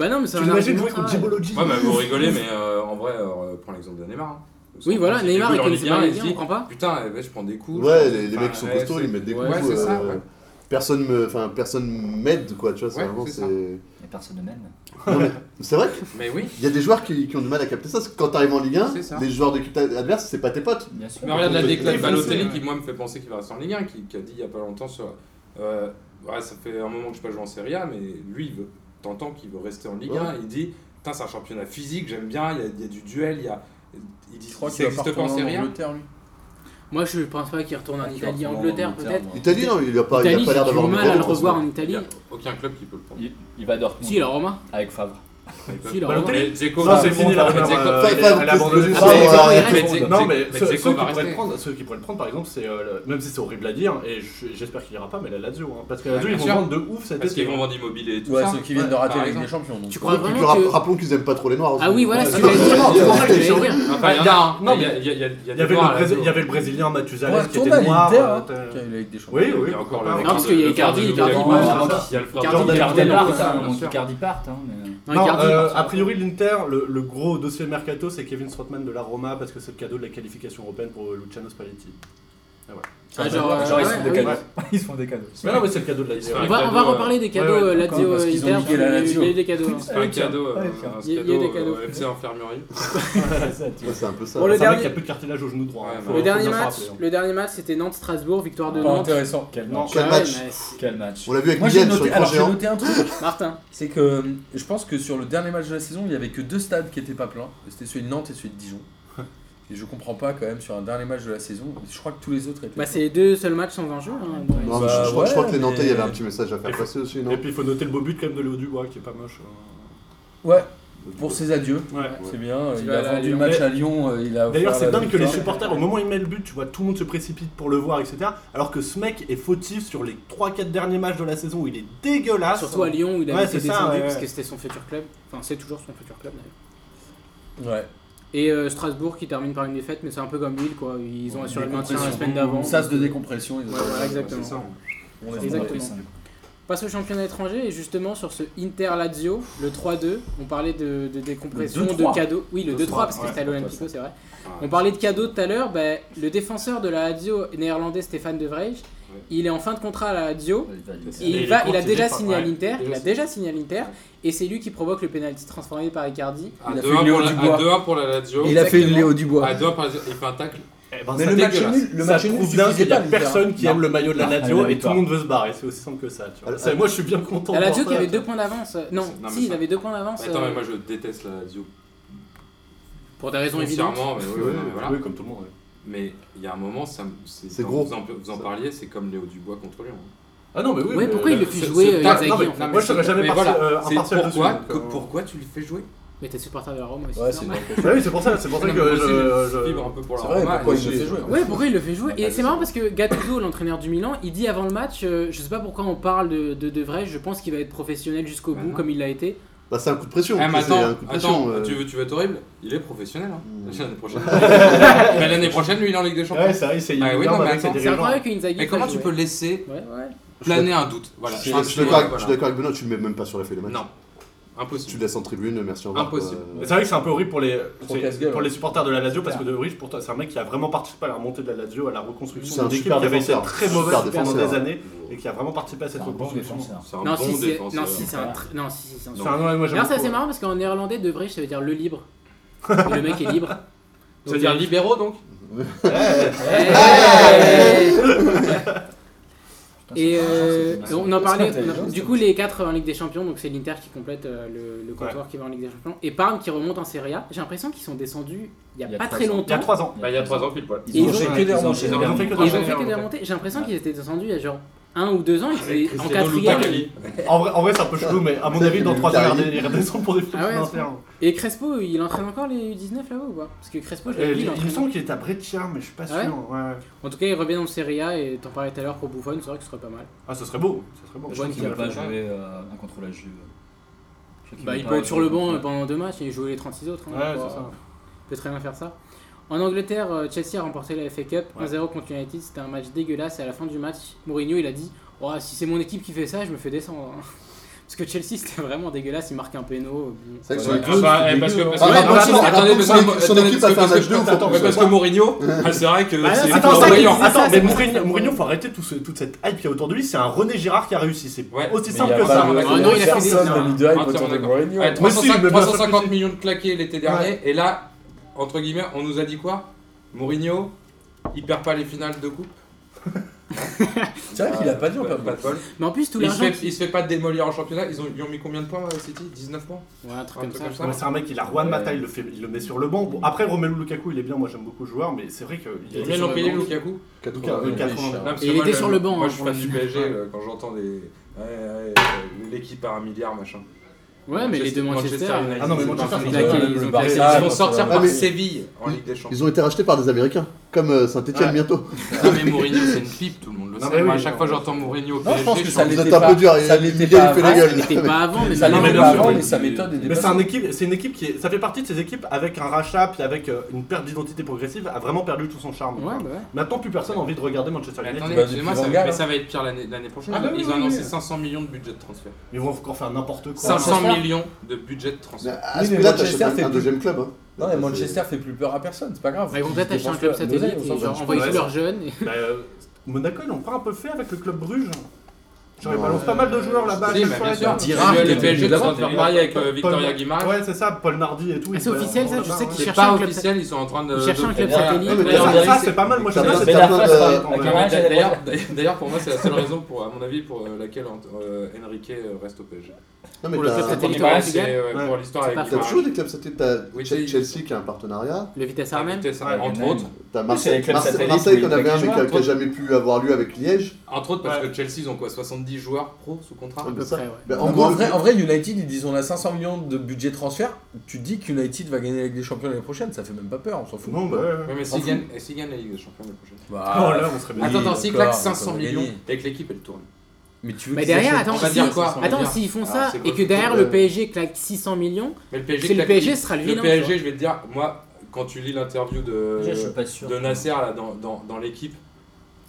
Bah non, mais c'est Tu un l'imagines argument. jouer contre ça. Djiboloji Ouais, bah vous rigolez, mais euh, en vrai, euh, prends l'exemple de Neymar. hein. Parce Oui, que voilà, quand Neymar, était il en connaissait Ligue pas 1, la il Ligue 1, se on dit comprend pas Putain, eh ben, je prends des coups. Ouais, je- les, les enfin, mecs qui sont ouais, costauds, c'est- ils mettent des ouais, coups. c'est ça, euh, ouais. Personne me, enfin personne m'aide quoi, tu vois. c'est Ouais, vraiment, c'est c'est. ça. Mais personne ne mène. Non, mais c'est vrai Mais oui. qu'il y a des joueurs qui, qui ont du mal à capter ça. parce que Quand t'arrives en Ligue 1, C'est ça. les joueurs d'équipe adverse, c'est pas tes potes. Bien sûr. Mais regarde la déclat de défoncer, Balotelli ouais. qui, moi, me fait penser qu'il va rester en Ligue 1, qui, qui a dit il y a pas longtemps sur. euh, ouais, ça fait un moment que je pas joué en Serie A, mais lui, il veut- t'entends qu'il veut rester en Ligue 1. Il dit Putain, c'est un championnat physique, j'aime bien, il y, a- il y a du duel, il y a. Il dit Je crois Ça qu'il va n'existe pas en partir en Serie A. Angleterre lui. Moi, je pense pas qu'il retourne en Il va Italie, retourner en Angleterre peut-être. moi. Italie, non, il a pas, il a Italie, pas j'ai l'air d'avoir du mal à niveau, le je pense. revoir en Il y Italie. a aucun club qui peut le prendre. Il, il va à Dortmund Si, la Roma. avec Favre. Si, il a Balotelli. Mais Dzeko Non, va- c'est fini là. Mais Dzeko- euh, Pas- elle- pas- elle a abandonné. Ah, ça. mais- Ouais. ah, il Mais répond. Dzeko- Non, Dzeko- mais ceux, mais ceux Dzeko qui va pourraient le rester. prendre, ceux qui pourraient le prendre, par exemple, c'est euh, le- même si c'est horrible à dire, et je- j'espère qu'il ira pas, mais la Lazio, hein, parce que la Ah, Lazio ils bien vont sûr. vendre de ouf cette Parce été. qu'ils vont vendre immobilier et tout Ouais, ça. ceux qui viennent de rater par la Ligue des exemple. Champions. donc. Tu crois Et puis, vraiment rap- que. Rappelons qu'ils aiment pas trop les noirs. aussi. Ah oui, voilà, Ouais. ce que Non, j'allais mais dire. c'est c'est pour ça vrai. que j'allais dire. Enfin, il y en Il y a- a un. non, Il y a- mais- il y a- il y a- il y a Il y des avait noirs à le, la Brés- Lazio. il y avait le Brésilien Ouais, Matuzalem qui tourne à était noir. l'Inter, euh, hein, t'as- qui a eu la Ligue des Champions. Oui, Il oui. y a encore Ah, le. Non, parce qu'il y a Icardi, Icardi, il ouais, ouais, y a le frère. Icardi, de- Icardi, de- là, de- ça, de- bien Donc de- Icardi part. Hein, mais... Non, Non, Icardi, euh, il part. a priori, l'Inter, le, le gros dossier mercato, c'est Kevin Strootman de la Roma parce que c'est le cadeau de la qualification européenne pour Luciano Spalletti. Ah, genre, euh, ils se ouais, font oui. des cadeaux. Ils se font des cadeaux. Mais non, mais c'est le cadeau de la Lazio. On va, on va reparler des cadeaux Ouais, euh, d'accord, Lazio parce euh, qu'ils ont Inter, niqué la il y a eu- Lazio. il y a eu des cadeaux. hein. C'est un cadeau, euh, Allez, tiens. un Ah, Il y a- il y a cadeau, des cadeaux. euh, FC Infirmerie. C'est ça, tu Ouais, vois. C'est un peu ça. Bon, Le le dernier. dernier- Il n'y a plus de cartilage au genou droit. Ouais, hein. non. Faut- Le faut dernier bien s'en match, rappeler, hein. Ah, le dernier match, c'était Nantes-Strasbourg, victoire de Pas Nantes. intéressant. Quel Non. match. Quel Ouais, match mais- Quel match. On l'a vu avec Moi j'ai Miguel sur noté, l'écran alors, j'ai géant. noté un truc, Martin. c'est que euh, je pense que sur le dernier match de la saison, il y avait que deux stades qui étaient pas pleins. C'était celui de Nantes et celui de Dijon. Et je comprends pas quand même sur un dernier match de la saison. Je crois que tous les autres étaient. Bah, c'est les deux seuls matchs sans enjeu. hein, dans les- Non, Bah, mais je, je crois- je crois que les ouais, Nantais, il y mais- avait un petit message à faire passer aussi, non Et puis il faut noter le beau but quand même de Léo Dubois qui est pas moche. hein. Ouais, Pour ses adieux, Ouais. c'est bien. euh, Tu Il vas a aller à vendu le Lyon. match Mais- à Lyon. euh, il a D'ailleurs, offert c'est la dingue que les victoire. supporters, au moment où il met le but, tu vois, tout le monde se précipite pour le voir, etc. Alors que ce mec est fautif sur les 3-4 derniers matchs de la saison où il est dégueulasse. Surtout à Lyon où il avait Ouais, été c'est ça, descendu ouais, parce ouais. que c'était son futur club. Enfin, c'est toujours son futur club d'ailleurs. Ouais. Et euh, Strasbourg qui termine par une défaite, mais c'est un peu comme Lille quoi. Ils ont assuré le maintien la Décompression. semaine d'avant. euh, Une sas de décompression. ils ont- Ouais, voilà, exactement. On est- Exactement. Passe au championnat étranger et justement sur ce Inter Lazio, le 3-2, on parlait de, de décompression, Le de 2-3. cadeaux. Oui, le 2-3 parce que ouais, c'était à pour toi, l'Olympico, c'est vrai. Ah. On parlait de cadeaux tout à l'heure, ben, le défenseur de la Lazio néerlandais Stéphane De Vrij, il est en fin de contrat à la Lazio. Exactement. Et il, il va, est il a continué déjà par- signé à ouais, l'Inter, il déjà a déjà signé à l'Inter, et c'est lui qui provoque le penalty transformé par Icardi. À Il a 2-1 fait une pour, Léo la- Dubois. à 2-1 pour la Lazio. Il a fait une Exactement. Bah, Léo Dubois. À 2-1 pour la Lazio. Il fait un tacle. Eh ben, Mais ça le match dégueulasse. nul, le Ça match nul, prouve bien suffisait qu'il y a pas, l'Inter. personne qui Non. aime le maillot de la Non, Lazio elle et tout le l'avait monde veut se barrer. C'est aussi simple que ça. Tu vois. Elle- C'est- Moi, je suis bien content. La pour Lazio ça, qui avait tu deux points d'avance. euh, Non, Non, mais si, il ça- Bah, avait deux points d'avance. Attends, euh, mais moi je déteste la Lazio. Pour des raisons évidentes. Foncièrement, mais oui, vois. oui, non, mais voilà. Oui, comme tout le monde. ouais. Mais il y a un moment, ça me- C'est quand gros. Vous en, vous en parliez, c'est comme Léo Dubois contre Lyon. Ah non, mais oui. Ouais, mais- pourquoi il le Ce- fait ce jouer euh, tacle- Inzaghi non, mais- en fait moi, je serais jamais Mais parti- voilà, euh, c'est impartial pourquoi, dessus, donc, que- euh, pourquoi tu le fais jouer Mais t'es supporter de la Rome aussi. Ouais, c'est c'est normal. Bah oui, c'est pour ça. C'est pour ça Non, que mais moi aussi, je- je je- fibre un peu pour la C'est vrai, Roma, pourquoi et il je- le fait jouer Ouais, pourquoi il le fait jouer Ah, Et c'est je marrant parce sais. que Gattuso, l'entraîneur du Milan, il dit avant le match, euh, je sais pas pourquoi on parle de de, de vrai, je pense qu'il va être professionnel jusqu'au Bah bout non. comme il l'a été. Bah, c'est un coup de pression. Eh, mais c'est un attends, coup de pression. attends euh. tu, veux, tu veux être horrible Il est professionnel. Hein. Mm. L'année prochaine. Mais l'année prochaine, lui, il est en Ligue des Champions. Ouais, c'est vrai, il s'est Ah oui, non, mais avec ses attends, C'est dirigeants. incroyable que Inzaghi. Mais fasse comment tu jouer. peux laisser Ouais, ouais. planer un doute Voilà. Je suis un je suis doute, d'accord avec- je voilà. suis d'accord avec Benoît, tu le mets même pas sur la feuille de match. Non, Tu impossible. le laisses en tribune, merci, au revoir. Impossible. quoi. Mais C'est vrai que c'est un peu horrible pour les, Trop c'est- casse-gueule, hein. pour ouais. les supporters de la Lazio parce que De Vrij, pourtant, c'est un mec qui a vraiment participé à la remontée de la Lazio, à la C'est reconstruction un d'une équipe super qui avait été défenseur. très Super mauvaise pendant défenseur. des années et qui a vraiment participé à C'est cette un bon reconstruction. défenseur. C'est un Non, bon si, c'est défenseur. non, si, c'est un tr- non, si, si, c'est un C'est un ouais, moi, j'aime D'ailleurs, c'est beaucoup. assez marrant parce qu'en néerlandais, de vrai, ça veut dire le libre. Et le mec est libre. Ça veut dire libre. libéraux donc Et euh, Putain, c'est on en parlait. c'est intelligent, Du coup, les 4 en Ligue des Champions, donc c'est l'Inter qui complète euh, le, le comptoir qui va en Ligue des Champions. Et Parme qui remonte en Serie A. J'ai l'impression qu'ils sont descendus il n'y a, pas très trois ans. Il y a longtemps. 3 ans. Bah, Il y a 3 ans pile poil. Ils Ils ont ont fait fait que des des remontées. Ils ont fait que Ah, Ils ont Ouais, fait que des ouais. remontées. J'ai l'impression Ouais. qu'ils étaient descendus il y a genre 1 ou 2 ans. Ils étaient en Cristiano quatrième. Lutacali. En vrai, en vrai, c'est un peu chelou, mais à mon avis, dans 3 ans, Carré. il redescend pour des hein. football Ah ouais, internes. Et Crespo, il entraîne encore les U19 là-bas ou pas Parce que Crespo, je l'ai Euh, vu, il Il il me entraîne. semble qu'il est à Breccia, mais je suis pas sûr. Ouais. ouais. En tout cas, il revient en Serie A et t'en parlais tout à l'heure pour Buffon, c'est vrai que ce serait pas mal. Ah, ce serait beau. Ce serait beau. Je crois qu'il n'a Ouais. pas joué euh, un contre la Juve. Je crois qu'il Bah, va il pas peut être sur le jouer banc contre- pendant deux matchs et jouer les 36 autres. hein, Ouais, pas- c'est ça. Il peut très bien faire ça. En Angleterre, euh, Chelsea a remporté la FA Cup Ouais. 1-0 contre United. C'était un match dégueulasse. Et à la fin du match, Mourinho il a dit Oh, Si c'est mon équipe qui fait ça, je me fais descendre. hein. Parce que Chelsea c'était vraiment dégueulasse. Il marque un péno. bon. C'est vrai que sur Ouais, les ah deux, bah, c'est eh, parce que- dégueu, parce hein. que- Ah, attendez, raconte son- attendez, parce raconte que- son attendez, équipe parce a que- fait un parce match que- de ouf. attends, en mais plus. parce que Mourinho, ah, c'est vrai que Bah, c'est attends, Attends, ça, voyant. c'est ça, attends, mais c'est Mourinho, Mourinho, faut arrêter tout ce- toute cette hype qu'il y a autour de lui. C'est un René Gérard qui a réussi. C'est Ouais, aussi Mais simple il y que a ça. pas de- Ah, non, il a fait des- personne n'a mis de hype Ah, autour de d'accord. Mourinho. Ouais, Mais si, 350 mais bien sûr que 350 si. millions de claqués l'été dernier, et là, entre guillemets, on nous a dit quoi Mourinho, il perd pas les finales de coupe, C'est vrai qu'il a pas dit on pas, perd pas de bol. Mais en plus, tout Il se, l'argent. fait, il se fait pas démolir en championnat, ils ont, ils ont mis combien de points à City 19 points Ouais, un truc Un comme truc ça. comme je ça. crois. Ouais, c'est un mec, il a Juan Mata, il le, fait, il le met sur le banc. Bon, après, Romelu Lukaku, il est bien, moi j'aime beaucoup le joueur, mais c'est vrai qu'il Combien ils l'ont payé Lukaku euh, 80. Non, parce Et que il moi, était sur le banc, Moi hein, je suis pour fan le- du PSG euh, quand j'entends des. ouais, ouais, euh, L'équipe à un milliard machin. Ouais, mais les deux Manchester. euh, Ah non, mais ils ont Manchester, pas fait ils ont de- claqué, le- ils le ont Barça, claqué. Ah, Ils vont ça sortir va. par Ah, mais- Séville en Ligue des Champions. Ils ont été rachetés par des Américains, comme euh, Saint-Etienne Ouais. bientôt. Non Ah, mais Mourinho c'est une pipe, tout le monde le Non, sait. mais Moi, à oui, chaque non. fois j'entends Mourinho au Non, je PSG, pense que je ça suis- Vous l'était êtes un pas. peu dur, Ça il- l'était il a pas fait la avant. gueule. C'était pas avant, mais Ça Non, maintenant- l'était mais bien pas sûr, avant, oui. mais sa méthode est Mais c'est dépassée. un équipe, c'est une équipe qui, est- ça fait partie de ces équipes avec un rachat puis avec euh, une perte d'identité progressive a vraiment perdu tout son charme. Ouais, bah ouais. Maintenant plus personne a envie de regarder Manchester Mais United. attendez, Bah, excusez-moi, depuis ça, Wenger, mais hein. ça va être pire l'année l'année prochaine. Ah, bah oui, ils ont oui, annoncé oui. 500 millions de budget de transfert. Ils vont encore faire n'importe quoi. 500 transfert. millions de budget de transfert. À Oui, ce mais prix-là, Manchester t'achètes un- fait un plus. deuxième club. hein. Non, mais C'est- Manchester fait plus peur à personne, c'est pas grave. Bah, Ils vont peut-être acheter un club dépensent satellite leur- nos et ailes, on s'en genre fout. envoyer Ouais, tous leurs jeunes. et- Bah, euh, Monaco, ils l'ont pas un peu fait avec le club Bruges. Genre, ils Non. balancent pas mal de joueurs là-bas. à Si, chaque mais fois, bien et sûr. tout. Dira, Le t'es PSG est en train de obligé faire pareil avec euh, Victoria Paul- Guimaraes. Ouais, c'est ça, Paul Nardi et tout. Ah, ils c'est officiel, ça balancent Je là-bas, sais ouais. qu'ils C'est cherchent un pas club officiel, ils sont en train de. Ils cherchent de- un club mais là, satellite. non, mais ouais. là, Ça, Mais ça, c'est pas mal, moi j'aime Mais bien la cette Mais la certains, face, euh, avec Non, la mais rage, elle est D'ailleurs, droite. d'ailleurs, pour moi, c'est la seule raison, pour, à mon avis, pour euh, laquelle euh, Enrique euh, reste au PSG. Non, mais Pour le t'as- club t'as- satellite. Guimaraes, Portugal. c'est euh, Ouais. pour l'histoire C'est avec pas T'as Guimaraes. toujours des clubs satellites. T'as Oui, c'est- Chelsea qui a un partenariat. Le Vitesse Arnhem. Vitesse, Ouais, Entre mais autres, T'as c'est les Marseille, clubs Marseille, satellites Marseille où qu'on il y a avait un mais des qui a- joueurs, qui a jamais pu avoir lieu avec Liège. entre autres parce Ouais. que Chelsea, ils ont quoi 70 10 joueurs pro sous contrat. Ouais, à peu ça. près, ouais. Bah, En, gros, en le- vrai, en vrai, United, ils disent on a 500 millions de budget transfert. Tu te dis qu'United va gagner la Ligue des Champions l'année prochaine, ça fait même pas peur, on s'en fout. Non, bah. ouais, ouais. Ouais, mais On s'il fout. gagne, et s'il gagne la Ligue des Champions l'année prochaine. Bah, Oh là, on serait bien. Oui, Ah, attends, attends, s'il d'accord, claque 500 on peut millions gagner. et que l'équipe elle tourne. mais tu veux Mais qu'ils derrière, achètent- attends, On va si- dire quoi On va Attends, dire- s'ils font Alors, ça c'est pas et le que football, derrière le euh, PSG claque 600 millions, Mais le c'est PSG, le claque- PSG sera le le vilain. tu PSG, vois. je vais te dire, moi, quand tu lis l'interview euh, Déjà, je suis de, pas sûr. de Nasser là, dans, dans, dans l'équipe,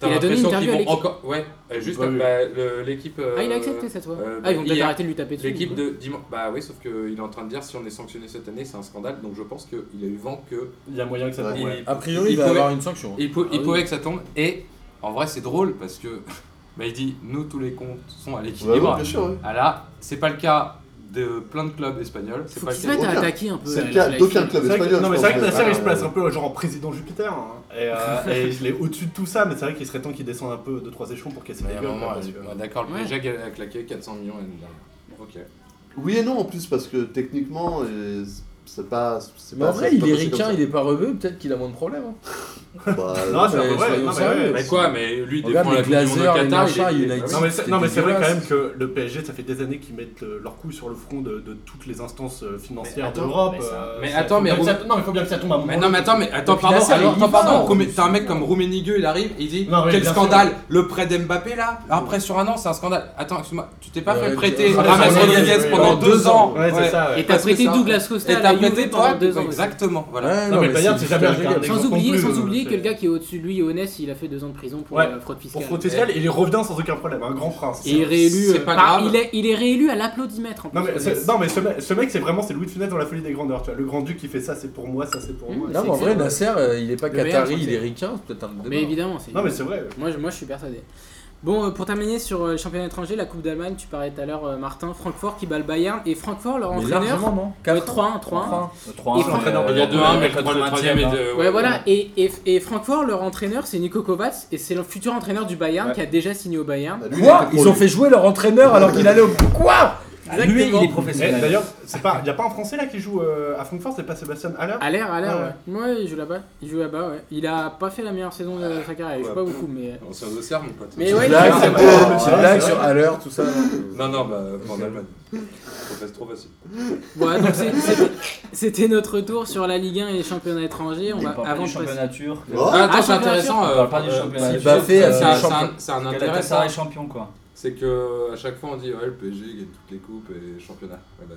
t'as Il a donné une l'impression interview qu'ils à vont l'équipe. encore. Ouais, euh, juste Pas vu. bah, le- l'équipe. Ah, il a euh, accepté cette fois. euh, ah, ils vont peut-être hier, arrêter de lui taper dessus. du L'équipe coup. de dimanche. Bah oui, sauf qu'il est en train de dire si on est sanctionné cette année, c'est un scandale. Donc je pense qu'il a eu vent que. Il y a moyen que ça Ouais. tombe. ouais. A priori, il va pouvait- avoir une sanction. Il, pou- Ah il oui. pouvait que ça tombe. Et en vrai, c'est drôle parce que. Bah, il dit nous, tous les comptes sont à Bah, ouais, l'équilibre. bien sûr, ouais. Ah là, c'est pas le cas de plein de clubs espagnols. C'est Faut pas qu'ils le se cas. mettent à Aucun. attaquer un peu. C'est le la- cas la- d'aucun club C'est vrai que- espagnol. non, mais je c'est vrai que Ah, pense, Nasser, ouais. il se place un peu euh, genre en président Jupiter. hein. Et, euh, et je l'ai au-dessus de tout ça, mais c'est vrai qu'il serait temps qu'il descende un peu 2-3 échelons pour casser Mais les à un gueules. moment, quoi, parce elle- que- ah, D'accord, le Ouais. PSG a claqué 400 millions l'année dernière. Ok. Oui et non, en plus, parce que techniquement, euh, c'est pas. c'est Mais pas- en vrai, c'est il pas est possible comme ricain, il est pas rebeu, peut-être qu'il a moins de problèmes. hein. ça. Bah, Non, c'est un peu mais vrai. soyons non, mais sérieux. ouais, Mais ouais. quoi, mais lui, il Regarde défend les la Coupe du Monde Glazers, au les Qatar. machins, il est- United. Ah Non, ouais. mais c'est- C'était non, mais c'est vrai quand dégueulasse. même que le PSG, ça fait des années qu'ils mettent le- leur couille sur le front de, de toutes les instances euh, Mais financières attends, d'Europe. mais ça- euh, mais ça- attends, mais faut bien que Romain- ça- non, il faut bien que ça tombe à un moment. Mais non, mais attends, mais attends, Depuis pardon, Nasser, alors, il attends, y va, pardon, en Roumé- plus. t'as un mec comme Rouménigueux, il arrive, il dit Non, oui, Quel bien scandale Le prêt d'Mbappé là Après sur un an, c'est un scandale. Attends, excuse-moi, tu t'es pas Ouais, fait tu- prêter Ouais, James ouais, Rodriguez ouais, pendant ouais, deux ouais. ans Ouais, c'est ça. ouais. Et t'as Parce que prêté ça- Douglas Costa Et à la t'as Juve prêté pendant toi deux ans. Exactement, voilà. Ouais, Non, mais Payard, c'est jamais un dégueulasse. regardé. Sans- Sans Exemple oublier, plus, sans euh, oublier c'est- que le gars qui est au-dessus de lui, Onès, il a fait deux ans de prison pour Ouais. euh, fraude Pour fiscale. fraude fiscale, il est revenu sans aucun problème, un grand prince. Et il est réélu. C'est euh, pas par- grave. Il est, il est réélu à l'applaudimètre en plus. Non mais, ce, non, mais ce, mec- ce mec, c'est vraiment c'est Louis de Funès dans la folie des grandeurs. Tu vois, le grand duc qui fait ça, c'est pour moi, ça c'est pour Mmh, moi. Non, mais en vrai, Nasser, euh, il est pas Le meilleur qatari, français. il est ricain, c'est peut-être un débat. Mais évidemment, c'est. Non, mais c'est vrai. Moi, je, moi, je suis persuadé. Bon, euh, pour terminer sur euh, les championnats étrangers, la Coupe d'Allemagne, tu parlais tout à l'heure, euh, Martin, Francfort qui bat le Bayern et Francfort, leur Mais entraîneur. euh, largement, non Ouais, 4 3-1, 3-1. Et Franck- Euh, Il y a 2-1, mais le contre le troisième est de. Ouais, voilà. Et, et, et Francfort, leur entraîneur, c'est Nico Kovac et c'est le futur entraîneur du Bayern Ouais. qui a déjà signé au Bayern. Bah, lui, il Quoi était pour Ils ont lui. fait jouer leur entraîneur alors qu'il allait au. Quoi hein. Lui, il est Eh, professionnel. D'ailleurs, c'est pas, y a pas un Français là qui joue euh, à Francfort, c'est pas Sébastien Haller À l'air, à l'air, Ouais. ouais. Ouais, il joue là-bas. Il joue là-bas, ouais. Il a pas fait la meilleure saison de sa carrière, il joue Ouais. pas beaucoup, mais. euh, On s'en sert, mon pote. Mais ouais, Blague, il- c'est sur- vrai, euh, c'est vrai, blague c'est sur vrai. Haller, tout ça. Non, non, bah, en Allemagne. Trop facile, Trop facile. Voilà, donc c'est- c'était- c'était notre tour sur la Ligue 1 et les championnats étrangers. On on va, parle pas avant du de passer. championnat turc. Oh, Ah, Attends, c'est championnat intéressant. turc. euh, On parle pas du euh, championnat si turc. Baffé a Euh, fait un- champion. c'est un- C'est un intéressant. Galatasaray champion, quoi. C'est que euh, à chaque fois on dit ouais, le PSG gagne toutes les coupes et championnat. Ouais, bah,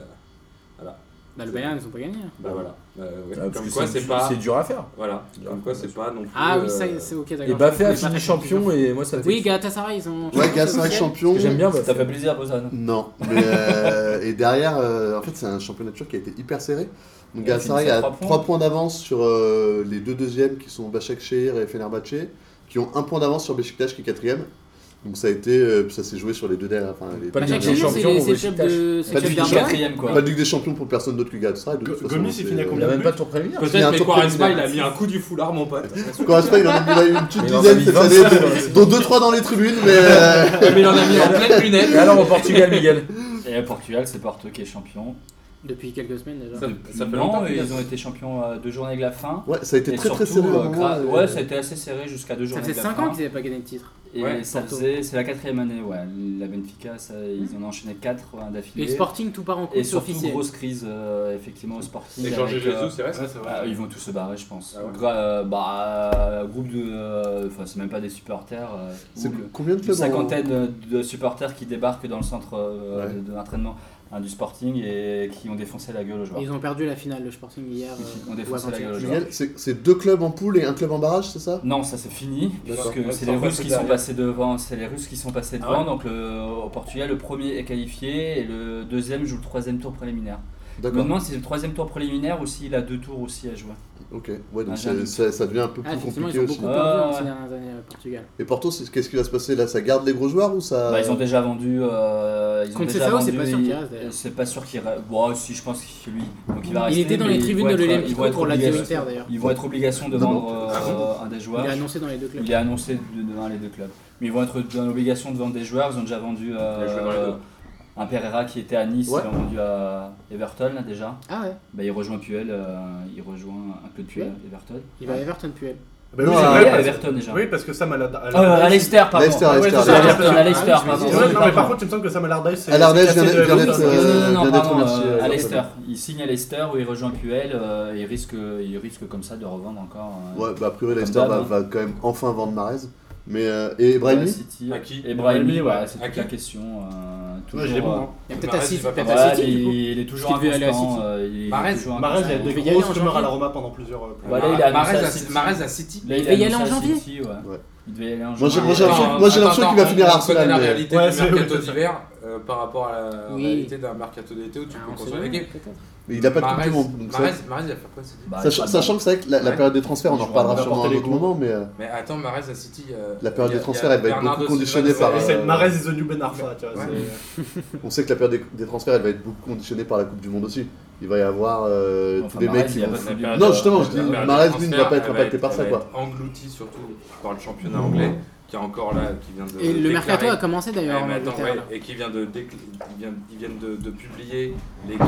Bah, le Bayern, ils ont pas gagné. bah, voilà. Bah, ouais. Ah, parce Comme que quoi c'est du- pas. C'est dur à faire. Voilà. Comme quoi c'est pas non plus. Ah oui, euh, ça, c'est ok, d'accord. Et Baffé a fini champion et moi ça me fait. Oui, Galatasaray, ils ont. Ouais, Gassac officiel. champion. J'aime bien Ça Baffé. fait plaisir, Bozan. Non, mais euh, et derrière, euh, en fait, c'est un championnat turc qui a été hyper serré. Donc Il a Galatasaray fini sur a trois 3 points. points, d'avance sur euh, les deux deuxièmes qui sont Başakşehir et Fenerbahçe, qui ont un point d'avance sur Beşiktaş qui est quatrième. Donc ça a été, euh, ça s'est joué sur les deux dernières. Enfin, les Pas Bah, deux chaque Ligue des dernières- saison, Champions, c'est on c'est le club Beşiktash. de. C'est le Pas club du d'Arda. Quatrième, quoi. Pas de Ligue des Champions pour personne d'autre que Galatasaray. de Go- toute façon, Gomis, c'est- euh, il finit à Il a combien même pas tour préliminaire. Il y a un Peut-être mais tour Quaresma il a préliminaire. mis un coup du foulard mon pote. Correspond, il en a mis là une petite Il en a dizaine mis euh, cette 25, année, ouais. dont 2-3 dans les tribunes, mais. euh, mais il en a mis en pleine lunette. Et alors au Portugal, Miguel Et Portugal, c'est Porto qui est champion. Depuis quelques semaines déjà. Ça- ça fait longtemps Non, qu'il y a- ils ont été champions euh, deux journées de la fin. Ouais, ça a été Et très très surtout, serré. à un euh, moment, gra- et- ouais, ça a été assez serré jusqu'à deux Ça journées. fait de la 5 fin. ans qu'ils n'avaient pas gagné de titre. Et Ouais, ça Porto. faisait, c'est la quatrième année, ouais. La Benfica, ça, ils en ont enchaîné quatre hein, Et d'affilée. Sporting, tout part en Et course surtout officielle. grosse crise euh, effectivement au Sporting. Et Jorge avec, Jesus euh, il reste. Ouais, c'est vrai. bah, ils vont tous se barrer, je pense. Ah ouais. Gra- euh, bah, groupe de, euh, enfin c'est même pas des supporters. euh, C'est ou le- combien de une clubs en- cinquantaine de- de supporters qui débarquent dans le centre euh, Ouais. de, de l'entraînement hein, du Sporting et qui ont défoncé la gueule aux joueurs. Ils ont perdu la finale, le Sporting, hier. Ils euh, ont ou défoncé la avant-hier. gueule aux joueurs. Miguel, c'est c'est deux clubs en poule et un club en barrage, c'est ça Non, ça c'est fini, D'accord. puisque c'est c'est les en fait Russes que qui derrière. sont passés devant. C'est les Russes qui sont passés Ah devant. donc le, au Portugal, le premier est qualifié et le deuxième joue le troisième tour préliminaire. Je me D'accord. demande si c'est le troisième tour préliminaire ou s'il a deux tours aussi à jouer. Ok, ouais, donc Ah, c'est- j'avoue. ça, ça devient un peu plus Ah, effectivement, compliqué ils ont aussi. beaucoup aussi. perdu hein, Ouais, ces ouais. dernières années, euh, Portugal. Et Porto, c'est- qu'est-ce qui va se passer là Ça garde les gros joueurs ou ça Bah, ils ont déjà vendu. euh, ils ont Contre déjà Sessao, vendu- c'est pas sûr qu'il reste, ils- d'ailleurs. C'est pas sûr qu'il reste. Bon, si, je pense que lui. Donc, il va Il rester, était dans mais les ils tribunes vont de être- l'Olympique ils vont être pour l'Azio obligés- Inter d'ailleurs. Ils vont être obligation de Non, vendre euh, un des Il joueurs. est annoncé dans les deux clubs. Il est annoncé de demain les deux clubs. Mais ils vont être dans l'obligation de vendre des joueurs. Ils ont déjà vendu euh, Il a joué dans les deux. un Pereira qui était à Nice. Ouais. Ils l'ont vendu à Everton là, déjà. Ah ouais, Bah, il rejoint Puel. euh, il rejoint un club Puel, Everton. il va à Everton Puel. Ben Oui, non, c'est à- vrai, à parce- Everton déjà. Oui, parce que Sam Allardyce. Euh, à Leicester, pardon. Leicester, Ouais, Leicester. c'est ça, à Everton, à Leicester, Ah, oui, pardon. Ouais, c'est vrai, non, mais par contre, il me semble que Sam Allardyce. c'est- Allardyce c'est vient cassé de- vient d'être de- euh, non, non, vient non, d'être pardon, remercié. euh, euh, à Leicester. Il signe à Leicester où il rejoint QL euh, et il risque, il risque comme ça de revendre encore. euh, Ouais, bah a priori Comme Leicester d'hab, va, hein. va quand même enfin vendre Mahrez. Mais euh, et Ouais, Brahimi City. À qui Et Brahimi, Brahimi, ouais, ouais. c'est À toute qui la question. euh, Ouais, il est toujours, bon. euh, hein. Il y a peut-être à Mahrez, City, il va peut-être pas à ouais, City, il, du coup. il est toujours Parce qu'il veut aller à inconstant. City. euh, il est Mahrez, toujours Mahrez, il y a inconstant. des Il va y aller en grosses rumeurs à janvier. l'Aroma pendant plusieurs. euh, Ouais, là, il a annoncé Mahrez à à- City. Mahrez à City. Là, Il va y aller annoncé en à janvier. City, ouais. Ouais. Il devait y aller en Moi, j'ai- janvier. Bah, moi, j'ai l'impression- moi, j'ai l'impression qu'il va finir à Arsenal, On connaît la mais- réalité Ouais, du c'est- mercato d'hiver euh, par rapport à la Oui. réalité d'un mercato d'été où tu Ah, peux on sait construire jamais, l'équipe. peut-être. Mais il a pas de Coupe Mahrez, du Monde. donc ça- Mahrez, Mahrez, il va faire quoi City Bah, sachant, pas de- sachant que c'est vrai que la, la Ouais. période des transferts, on Il en jouera reparlera n'importe sûrement à un les autre coups. moment, mais euh, Mais attends, Mahrez à City. euh, La période il y a- des transferts, elle va il y être a beaucoup Bernardo conditionnée Silva, par, Et c'est- c'est euh, Mahrez is the new Ben Arfa, tu vois. Ouais. c'est- on sait que la période des, des transferts, elle va être beaucoup conditionnée par la Coupe du Monde aussi. Il va y avoir euh, Enfin, tous les Mahrez, mecs qui il a vont. pas Euh, de- faire- Non, justement, je dis, La période Mahrez, de lui, ne va pas être transfert, impacté elle par va ça, être- quoi. elle va être Englouti surtout par le championnat anglais qui est encore là, qui vient de. Et le déclarer- mercato a commencé d'ailleurs Ouais, en mais attends, Angleterre. ouais, là. et qui vient de décl- ils viennent, ils viennent de, de publier les gains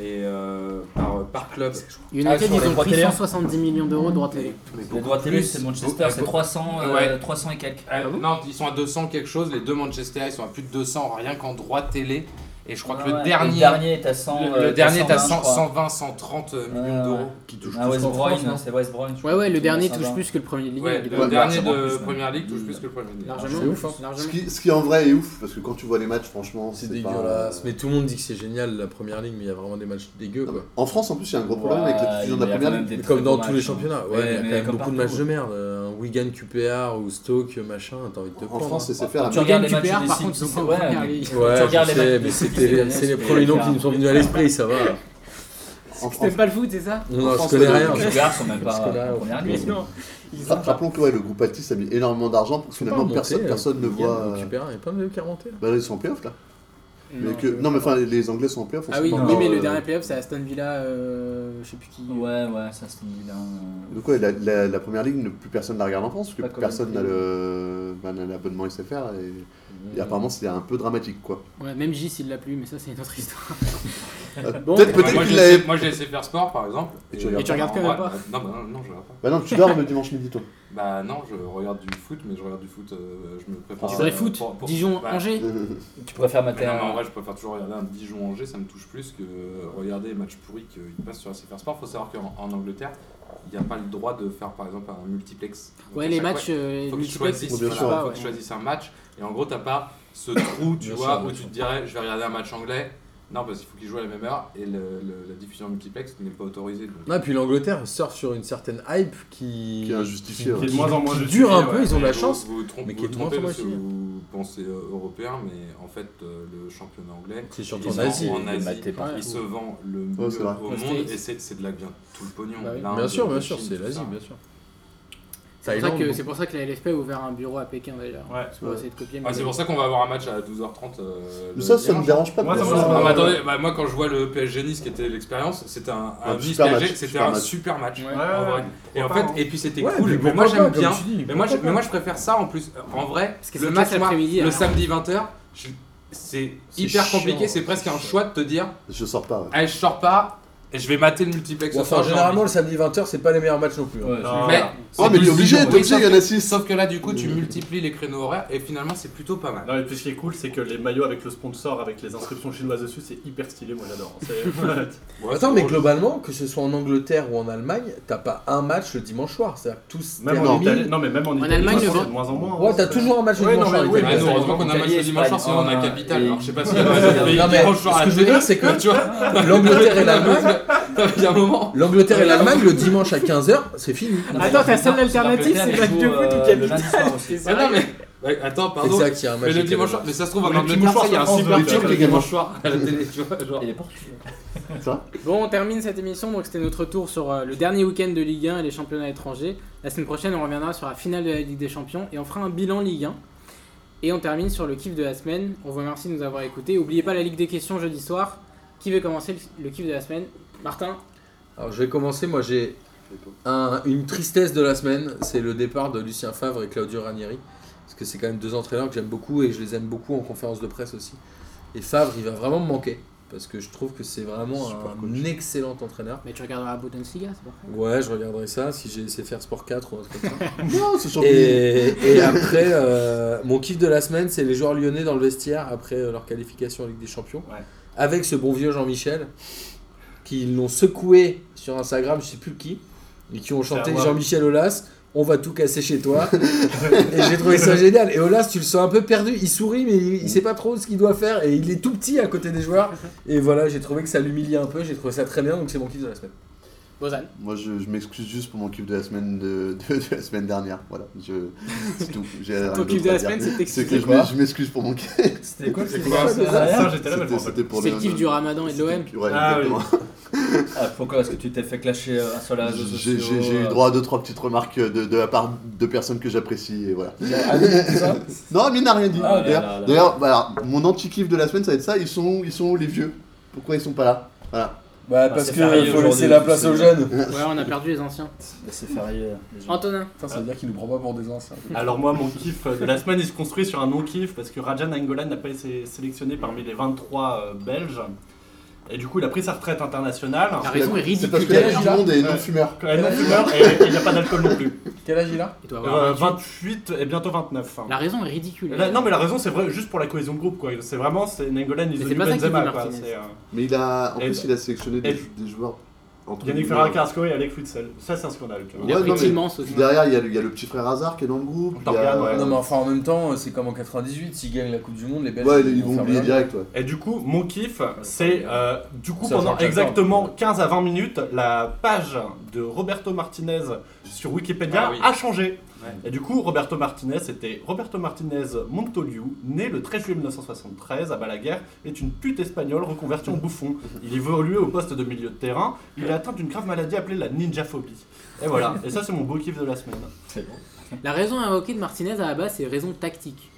et euh, par, par club. Ah, United, sur les ils ont droits pris télé. 170 millions d'euros de droits télé. Les droits télé, plus. c'est Manchester, Beaucoup- c'est 300, euh, Ouais. 300 et quelques. Euh, non, ils sont à 200 quelque chose. Les deux Manchester, ils sont à plus de 200 rien qu'en droit télé. Et je crois que le Ah Ouais, dernier, Le dernier est à 100. le, euh, le dernier est à 120, 100, je crois. 120, 130 millions ouais. d'euros qui touche Ah, West Brown, c'est West Brown. je Ouais, ouais, crois, le qui dernier est à touche 120. plus que le premier ligue. Ouais, il le doit- dernier ça de marche, ouais. Première League touche plus que le Premier League. Largement. C'est ouf, hein. largement. Ce qui, ce qui en vrai est ouf, parce que quand tu vois les matchs, franchement, C'est pas- dégueulasse. Mais tout le monde dit que c'est génial la première ligne, mais il y a vraiment des matchs dégueux Non, mais quoi. En France, en plus, il y a un gros problème avec la diffusion de Il y la a première quand même ligue. des très Comme dans bons tous les matchs, championnats, hein. ouais, il y a quand mais même comme beaucoup de matchs partout. hein. de merde. Un Wigan QPR ou Stoke, machin, t'as envie de te En prendre. France, c'est hein. se faire. Tu regardes les Gagne matchs du PR, des par Six- contre, ils sont pas en ouais, première mais- ligue. Ouais, Tu regardes je les sais, matchs de mais City, c'était- c'est c'est les bien, premiers c'est noms bien. qui nous sont venus à l'esprit, ça va. En- en- T'aimes pas le foot, c'est ça On n'en France, connaît c'est rien. Les Bulgares sont même pas Parce que là, en au première final, ligue. Non. Ils ont- Rappelons que ouais, le groupe Altis a mis énormément d'argent pour que finalement Pas personne, remonté, personne ne Wigan voit. ou euh, QPR, il est pas même 40 là. Bah là, ils sont en playoff là. Mais Non. que- euh, Non, mais enfin, les- les Anglais sont en playoff. on Ah sait oui, pas oui, encore, mais le euh, dernier playoff, c'est Aston Villa, euh, je sais plus qui. Ouais, ouais, ça c'est une Donc ouais, la, la- la première ligue, ne- plus personne la regarde en France, Pas parce que comme personne n'a les- Mmh. le- bah, n'a l'abonnement SFR, et, et apparemment c'est un peu dramatique quoi. Ouais, même J s'il l'a plu, mais ça c'est une autre histoire. Euh, Bon, peut-être Ouais, peut-être bah, moi, qu'il j'ai l'avait... essayé- moi, j'ai essayé de faire sport par exemple. Et tu regardes Et tu regardes quand quand même même pas. Non, bah, non, non, je regarde pas. Bah non, tu dors le dimanche midi toi. Bah non, je regarde du foot, mais je regarde du foot. euh, je me prépare. Tu euh, vrai foot pour- pour- Dijon, bah, Angers Tu préfères Mais mater Ah, non, mais en un. vrai, je préfère toujours regarder un Dijon-Angers, ça me touche plus que regarder les matchs pourris qu'ils passent sur SFR Sport. Faut savoir qu'en en Angleterre, il n'y a pas le droit de faire par exemple un multiplex. Donc, Ouais, à les chaque matchs euh, fois, les faut que tu multiplex, ils choisisses, se bien font sûr, voilà, pas, faut ouais. que tu choisisses un match et en gros, t'as pas ce trou, tu Bien vois, sûr, où bien tu sûr. te dirais je vais regarder un match anglais. Non, parce qu'il faut qu'ils jouent à la même heure et le- le- la diffusion en multiplex n'est pas autorisée. donc. Non, et puis l'Angleterre surfe sur une certaine hype qui, Qui est injustifiée, ouais. Qui est de moins en moins qui justifiée, dure un ouais. peu. Ils ont de la Vous- chance. Vous vous trompez, mais qui vous est de moins trompez en moins parce que cher. vous pensez euh, européen, mais en fait, euh, le championnat anglais, C'est surtout ils en sont Asie. en Asie, maté partout. il se vend le mieux Ouais, c'est vrai. au Aux monde States. et c'est c'est de là que vient tout le pognon. Bah oui. L'Inde, Bien sûr, bien la sûr, Chine, c'est tout l'Asie, ça. bien sûr. C'est pour ça Thaïlande, que- bon. C'est pour ça que la LFP a ouvert un bureau à Pékin d'ailleurs. Ouais. Parce qu'on va essayer de copier. Ah, c'est pour ça qu'on va avoir un match à 12h30. euh, Mais le ça, ça me dimanche. dérange pas. Moi, parce ça me que- Non, dérange mais pas. attendez, bah, moi quand je vois le PSG Nice qui était l'expérience, c'était un, Un Nice super PSG, match, c'était super un match. super match. Ouais. En vrai. Et en Pourquoi fait, pas, hein. et puis c'était Ouais, cool. mais Mais moi pourquoi j'aime pas, bien. comme tu dis, Mais moi, je, pourquoi mais pas. hein. moi je préfère ça en plus. En vrai, Parce que le c'est match pas cet après-midi, hein. le alors. samedi 20h, c'est C'est hyper chiant, compliqué. C'est c'est presque un chiant. choix de te dire, Je sors pas. ouais. ah, je sors pas et je vais mater le multiplex. Bon, ce soir, enfin, j'ai généralement, envie. le samedi 20h, c'est pas les meilleurs matchs non plus. hein. Ouais, Non. mais Ah, c'est Oh mais il est possible. obligé, Oui, t'es obligé, sauf il y en a 6. Sauf que là, du coup, tu multiplies les créneaux horaires et finalement, c'est plutôt pas mal. Non, et puis ce qui est cool, c'est que les maillots avec le sponsor, avec les inscriptions chinoises dessus, c'est hyper stylé, moi j'adore. hein. C'est- Attends, mais globalement, que ce soit en Angleterre ou en Allemagne, t'as pas un match le dimanche soir. C'est-à-dire que tous. même, en énorme. Italie, non, mais même en Italie, Allemagne, c'est le vent- de moins en moins. Ouais, hein, t'as c'est- toujours un match le Ouais, non, dimanche mais soir. oui, en Ah, Italie. nous, c'est- heureusement qu'on a un match le dimanche soir, sinon on a Espagne, capital. euh, Alors, je sais pas si et- Non, mais dimanche soir ce à que je veux dire, 16h, c'est que- tu vois. L'Angleterre et l'Allemagne. Il y a un moment. L'Angleterre et l'Allemagne, le dimanche à 15h, c'est fini. Attends, ta seule alternative, L'Angleterre, c'est elle le match joue, de foot euh, ou le capital. lundi soir aussi. Ah non, mais. ouais, Attends, pardon. Exact, il y a un match. Mais le qui dimanche est soir, mais ça se trouve en Les petits Angleterre, mouchoirs ça, il y a un sur France super deux, turc tu le vois. dimanche soir à la télé, tu vois. Genre. Et les Portugais. Bon, on termine cette émission. Donc, c'était notre tour sur euh, le dernier week-end de Ligue 1 et les championnats étrangers. La semaine prochaine, on reviendra sur la finale de la Ligue des Champions et on fera un bilan Ligue 1. Et on termine sur le kiff de la semaine. On vous remercie de nous avoir écoutés. N'oubliez pas la Ligue des questions jeudi soir. Qui veut commencer le- le kiff de la semaine Martin Alors je vais commencer, moi j'ai un- une tristesse de la semaine, c'est le départ de Lucien Favre et Claudio Ranieri, parce que c'est quand même deux entraîneurs que j'aime beaucoup et je les aime beaucoup en conférence de presse aussi. Et Favre, il va vraiment me manquer. parce que je trouve que c'est vraiment Super un coach. excellent entraîneur. Mais tu regarderas la Bundesliga, c'est parfait. Ouais, je regarderai ça si j'ai essayé de faire Sport 4 ou un truc comme ça. Non, c'est champion. Et, et après, euh, mon kiff de la semaine, c'est les joueurs lyonnais dans le vestiaire après euh, leur qualification en Ligue des Champions. Ouais. Avec ce bon vieux Jean-Michel, qui l'ont secoué sur Instagram, je sais plus qui, et qui ont chanté moi. Jean-Michel Aulas. On va tout casser chez toi. et j'ai trouvé ça génial. Et Aulas, tu le sens un peu perdu. Il sourit, mais il, il sait pas trop ce qu'il doit faire. Et il est tout petit à côté des joueurs. Et voilà, j'ai trouvé que ça l'humiliait un peu. J'ai trouvé ça très bien. Donc c'est mon kiff de la semaine. Bozan. Moi, je, je m'excuse juste pour mon kiff de la semaine, de, de- de la semaine dernière. Voilà, je, c'est tout. J'ai rien Ton d'autre kiff de à la dire. semaine, c'est t'excuser. C'est que je m'ex- je m'excuse pour mon kiff. C'était quoi C'est cette quoi histoire Bah, ça, derrière ça, j'étais là, mais je C'était m'en rappelle c'était pour C'est le les- kiff du ramadan et de l'OM. Ouais, Ah oui. exactement. Ah, Pourquoi est-ce que tu t'es fait clasher euh, sur les réseaux J'ai- sociaux J'ai j'ai eu euh, droit à deux, trois petites remarques de, de la part de personnes que j'apprécie. Et voilà. Ah ça Non, Amine n'a rien dit. Ah là D'ailleurs- là là. D'ailleurs, voilà, mon anti-kiff de la semaine, ça va être ça. Ils sont où, ils sont où les vieux Pourquoi ils sont pas là Voilà. Bah, Ah, parce c'est que férié faut laisser aujourd'hui, la place c'est- aux jeunes. Ouais, on a perdu les anciens. Mais C'est férié. les gens. Antonin. Putain, ça veut dire qu'il nous prend pas pour des anciens. Alors moi, mon kiff de la semaine, il se construit sur un non-kiff parce que Rajan Angolan n'a pas été sélectionné parmi les 23 euh, Belges. Et du coup, il a pris sa retraite internationale. La raison est C'est ridicule. parce que Quel la âge tout il a le monde est Ouais. non-fumeur. Quand même, non fumeur et et il n'y a pas d'alcool non plus. Quel âge il a Il doit avoir un Euh, kiff. 28 et bientôt 29. hein. La raison est ridicule. Là, non mais la raison c'est vrai juste pour la cohésion de groupe quoi. C'est vraiment c'est Nengolan c'est ils ont pas ça qui Benzema dit quoi. Martinez. C'est, euh, Mais il a, en Et- plus, il a sélectionné et- des, des joueurs. entre Yannick guillemets. Ferrar Carrasco et Alec Futsal. Ça c'est un scandale. tu vois. Il a Ouais, pris non, mais- Tillmans aussi. Puis derrière, il y, a le- il y a le petit frère Hazard qui est dans le groupe. il y a- Torgan, ouais. Non, mais enfin, en même temps, euh, c'est comme en 98, s'ils gagnent la Coupe du Monde, les Belges. Ouais, ils vont faire oublier bien. direct. Ouais. Et du coup, mon kiff, c'est euh, du coup Ça, pendant j'en ai exactement encore. 15 à 20 minutes, la page de Roberto Martinez sur Wikipédia Ah oui. a changé. Ouais. Et du coup, Roberto Martinez, c'était Roberto Martinez Montoliu, né le 13 juillet 1973 à Balaguer, est une pute espagnole reconvertie en bouffon. Il évoluait au poste de milieu de terrain. Il est atteint d'une grave maladie appelée la ninjaphobie. Et voilà. Et ça, c'est mon beau kiff de la semaine. C'est bon. La raison invoquée de Martinez à la base, c'est raison tactique.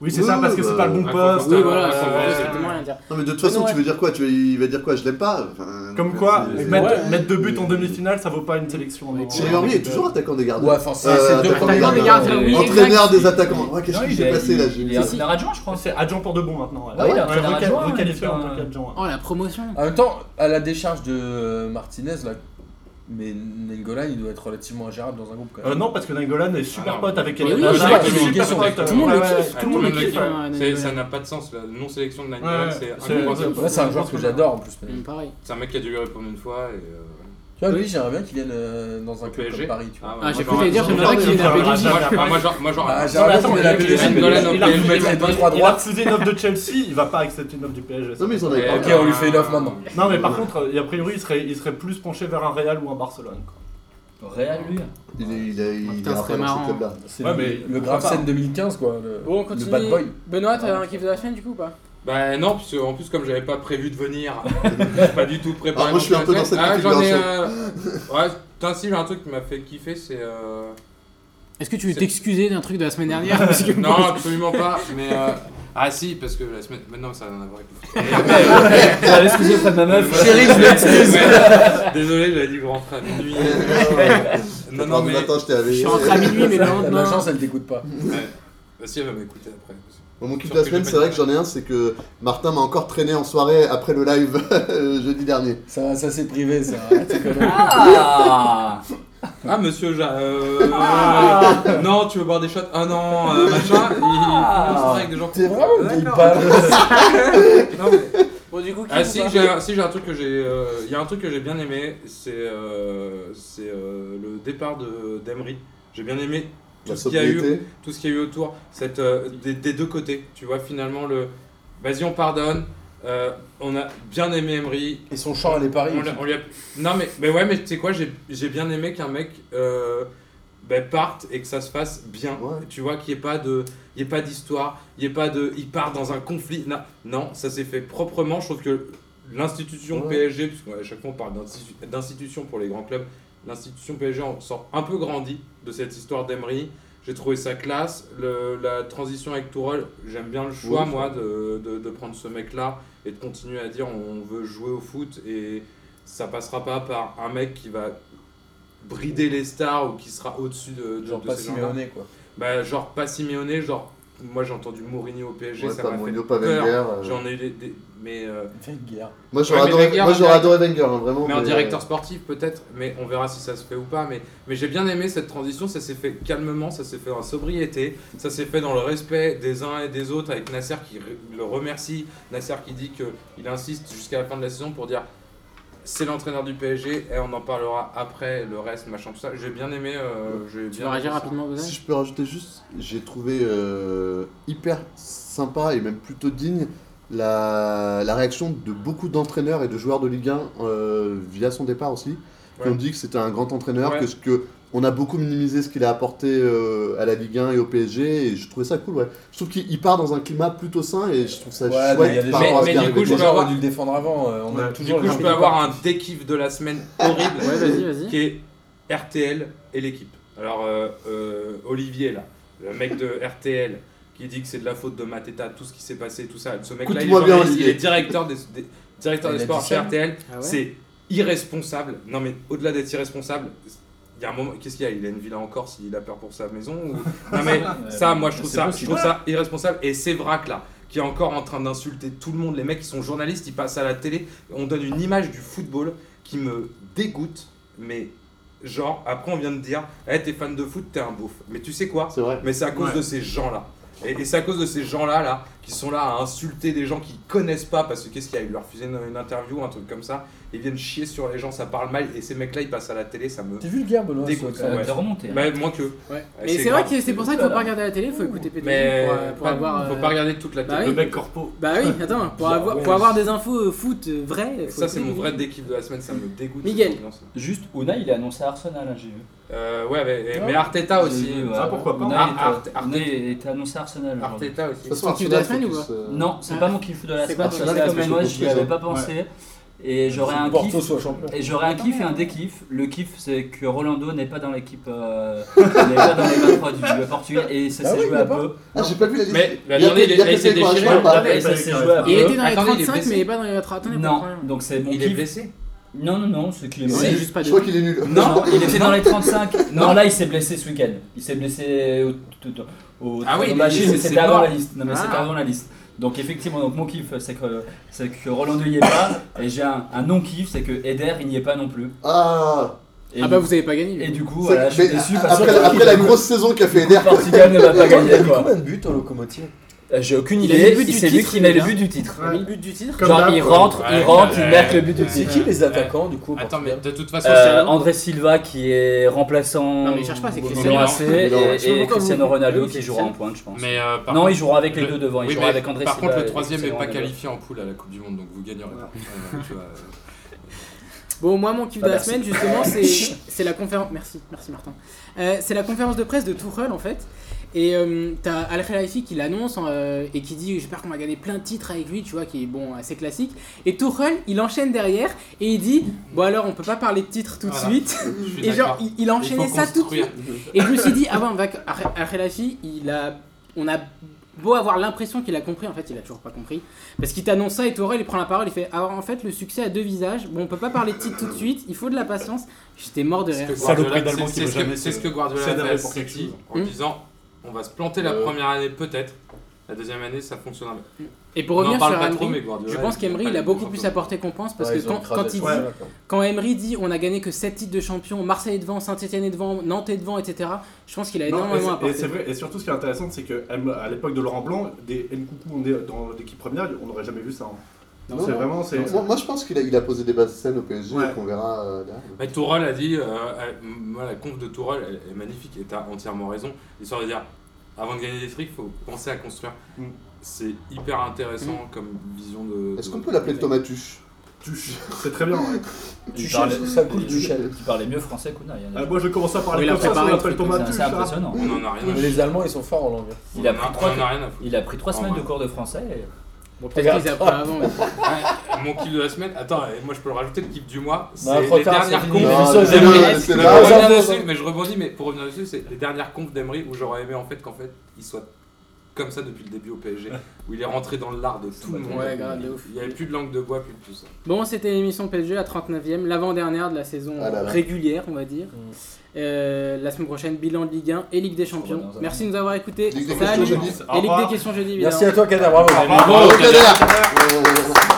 Oui, c'est Oui, ça, parce que bah, c'est pas le bon ouais, poste. faut- Oui, Euh, voilà, ouais, ça ouais, veut ouais. exactement rien dire. Non, mais de toute façon, Mais tu veux dire quoi tu veux, Il va dire quoi Je l'aime pas Enfin, Comme quoi, c'est- mettre, Ouais. mettre deux buts en demi-finale, ça vaut pas une sélection. en- Thierry Henry est toujours attaquant des gardiens. Ouais, enfin, c'est Euh, c'est deux attaquant premiers des gardiens. gardiens, gardiens, oui, oui, Entraîneur exact. des attaquants. Ouais, qu'est-ce Non, qui il s'est est- passé là Il j'ai- est entraîneur adjoint, je crois. C'est adjoint pour deux bons maintenant. Ah ouais, il a ouais, fait un requal- adjoint, requalifié il a fait en un- tant qu'adjoint. Oh, la promotion. En même temps, à la décharge de euh, Martinez, là, mais Nengolan, il doit être relativement ingérable dans un groupe quand Euh, même. non, parce que Nangolan est super Ah, non. pote avec Mais oui, Eden Hazard, c'est il est une super question. pote. Tout le monde le Ouais, ouais, kiffe, Tout le monde le le kiffe. kiffe, hein. Ouais, C'est- ouais. Ça n'a pas de sens, la non-sélection de Nani Ouais, c'est ouais, c'est- incompréhensible. Là, c'est un joueur que j'adore en plus. mais- Mm. Hum, pareil. C'est un mec qui a dû lui répondre une fois et. euh, Tu vois, lui, j'aimerais bien qu'il vienne euh, dans un Au club PSG. comme Paris, tu vois. ouais, Ah, j'ai moi, cru dire, j'aurais- j'aimerais bien qu'il ait la j'aurais- Belgique. Ah, Moi, j'aurais- moi, j'aurais- moi, j'aurais- Ah, Non, mais j'aimerais bien attends, qu'il il ait a- la il a- PDG, Angolan il a- au il a- il a- PSG, mettrait il a- deux, trois Il a droites. refusé une offre de Chelsea, il va pas accepter une offre du PSG. ça. Non, mais ils en Eh avaient Ok, ben, pas. on lui fait une offre maintenant. Non, mais par contre, euh, a priori, il serait, il serait plus penché vers un Real ou un Barcelone. quoi. Réal, lui. Il est- il est- il putain, est ce serait rentré dans marrant. ce club-là. C'est Ouais, le- mais le grave scène 2015, quoi. Le, oh, Bon, on le continue. bad boy. Benoît, t'as un kiff de la semaine du coup ou pas Bah non, parce que, en plus comme j'avais pas prévu de venir, j'ai pas du tout préparé. Ah, moi, je suis un peu dans cette Ah, j'en ai, configuration. euh, Ouais, putain, si j'ai un truc qui m'a fait kiffer, c'est. euh, Est-ce que tu veux C'est- t'excuser d'un truc de la semaine dernière Parce que Non, absolument pas. Mais euh, ah si, parce que la semaine. Mais non, ça n'a rien à voir avec Allez, excusez auprès de ma meuf. Chérie, je m'excuse. Désolé, j'avais dit que je rentrais à minuit. Non, non, mais. Attends, je t'ai je avisé. suis rentré à minuit, mais maintenant. La ma chance, elle t'écoute pas. Ouais. Bah si, elle va m'écouter après. Bon, mon kiff Sauf de la que semaine, j'ai c'est pas vrai dit que j'en ai un, c'est que Martin m'a encore traîné en soirée après le live jeudi dernier. Ça, ça c'est privé, ça. C'est connu. Ah Ah, monsieur, j'a- euh, Non, tu veux boire des shots Ah non, euh, machin. Il- Il il- avec des gens. T'es vraiment une D'accord. balle. Non, mais- Bon, du coup, Ah si j'ai si j'ai un truc que j'ai euh, il y a un truc que j'ai bien aimé c'est euh, c'est euh, le départ de d'Emery j'ai bien aimé tout La ce qu'il y a eu sobriété. tout ce qu'il y a eu autour cette euh, des, des deux côtés tu vois finalement le vas-y on pardonne Euh, on a bien aimé Emery Et son chant, elle est Paris. on l'a- on lui a- non mais mais ouais mais tu sais quoi j'ai j'ai bien aimé qu'un mec euh, ben, parte et que ça se fasse bien Ouais. tu vois qu'il n'y ait pas de il y ait pas d'histoire il y ait pas de il part dans un conflit non, non ça s'est fait proprement je trouve que l'institution Ouais. PSG puisqu'à chaque fois on parle d'institu- d'institution pour les grands clubs l'institution PSG en sort un peu grandi de cette histoire d'Emery j'ai trouvé sa classe Le- la transition avec Tourelle j'aime bien le choix Ouais. moi de, de- de prendre ce mec là et de continuer à dire on veut jouer au foot et ça passera pas par un mec qui va brider les stars ou qui sera au-dessus de, de- Genre de pas ces gens-là. Simeone, quoi. Bah, genre pas Simeone, genre moi j'ai entendu Mourinho au PSG, Ouais, ça pas m'a fait Mourinho, pas peur. Wenger, euh. J'en ai eu des, des- mais euh, Wenger. Moi, j'aurais Ouais, mais adoré, Wenger, moi, en j'aurais direct- adoré Wenger, hein, vraiment. mais en mais, directeur euh, sportif peut-être, mais on verra si ça se fait ou pas. Mais, mais j'ai bien aimé cette transition, ça s'est fait calmement, ça s'est fait en sobriété, ça s'est fait dans le respect des uns et des autres, avec Nasser qui re- le remercie, Nasser qui dit qu'il insiste jusqu'à la fin de la saison pour dire c'est l'entraîneur du PSG, et on en parlera après, le reste, machin, tout ça. J'ai bien aimé. euh, Tu j'ai bien veux aimé réagir ça. rapidement, Godin Si je peux rajouter juste, j'ai trouvé euh, hyper sympa et même plutôt digne la, la réaction de beaucoup d'entraîneurs et de joueurs de Ligue 1 euh, via son départ aussi. Qui Ouais. ont dit que c'était un grand entraîneur, Ouais. que, ce que on a beaucoup minimisé ce qu'il a apporté euh, à la Ligue 1 et au PSG. Et je trouvais ça cool, ouais. Je trouve qu'il il part dans un climat plutôt sain et je trouve ça Ouais, mais il y a chouette des par gens- rapport à ce qui mais du arrive avec coup, Les les je peux gens. gens avoir- auraient dû le défendre avant. euh, On a Ouais. Du toujours coup, le je peux avoir un dékiff de la semaine horrible. Ouais, vas-y, vas-y. qui est RTL et l'équipe. Alors, euh, euh, Olivier, là, le mec de RTL, qui dit que c'est de la faute de Mateta, tout ce qui s'est passé, tout ça. Ce mec-là, il, est Écoute-moi bien, journaliste, il Olivier. est directeur des, des- directeur Il des a sports dit chez ça RTL. Ah ouais C'est irresponsable. Non, mais au-delà d'être irresponsable, il y a un moment. Qu'est-ce qu'il y a Il a une villa en Corse, il a peur pour sa maison ou- Non, mais ça, moi, je trouve C'est ça, je possible. trouve ça irresponsable. Et ces vrac là qui est encore en train d'insulter tout le monde. Les mecs qui sont journalistes, ils passent à la télé. On donne une image du football qui me dégoûte. Mais genre, après on vient de dire, Eh, t'es fan de foot, t'es un bouffe. Mais tu sais quoi C'est vrai. Mais c'est à cause Ouais. de ces gens-là. Et, et c'est à cause de ces gens-là là, qui sont là à insulter des gens qu'ils connaissent pas parce que qu'est-ce qu'il y a Ils leur faisaient une, une interview, un truc comme ça. Ils viennent chier sur les gens, ça parle mal. Et ces mecs-là, ils passent à la télé, ça me. T'es vulgaire, Benoît. Dégoût, sur- quand même. Ça va remonter. hein. Bah, moins que. Ouais. Et Mais c'est c'est vrai grave. que c'est pour ça qu'il faut pas regarder la télé, faut écouter PTG Mais pour, euh, pour pas- avoir. faut euh, pas regarder toute la bah télé. Le mec corpo. Bah oui, attends, pour, Bien, avoir, ouais. pour avoir des infos euh, foot euh, vraies. Et faut Ça, c'est écouter mon vrai PTG. déquipe de la semaine, ça me dégoûte. Miguel. cette ambiance. Juste, Una, il est annoncé à Arsenal, hein, j'ai vu. Euh, ouais, mais, mais Arteta Ah, aussi. J'ai vu, ça, ouais. pourquoi pas. Unai Ar- est- Arte- Arte- Unai est annoncé à Arsenal. aujourd'hui. Arteta aussi. Ça se passe Tu sur l'as la fait, semaine ou Non, c'est Ah. pas mon kiff de la C'est semaine, pas parce Arsenal, que c'est moi, beaucoup j'y plus, avais hein. pas pensé. Et j'aurais un Porto kiff. soit champion. Et j'aurais un kiff et un dékiff. Le kiff, c'est que Rolando n'est pas dans l'équipe. euh, n'est pas dans les 23 du du Portugal et ça Ah s'est oui, il joué est à pas. peu. Ah, j'ai pas vu la liste. Mais la Il y a journée, que- il il y a est- que il s'est celle qu'on a déchiré. joué, on parle. Et ça s'est joué à Il peu. était dans les Attendez, il est 35, Euh, mais blessé. pas dans les 30. Non, donc c'est mon Il est kiff. blessé. Non, non, non, ce qui est C'est blessé. juste pas Je de. crois qu'il est nul. Non, il était dans les 35. Non, là, il s'est blessé ce week-end. Il s'est blessé au, au, au Ah oui, au machine, il- mais c'est- c'était c'est avant mort. la liste. Non, mais Ah. c'était avant la liste. Donc, effectivement, donc, mon kiff, c'est que, c'est que Rolando n'y est pas. Et j'ai un, un non-kiff, c'est que Eder, il n'y est pas non plus. Ah Et, Ah bah vous avez pas gagné. et lui. du coup, C'est- voilà, je suis mais déçu parce Après, que après la grosse saison qu'a fait Eder, le Portugal ne va pas gagner. quoi. de buts au locomotive Euh, J'ai aucune Il a mis le idée. but du C'est lui titre, qui met il le a- but du titre. Il a mis le but du titre. Comme Genre, d'hab, il quoi. rentre, il Ouais, rentre, il ouais. marque le but du titre. qui les attaquants du coup au Attends, mais Portugal de toute façon, Euh, c'est- André Silva qui est remplaçant. Non, mais cherche pas, c'est au Cristiano. Milan AC, Milan. et- Je sais pas et pourquoi Cristiano vous- Ronaldo Oui, qui c'est jouera ça. en pointe, je pense. Mais, euh, par Non, contre- ils joueront avec les le- deux devant. Ils oui, joueront mais avec André Par Silva contre, le et troisième n'est Cristiano pas Ronaldo. qualifié en poule à la Coupe du Monde, donc vous gagnerez pas. Euh, tu vois, euh, Bon, moi, mon kiff de Ah, la merci. semaine, justement, c'est c'est la conférence. Merci, merci Martin. Euh, c'est la conférence de presse de Tourelle, en fait. Et euh, t'as Al Khelaifi qui l'annonce euh, et qui dit J'espère qu'on va gagner plein de titres avec lui, tu vois, qui est bon, assez classique. Et Tourelle, il enchaîne derrière et il dit Bon, alors, on peut pas parler de titres tout de Voilà. suite. je suis Et genre, d'accord. il, il Il faut enchaînait ça tout de construire. suite. Et je me suis dit, ah ouais, on va- après la fille, il a, on a beau avoir l'impression qu'il a compris, en fait, il a toujours pas compris. Parce qu'il t'annonce ça et Tourelle, il prend la parole, il fait, alors en fait, le succès a deux visages. Bon, on peut pas parler de titre tout de suite, il faut de la patience. J'étais mort de rire. Parce que Saloperie Guardiola- d'Allemand qui c'est- veut c'est ce que- jamais C'est se- ce que Guardiola a céder fait à pour quelque City chose. en Hmm. disant on va se planter la Euh. première année peut-être. La deuxième année, ça fonctionnera. Et pour On revenir en parle sur pas trop, mais Emery, Guardiola. je pense qu'Emery, il a beaucoup plus apporté qu'on pense parce que quand, quand il dit, quand Emery dit, on a gagné que 7 titres de champion, Marseille est devant, Saint-Etienne est devant, Nantes est devant, etc. Je pense qu'il a Non, et énormément c'est- et c'est apporté. vrai, et surtout ce qui est intéressant, c'est que M- à l'époque de Laurent Blanc, des Nkoukou on est dans l'équipe première, on n'aurait jamais vu ça. hein. Non, C'est non. vraiment, c'est. Moi, moi, je pense qu'il a, il a posé des bases saines au PSG Ouais. et qu'on verra euh, derrière. Mais Tourelle a dit, euh, euh, moi la conf de Tourelle elle est magnifique et t'as entièrement raison. L'histoire de dire, avant de gagner des frics, faut penser à construire. Mm. C'est hyper intéressant comme vision de. Est-ce de- qu'on peut l'appeler Tomatuche Tuche. C'est très bien. ouais. Il Tuchel, parlait- ça coûte il- Tuchel. Qui parlait mieux français qu'Una. il y en a Ah, déjà. moi, je commence à parler Oui, comme il a ça, ça préparé le m'appelle truc, Thomas C'est- Tuche. C'est là. impressionnant. On en a rien. à Les Allemands ils sont forts en langue. Il a On en pris trois on en a rien à foutre. Il a pris trois En semaines de vrai. cours de français. et- Bon, peut-être qu'ils apprennent avant. mais- Ouais, Ah, Mon kiff de la semaine, attends, et moi je peux le rajouter, le kiff du mois, Non, c'est trop les tard, dernières c'est confs. fini. Non, mais ça, c'est j'aime là, bien. c'est Je là. Ah, reviens j'avoue, dessus, ça. mais je rebondis, mais pour revenir dessus, c'est les dernières confs d'Emery où j'aurais aimé en fait qu'en fait il soit comme ça depuis le début au PSG, où il est rentré dans l'art de tout le monde. Ouais, grave, de ouf. Il n'y avait plus de langue de bois, plus de tout ça. Bon, c'était l'émission PSG, la 39e, l'avant-dernière de la saison Ah là là. régulière, on va dire. Mm. Euh, la semaine prochaine, bilan de Ligue 1 et Ligue des revoit Champions. dans un Merci de nous avoir écoutés. Ligue des Salut. questions jeudi. Et Au Ligue revoir. des questions jeudi, évidemment. Merci à toi, Kader, bravo. Bravo, Kader. Ouais, ouais, ouais, ouais.